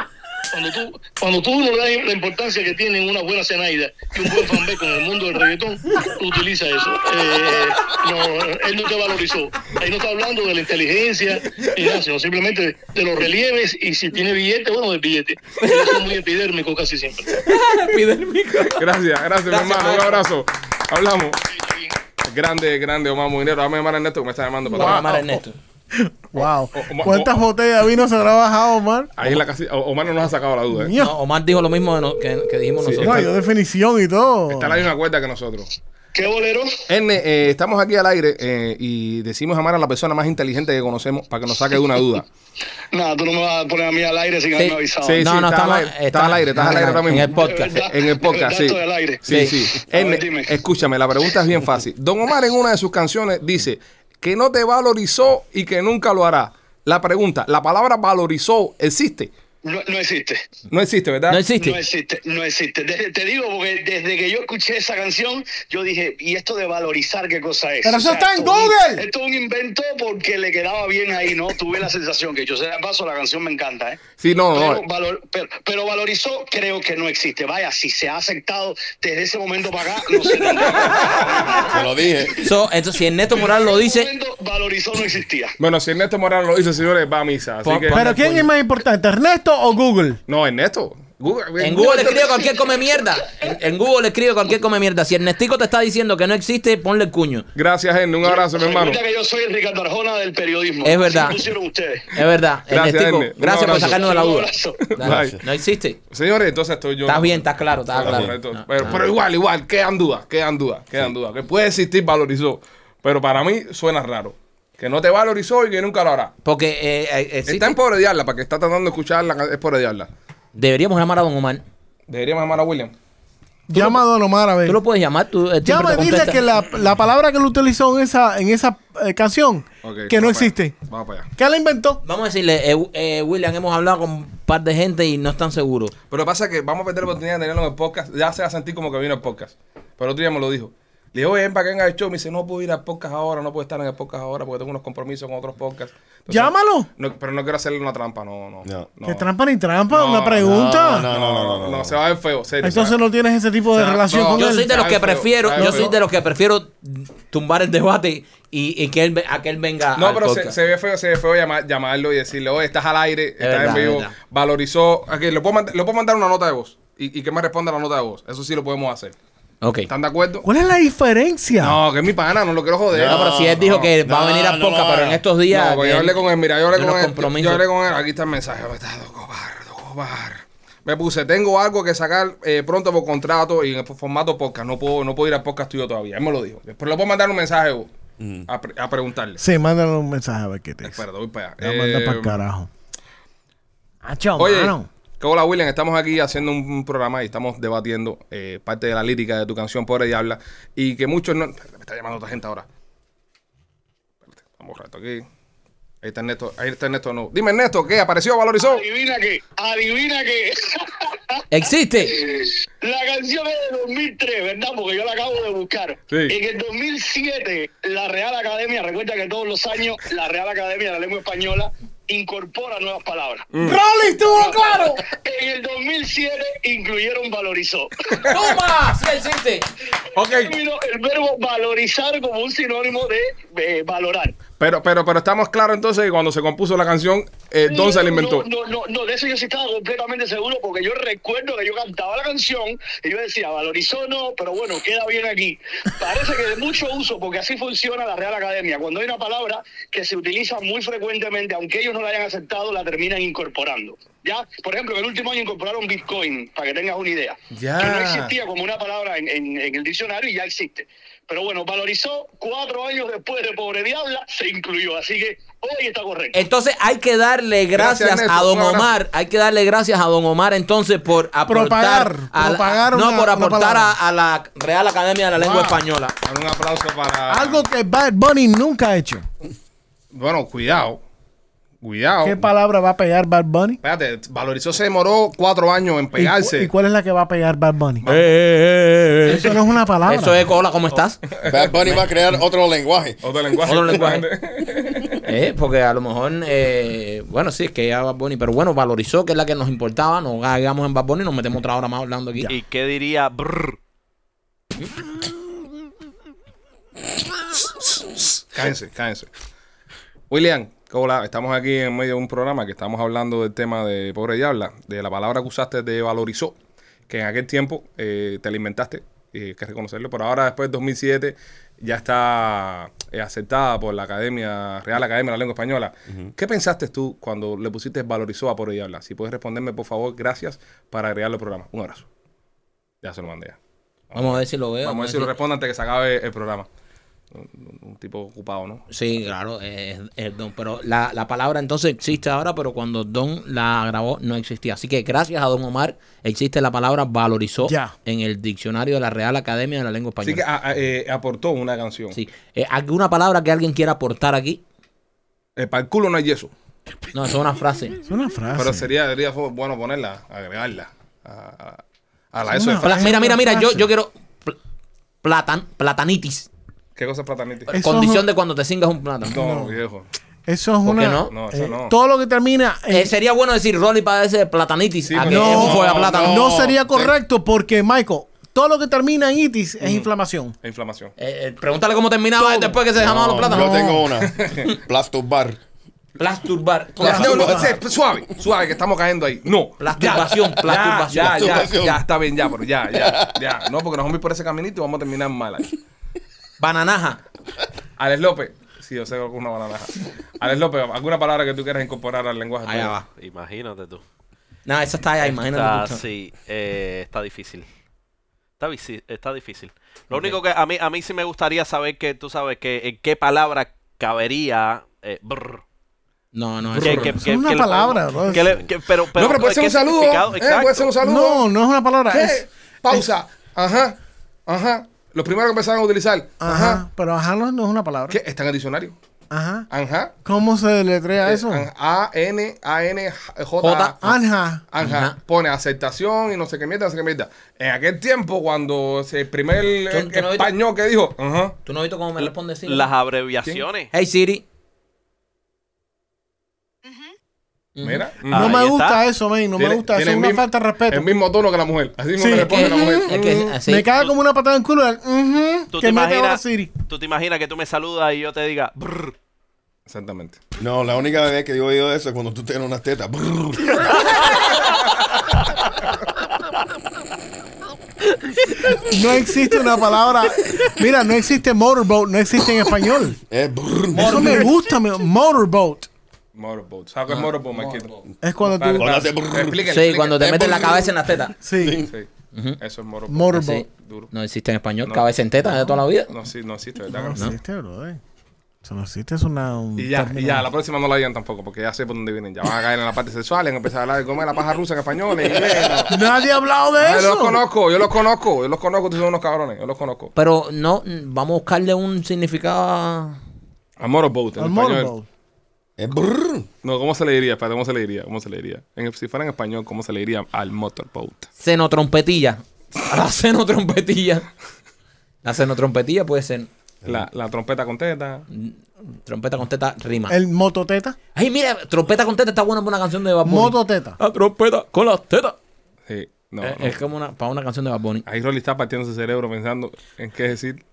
Speaker 9: Cuando tú, cuando tú no le das la importancia que tienen una buena cenaida y un buen fanbase con el mundo del reggaetón, tú utilizas eso. Eh, no, él no te valorizó. Ahí no está hablando de la inteligencia, ni nada, sino simplemente de los relieves y si tiene billete, bueno, del billete. Eso es muy epidérmico casi siempre.
Speaker 1: Gracias, gracias, mi hermano. Un
Speaker 2: maestro.
Speaker 1: abrazo. Hablamos. Grande, grande, Omar Dinero. Dame llamar a Ernesto que me está llamando para
Speaker 2: Vamos a
Speaker 1: atrás.
Speaker 2: llamar a Ernesto.
Speaker 5: Wow.
Speaker 1: Omar-
Speaker 5: ¿Cuántas botellas de vino se habrá bajado, Omar?
Speaker 1: Ahí en la casilla. O- Omar no nos ha sacado la duda. ¿eh?
Speaker 5: Mío.
Speaker 2: No, Omar dijo lo mismo de no- que, que dijimos
Speaker 1: Sí,
Speaker 2: nosotros.
Speaker 5: No, yo definición y todo.
Speaker 1: Está en la misma cuerda que nosotros.
Speaker 9: ¿Qué bolero?
Speaker 1: Erne, eh, estamos aquí al aire eh, y decimos llamar a la persona más inteligente que conocemos para que nos saque de una duda.
Speaker 9: Nada, tú no me vas a poner a mí al aire sin haberme avisado.
Speaker 1: sí,
Speaker 2: no,
Speaker 1: sí, está
Speaker 2: no, estamos,
Speaker 1: al aire, está al aire, está al aire ahora
Speaker 2: En
Speaker 1: mismo.
Speaker 2: el podcast.
Speaker 9: De verdad.
Speaker 1: En el podcast, sí.
Speaker 9: Dato del aire.
Speaker 1: Sí, sí.
Speaker 2: Sí.
Speaker 9: A ver,
Speaker 1: Erne,
Speaker 9: dime.
Speaker 1: escúchame, la pregunta es bien fácil. Don Omar en una de sus canciones dice que no te valorizó y que nunca lo hará. La pregunta, ¿la palabra valorizó existe?
Speaker 9: No- no existe.
Speaker 1: No existe, ¿verdad?
Speaker 2: No existe.
Speaker 9: No existe, no existe. De- te digo, porque desde que yo escuché esa canción, yo dije, ¿y esto de valorizar qué cosa es?
Speaker 5: Pero eso está en
Speaker 9: esto es un-
Speaker 5: Google.
Speaker 9: esto es un invento porque le quedaba bien ahí, ¿no? Tuve la sensación que yo sé de paso, la canción me encanta, ¿eh?
Speaker 1: Sí, no, no.
Speaker 9: Pero, valor- pero- pero valorizó, creo que no existe. Vaya, si se ha aceptado desde ese momento para acá, no sé.
Speaker 3: Te lo dije.
Speaker 2: So, entonces, si Ernesto Morales lo
Speaker 9: En ese
Speaker 2: dice,
Speaker 9: momento, valorizó no existía.
Speaker 1: Bueno, si Ernesto Morales lo hizo, señores, va a misa. Así
Speaker 2: Pon-
Speaker 1: que...
Speaker 2: pon-
Speaker 5: ¿Pero quién es más importante, Ernesto o Google?
Speaker 1: No, Ernesto. Google,
Speaker 2: en Google escribe cualquier come mierda. En, en Google escribe cualquier come mierda. Si Ernestico te está diciendo que no existe, ponle el cuño.
Speaker 1: Gracias, Erne. Un abrazo, mi hermano.
Speaker 9: Recuerda que yo soy el Ricardo Arjona del periodismo.
Speaker 2: Es verdad.
Speaker 9: Así lo pusieron ustedes.
Speaker 2: Es verdad.
Speaker 1: Gracias,
Speaker 2: Ernestico,
Speaker 1: Erne. Un
Speaker 2: gracias por
Speaker 1: abrazo.
Speaker 2: sacarnos de la
Speaker 9: Un
Speaker 2: duda.
Speaker 9: abrazo.
Speaker 2: Dale,
Speaker 3: Bye.
Speaker 2: No existe.
Speaker 1: Señores, entonces estoy yo.
Speaker 2: Estás bien, estás claro, estás
Speaker 1: Está Ah.
Speaker 2: claro.
Speaker 1: correcto.
Speaker 2: No,
Speaker 1: pero,
Speaker 2: no.
Speaker 1: pero igual, igual, quedan dudas, quedan dudas, quedan dudas. Que puede existir valorizó, pero para mí suena raro. Que no te valorizó y que nunca lo hará.
Speaker 2: Porque eh, eh, existe-
Speaker 1: Está en porediarla, para que está tratando de escucharla, es porediarla.
Speaker 2: deberíamos llamar a Don Omar.
Speaker 1: Deberíamos llamar a William.
Speaker 5: Llama a Don Omar a ver.
Speaker 2: Tú lo puedes llamar, tú. él siempre
Speaker 5: Llama
Speaker 2: te
Speaker 5: y dile
Speaker 2: contesta.
Speaker 5: que la, la palabra que él utilizó en esa, en esa eh, canción,
Speaker 1: Ok,
Speaker 5: que no
Speaker 1: vamos para
Speaker 5: existe,
Speaker 1: allá, Vamos para allá.
Speaker 5: que la inventó.
Speaker 2: Vamos a decirle, eh, eh, William, hemos hablado con un par de gente y no están seguros.
Speaker 1: Pero pasa que vamos a perder la oportunidad de tenerlo en el podcast. Ya se va a sentir como que vino el podcast. Pero otro día me lo dijo. Le digo, oye, ven para que venga el show. Me dice, no puedo ir al podcast ahora, no puedo estar en el podcast ahora porque tengo unos compromisos con otros podcasts. Entonces,
Speaker 5: Llámalo.
Speaker 1: no- pero no quiero hacerle una trampa, no, no.
Speaker 3: No.
Speaker 1: no.
Speaker 5: Que trampa ni trampa,
Speaker 1: No,
Speaker 5: una
Speaker 3: No,
Speaker 5: pregunta.
Speaker 3: no, no, no, no, no.
Speaker 1: se va a ver feo, serio.
Speaker 5: Entonces no tienes ese tipo de
Speaker 1: sea,
Speaker 5: relación
Speaker 1: no,
Speaker 5: con
Speaker 2: Yo
Speaker 5: él.
Speaker 2: soy de los que
Speaker 1: Ay, feo,
Speaker 2: prefiero,
Speaker 1: ay,
Speaker 2: yo
Speaker 1: feo.
Speaker 2: soy de los que prefiero tumbar el debate y, y que él, ve- a que él venga.
Speaker 1: No,
Speaker 2: al
Speaker 1: pero se,
Speaker 2: podcast.
Speaker 1: se ve feo, se ve feo llama- llamarlo y decirle, oye, estás al aire, estás
Speaker 2: verdad,
Speaker 1: en
Speaker 2: es
Speaker 1: vivo,
Speaker 2: verdad.
Speaker 1: valorizó. Aquí, le, puedo mandar, le puedo mandar una nota de voz y, y que me responda la nota de voz. Eso sí lo podemos hacer.
Speaker 2: Ok.
Speaker 1: ¿Están de acuerdo?
Speaker 5: ¿Cuál es la diferencia?
Speaker 1: No, que es mi pana, no lo quiero joder.
Speaker 2: No, pero si él dijo
Speaker 1: no.
Speaker 2: que va a
Speaker 3: No,
Speaker 2: venir al
Speaker 3: no
Speaker 2: podcast,
Speaker 3: lo
Speaker 2: pero en
Speaker 3: haga.
Speaker 2: estos días. eh,
Speaker 1: No, pues yo
Speaker 2: él-
Speaker 1: hablé con él, mira, yo hablé
Speaker 2: de
Speaker 1: con
Speaker 2: los
Speaker 1: él. Yo
Speaker 2: compromisos.
Speaker 1: hablé con él, aquí está el mensaje, Betado, cobardo, cobardo. Me puse, tengo algo que sacar eh, pronto por contrato y en el formato podcast. No puedo, no puedo ir al podcast tuyo todavía. Él me lo dijo. Después le puedo mandar un mensaje vos,
Speaker 2: Mm.
Speaker 1: a, pre- a preguntarle.
Speaker 5: Sí, mándale un mensaje a ver qué te dice.
Speaker 1: Espérate, voy para allá.
Speaker 5: Te voy a mandar
Speaker 1: Eh,
Speaker 5: para el carajo. Acho,
Speaker 1: Oye,
Speaker 5: mano.
Speaker 1: que hola William, estamos aquí haciendo un, un programa y estamos debatiendo eh, parte de la lírica de tu canción Pobre Diabla y que muchos no... Espérate, Me está llamando otra gente ahora. Espérate, vamos a borrar esto aquí. Ahí está Ernesto, ahí está Ernesto no. Dime Ernesto, ¿qué? ¿Apareció? ¿Valorizó?
Speaker 9: Adivina que, adivina que
Speaker 2: Existe.
Speaker 9: la canción es de 2003, ¿verdad? Porque yo la acabo de buscar.
Speaker 1: Sí.
Speaker 9: En el 2007, la Real Academia, recuerda que todos los años la Real Academia de la Lengua Española incorpora nuevas palabras.
Speaker 5: ¡Rolly, estuvo claro!
Speaker 9: En el 2007 incluyeron valorizó.
Speaker 2: ¡Toma! Sí existe.
Speaker 1: Ok,
Speaker 9: El término- El verbo valorizar como un sinónimo de eh, valorar.
Speaker 1: pero, pero, pero estamos claros entonces que cuando se compuso la canción, eh, Don se la inventó.
Speaker 9: No, no, no, no, de eso yo sí estaba completamente seguro porque yo recuerdo que yo cantaba la canción y yo decía, valorizó no, pero bueno, queda bien aquí. Parece que de mucho uso porque así funciona la Real Academia. Cuando hay una palabra que se utiliza muy frecuentemente, aunque ellos no la hayan aceptado, la terminan incorporando. ¿Ya? Por ejemplo, en el último año incorporaron Bitcoin, para que tengas una idea.
Speaker 1: Ya.
Speaker 9: Que no existía como una palabra en, en- en el diccionario y ya existe. Pero bueno, valorizó cuatro años después de Pobre Diabla, se incluyó. Así que hoy está correcto.
Speaker 2: Entonces hay que darle gracias,
Speaker 1: Gracias,
Speaker 2: a
Speaker 1: Ernesto.
Speaker 2: don
Speaker 1: Un abrazo.
Speaker 2: Omar. Hay que darle gracias a don Omar entonces por aportar.
Speaker 5: Propagar,
Speaker 2: a la-
Speaker 5: propagar
Speaker 2: no,
Speaker 5: una-
Speaker 2: por
Speaker 5: una
Speaker 2: aportar
Speaker 5: palabra.
Speaker 2: a, a la Real Academia de la Lengua
Speaker 1: Ah.
Speaker 5: Wow.
Speaker 2: Española.
Speaker 1: Un aplauso para...
Speaker 5: Algo que Bad Bunny nunca ha hecho.
Speaker 1: Bueno, cuidado. Cuidado.
Speaker 5: ¿Qué palabra va a pegar Bad Bunny?
Speaker 1: Espérate, Valorizó se demoró cuatro años en
Speaker 5: ¿Y, cu-
Speaker 1: pegarse. Eh,
Speaker 5: y cuál es la que va a pegar Bad Bunny? Eso no es una palabra.
Speaker 2: Eso es, hola, ¿cómo estás?
Speaker 3: Bad Bunny va a crear otro lenguaje.
Speaker 1: Otro lenguaje.
Speaker 2: Otro lenguaje. Eh, porque a lo mejor, eh, bueno, sí, es que ya Bad Bunny, pero bueno, valorizó, que es la que nos importaba, nos hagamos en Bad Bunny y nos metemos otra hora más hablando aquí.
Speaker 6: ¿Y qué diría brr?
Speaker 1: Cállense, cállense. William, hola, estamos aquí en medio de un programa que estamos hablando del tema de Pobre Diabla, de la palabra que usaste de valorizó, que en aquel tiempo eh, te la inventaste, y hay que reconocerlo, pero ahora después de 2007 ya está eh, aceptada por la Academia, Real Academia de la Lengua Española. ¿Qué pensaste tú cuando le pusiste valorizó a Pobre Diabla? Si puedes responderme, por favor, gracias para agregarlo al programa. Un abrazo. Ya se lo mandé ya.
Speaker 2: Vamos a ver si lo veo.
Speaker 1: Vamos a ver si lo responde antes que se acabe el programa. Un- un tipo ocupado, ¿no?
Speaker 2: Sí, claro, es, es Don. Pero la, la palabra entonces existe ahora, pero cuando Don la grabó no existía. Así que gracias a Don Omar existe la palabra valorizó
Speaker 5: Ya.
Speaker 2: en el diccionario de la Real Academia de la Lengua
Speaker 1: Así que
Speaker 2: Española.
Speaker 1: a- a- eh, aportó una canción.
Speaker 2: Sí. Eh, ¿Alguna palabra que alguien quiera aportar aquí?
Speaker 1: Eh, para el culo no hay yeso.
Speaker 2: No, eso es una frase.
Speaker 5: Es una frase.
Speaker 1: pero sería, sería fo- bueno ponerla, agregarla. A, a- a la
Speaker 5: Es
Speaker 1: eso de
Speaker 5: una
Speaker 1: fra-
Speaker 2: Pla-
Speaker 5: Es
Speaker 2: mira, mira, mira, yo,
Speaker 5: frase.
Speaker 2: yo quiero pl- platan, platanitis.
Speaker 1: ¿Qué cosa es platanite?
Speaker 4: eh,
Speaker 5: Eso
Speaker 2: Condición
Speaker 5: es-
Speaker 2: de cuando te cingas un plátano.
Speaker 1: No, viejo.
Speaker 5: Eso es
Speaker 2: ¿Por
Speaker 5: una.
Speaker 2: qué no?
Speaker 1: No, eso
Speaker 5: eh,
Speaker 1: no.
Speaker 5: Todo lo que termina en-
Speaker 2: Eh, sería bueno decir Rolly padece de platanitis.
Speaker 1: Sí,
Speaker 2: a que
Speaker 1: pero-
Speaker 2: es un
Speaker 5: No,
Speaker 2: follaplátano.
Speaker 5: no,
Speaker 3: no,
Speaker 5: sería
Speaker 3: sí.
Speaker 5: correcto porque, Michael, todo lo que termina en itis es inflamación.
Speaker 1: E Inflamación.
Speaker 2: Eh, eh, pregúntale cómo terminaba él después que se dejaban los
Speaker 3: Yo
Speaker 2: plátanos.
Speaker 3: tengo una. Plastobar.
Speaker 2: Plasturbar.
Speaker 1: No, no, ese- suave, suave, que estamos cayendo ahí. No.
Speaker 2: Plasturbación,
Speaker 1: Ya,
Speaker 2: plasturbación.
Speaker 1: Ya, ya, ya,
Speaker 3: Plasturbación.
Speaker 1: está bien, ya, pero ya, ya, ya. No, porque nos vamos a ir por ese caminito y vamos a terminar mal ahí.
Speaker 2: Bananaja.
Speaker 1: Alex López. Sí, yo sé alguna banana. Alex López, ¿alguna palabra que tú quieras incorporar al lenguaje?
Speaker 2: Allá va.
Speaker 6: Ah, Imagínate tú.
Speaker 2: No, esa está allá,
Speaker 6: Está,
Speaker 2: imagínate. tú.
Speaker 6: sí, eh, está difícil. Está, visi- está difícil. Lo único que a mí, a mí sí me gustaría saber que tú sabes que en qué palabra cabería eh, brr.
Speaker 2: No, no,
Speaker 6: Que-
Speaker 2: eso-
Speaker 6: que-
Speaker 5: Es
Speaker 6: que-
Speaker 5: una
Speaker 6: que le-
Speaker 5: palabra, bro.
Speaker 6: que le- que- pero, pero,
Speaker 1: no, pero puede ser
Speaker 6: ¿qué
Speaker 1: un saludo.
Speaker 6: significado?
Speaker 1: eh,
Speaker 6: Exacto.
Speaker 1: puede ser un saludo.
Speaker 5: No, no es una palabra.
Speaker 1: ¿Qué?
Speaker 5: es-
Speaker 1: Pausa. Ajá. Ajá. Los primeros que empezaron a utilizar.
Speaker 5: ajá,
Speaker 1: Ajá.
Speaker 5: Pero ajá no, no es una palabra.
Speaker 1: ¿Qué? Está en el diccionario.
Speaker 5: Ajá.
Speaker 1: Anja.
Speaker 5: ¿Cómo se deletrea
Speaker 1: eh,
Speaker 5: eso?
Speaker 1: an- A N A N J,
Speaker 4: J.
Speaker 5: Anja.
Speaker 1: Anja, pone aceptación y no sé qué mierda, no sé qué mierda. En aquel tiempo, cuando se- el primer eh,
Speaker 4: tú no viste?
Speaker 1: español que dijo, ajá,
Speaker 4: ¿Tú no has visto cómo me responde Siri?
Speaker 6: Las abreviaciones.
Speaker 4: Hey Siri.
Speaker 1: mira,
Speaker 5: No
Speaker 6: Ahí
Speaker 5: me
Speaker 6: está.
Speaker 5: gusta eso, men. No
Speaker 1: Tiene-
Speaker 5: me gusta. Eso
Speaker 1: tiene
Speaker 5: es
Speaker 1: el
Speaker 5: una
Speaker 1: mismo-
Speaker 5: falta de respeto.
Speaker 1: el mismo tono que la mujer. Así mismo
Speaker 5: Sí,
Speaker 1: le
Speaker 5: es
Speaker 1: responde la mujer. Mm.
Speaker 4: Es que así.
Speaker 5: Me caga como una patada en el culo. el, ujú,
Speaker 6: ¿Tú te,
Speaker 5: que mete ahora
Speaker 6: imaginas,
Speaker 5: Siri.
Speaker 6: ¿Tú te imaginas que tú me saludas y yo te diga brr?
Speaker 1: Exactamente.
Speaker 3: No, la única vez que yo he oído eso es cuando tú tienes unas tetas.
Speaker 5: No existe una palabra. Mira, no existe motorboat. No existe en español.
Speaker 3: Es brr.
Speaker 5: Eso me gusta. me- motorboat.
Speaker 1: Motorboat. ¿Sabes qué es motorboat, Marquito?
Speaker 5: Es cuando
Speaker 1: Dale,
Speaker 5: tú.
Speaker 3: Cuando
Speaker 1: dale.
Speaker 3: hace brrr.
Speaker 1: Explica,
Speaker 4: Sí,
Speaker 1: explica.
Speaker 4: cuando te
Speaker 3: Eh,
Speaker 4: meten la
Speaker 3: brr.
Speaker 4: cabeza en las tetas.
Speaker 5: Sí.
Speaker 1: Sí. Eso es motorboat.
Speaker 5: Motorboat.
Speaker 4: Sí.
Speaker 1: Duro.
Speaker 4: No existe en español,
Speaker 1: No.
Speaker 4: cabeza en tetas de toda la vida.
Speaker 1: No, sí, no existe, ¿verdad?
Speaker 5: No
Speaker 1: cabrón?
Speaker 5: existe, brother. Eso no existe. Es una. un
Speaker 1: Y ya, y
Speaker 5: término-
Speaker 1: ya, la próxima no la digan tampoco, porque ya sé por dónde vienen. Ya van a caer en la parte sexual, en empezar a hablar de comer la paja rusa en español. en inglés, no.
Speaker 5: Nadie ha hablado de
Speaker 1: Yo
Speaker 5: eso.
Speaker 1: los conozco, yo los conozco, yo los conozco, ustedes son unos cabrones, yo los conozco.
Speaker 4: Pero no, mm, vamos a buscarle un significado.
Speaker 1: A motorboat, en
Speaker 5: Al
Speaker 1: español.
Speaker 5: motorboat.
Speaker 3: Es brr.
Speaker 1: No, ¿cómo se le diría? Espérate, ¿cómo se le diría? ¿Cómo se le diría? En- si fuera en español, ¿cómo se le diría al motorboat?
Speaker 4: Eh. Senotrompetilla. A la senotrompetilla. La senotrompetilla puede ser
Speaker 1: La, la trompeta con teta.
Speaker 4: trompeta con teta rima.
Speaker 5: El mototeta.
Speaker 4: Ay, mira, trompeta con teta está buena para una canción de Bad Bunny.
Speaker 5: Mototeta.
Speaker 4: La trompeta con las tetas.
Speaker 1: Sí, no.
Speaker 4: Eh,
Speaker 1: no.
Speaker 4: Es como una, para una canción de Bad Bunny.
Speaker 1: Ahí Rolly está partiendo su cerebro pensando en qué decir.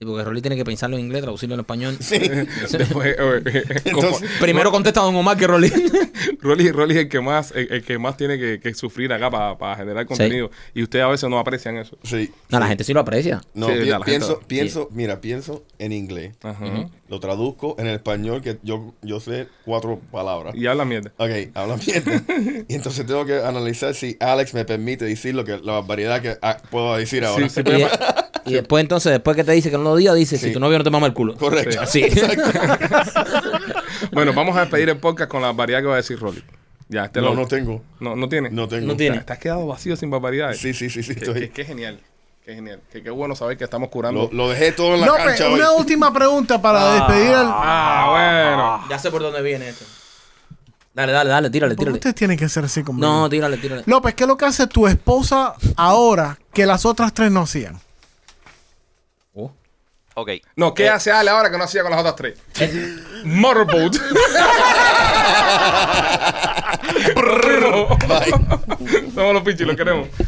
Speaker 4: Y porque Rolly tiene que pensarlo en inglés, traducirlo en español.
Speaker 1: Después, eh, eh, como-
Speaker 4: Primero contesta Don Omar que Rolly.
Speaker 1: Rolly, Rolly es el que más, el, el que más tiene que, que sufrir acá para generar contenido. Y ustedes a veces no aprecian eso.
Speaker 3: Sí.
Speaker 4: no, la gente sí lo aprecia.
Speaker 3: No,
Speaker 1: Sí,
Speaker 3: pi-
Speaker 1: la gente-
Speaker 3: pienso, pienso, mira, pienso en inglés.
Speaker 1: Ajá.
Speaker 3: Lo traduzco en el español que yo, yo sé cuatro palabras.
Speaker 1: Y habla mierda.
Speaker 3: Ok, habla mierda. y entonces tengo que analizar si Alex me permite decir lo que la barbaridad que ah, puedo decir ahora.
Speaker 1: Sí, sí,
Speaker 4: Y, de- y después entonces, después que te dice que no lo diga, dice,
Speaker 3: pues, Sí.
Speaker 4: si tu novio no te mama el culo.
Speaker 3: Correcto.
Speaker 4: Sí.
Speaker 1: Bueno, vamos a despedir el podcast con la variedad que va a decir Rolly. Ya, este
Speaker 3: No,
Speaker 1: lo-
Speaker 3: no tengo.
Speaker 1: No, no tiene.
Speaker 3: No tengo.
Speaker 4: No tiene.
Speaker 1: Te has quedado vacío sin barbaridades.
Speaker 3: Sí, sí, sí, sí.
Speaker 1: Qué,
Speaker 3: Estoy.
Speaker 1: qué- qué genial. Qué genial. Qué, qué bueno saber que estamos curando.
Speaker 3: Lo, lo dejé todo en la
Speaker 5: López,
Speaker 3: cancha hoy.
Speaker 5: una última pregunta para despedir al.
Speaker 1: Ah, bueno.
Speaker 4: Ya sé por dónde viene esto. Dale, dale, dale, tírale,
Speaker 5: ¿Por qué
Speaker 4: tírale.
Speaker 5: ustedes tienen que ser así conmigo?
Speaker 4: No, tírale, tírale.
Speaker 5: López, ¿qué es lo que hace tu esposa ahora que las otras tres no hacían?
Speaker 4: Oh.
Speaker 6: Ok.
Speaker 1: No,
Speaker 3: Eh.
Speaker 1: ¿qué hace Ale ahora que no hacía con las otras tres? Motorboat. Brrr. Somos los pichis, los queremos.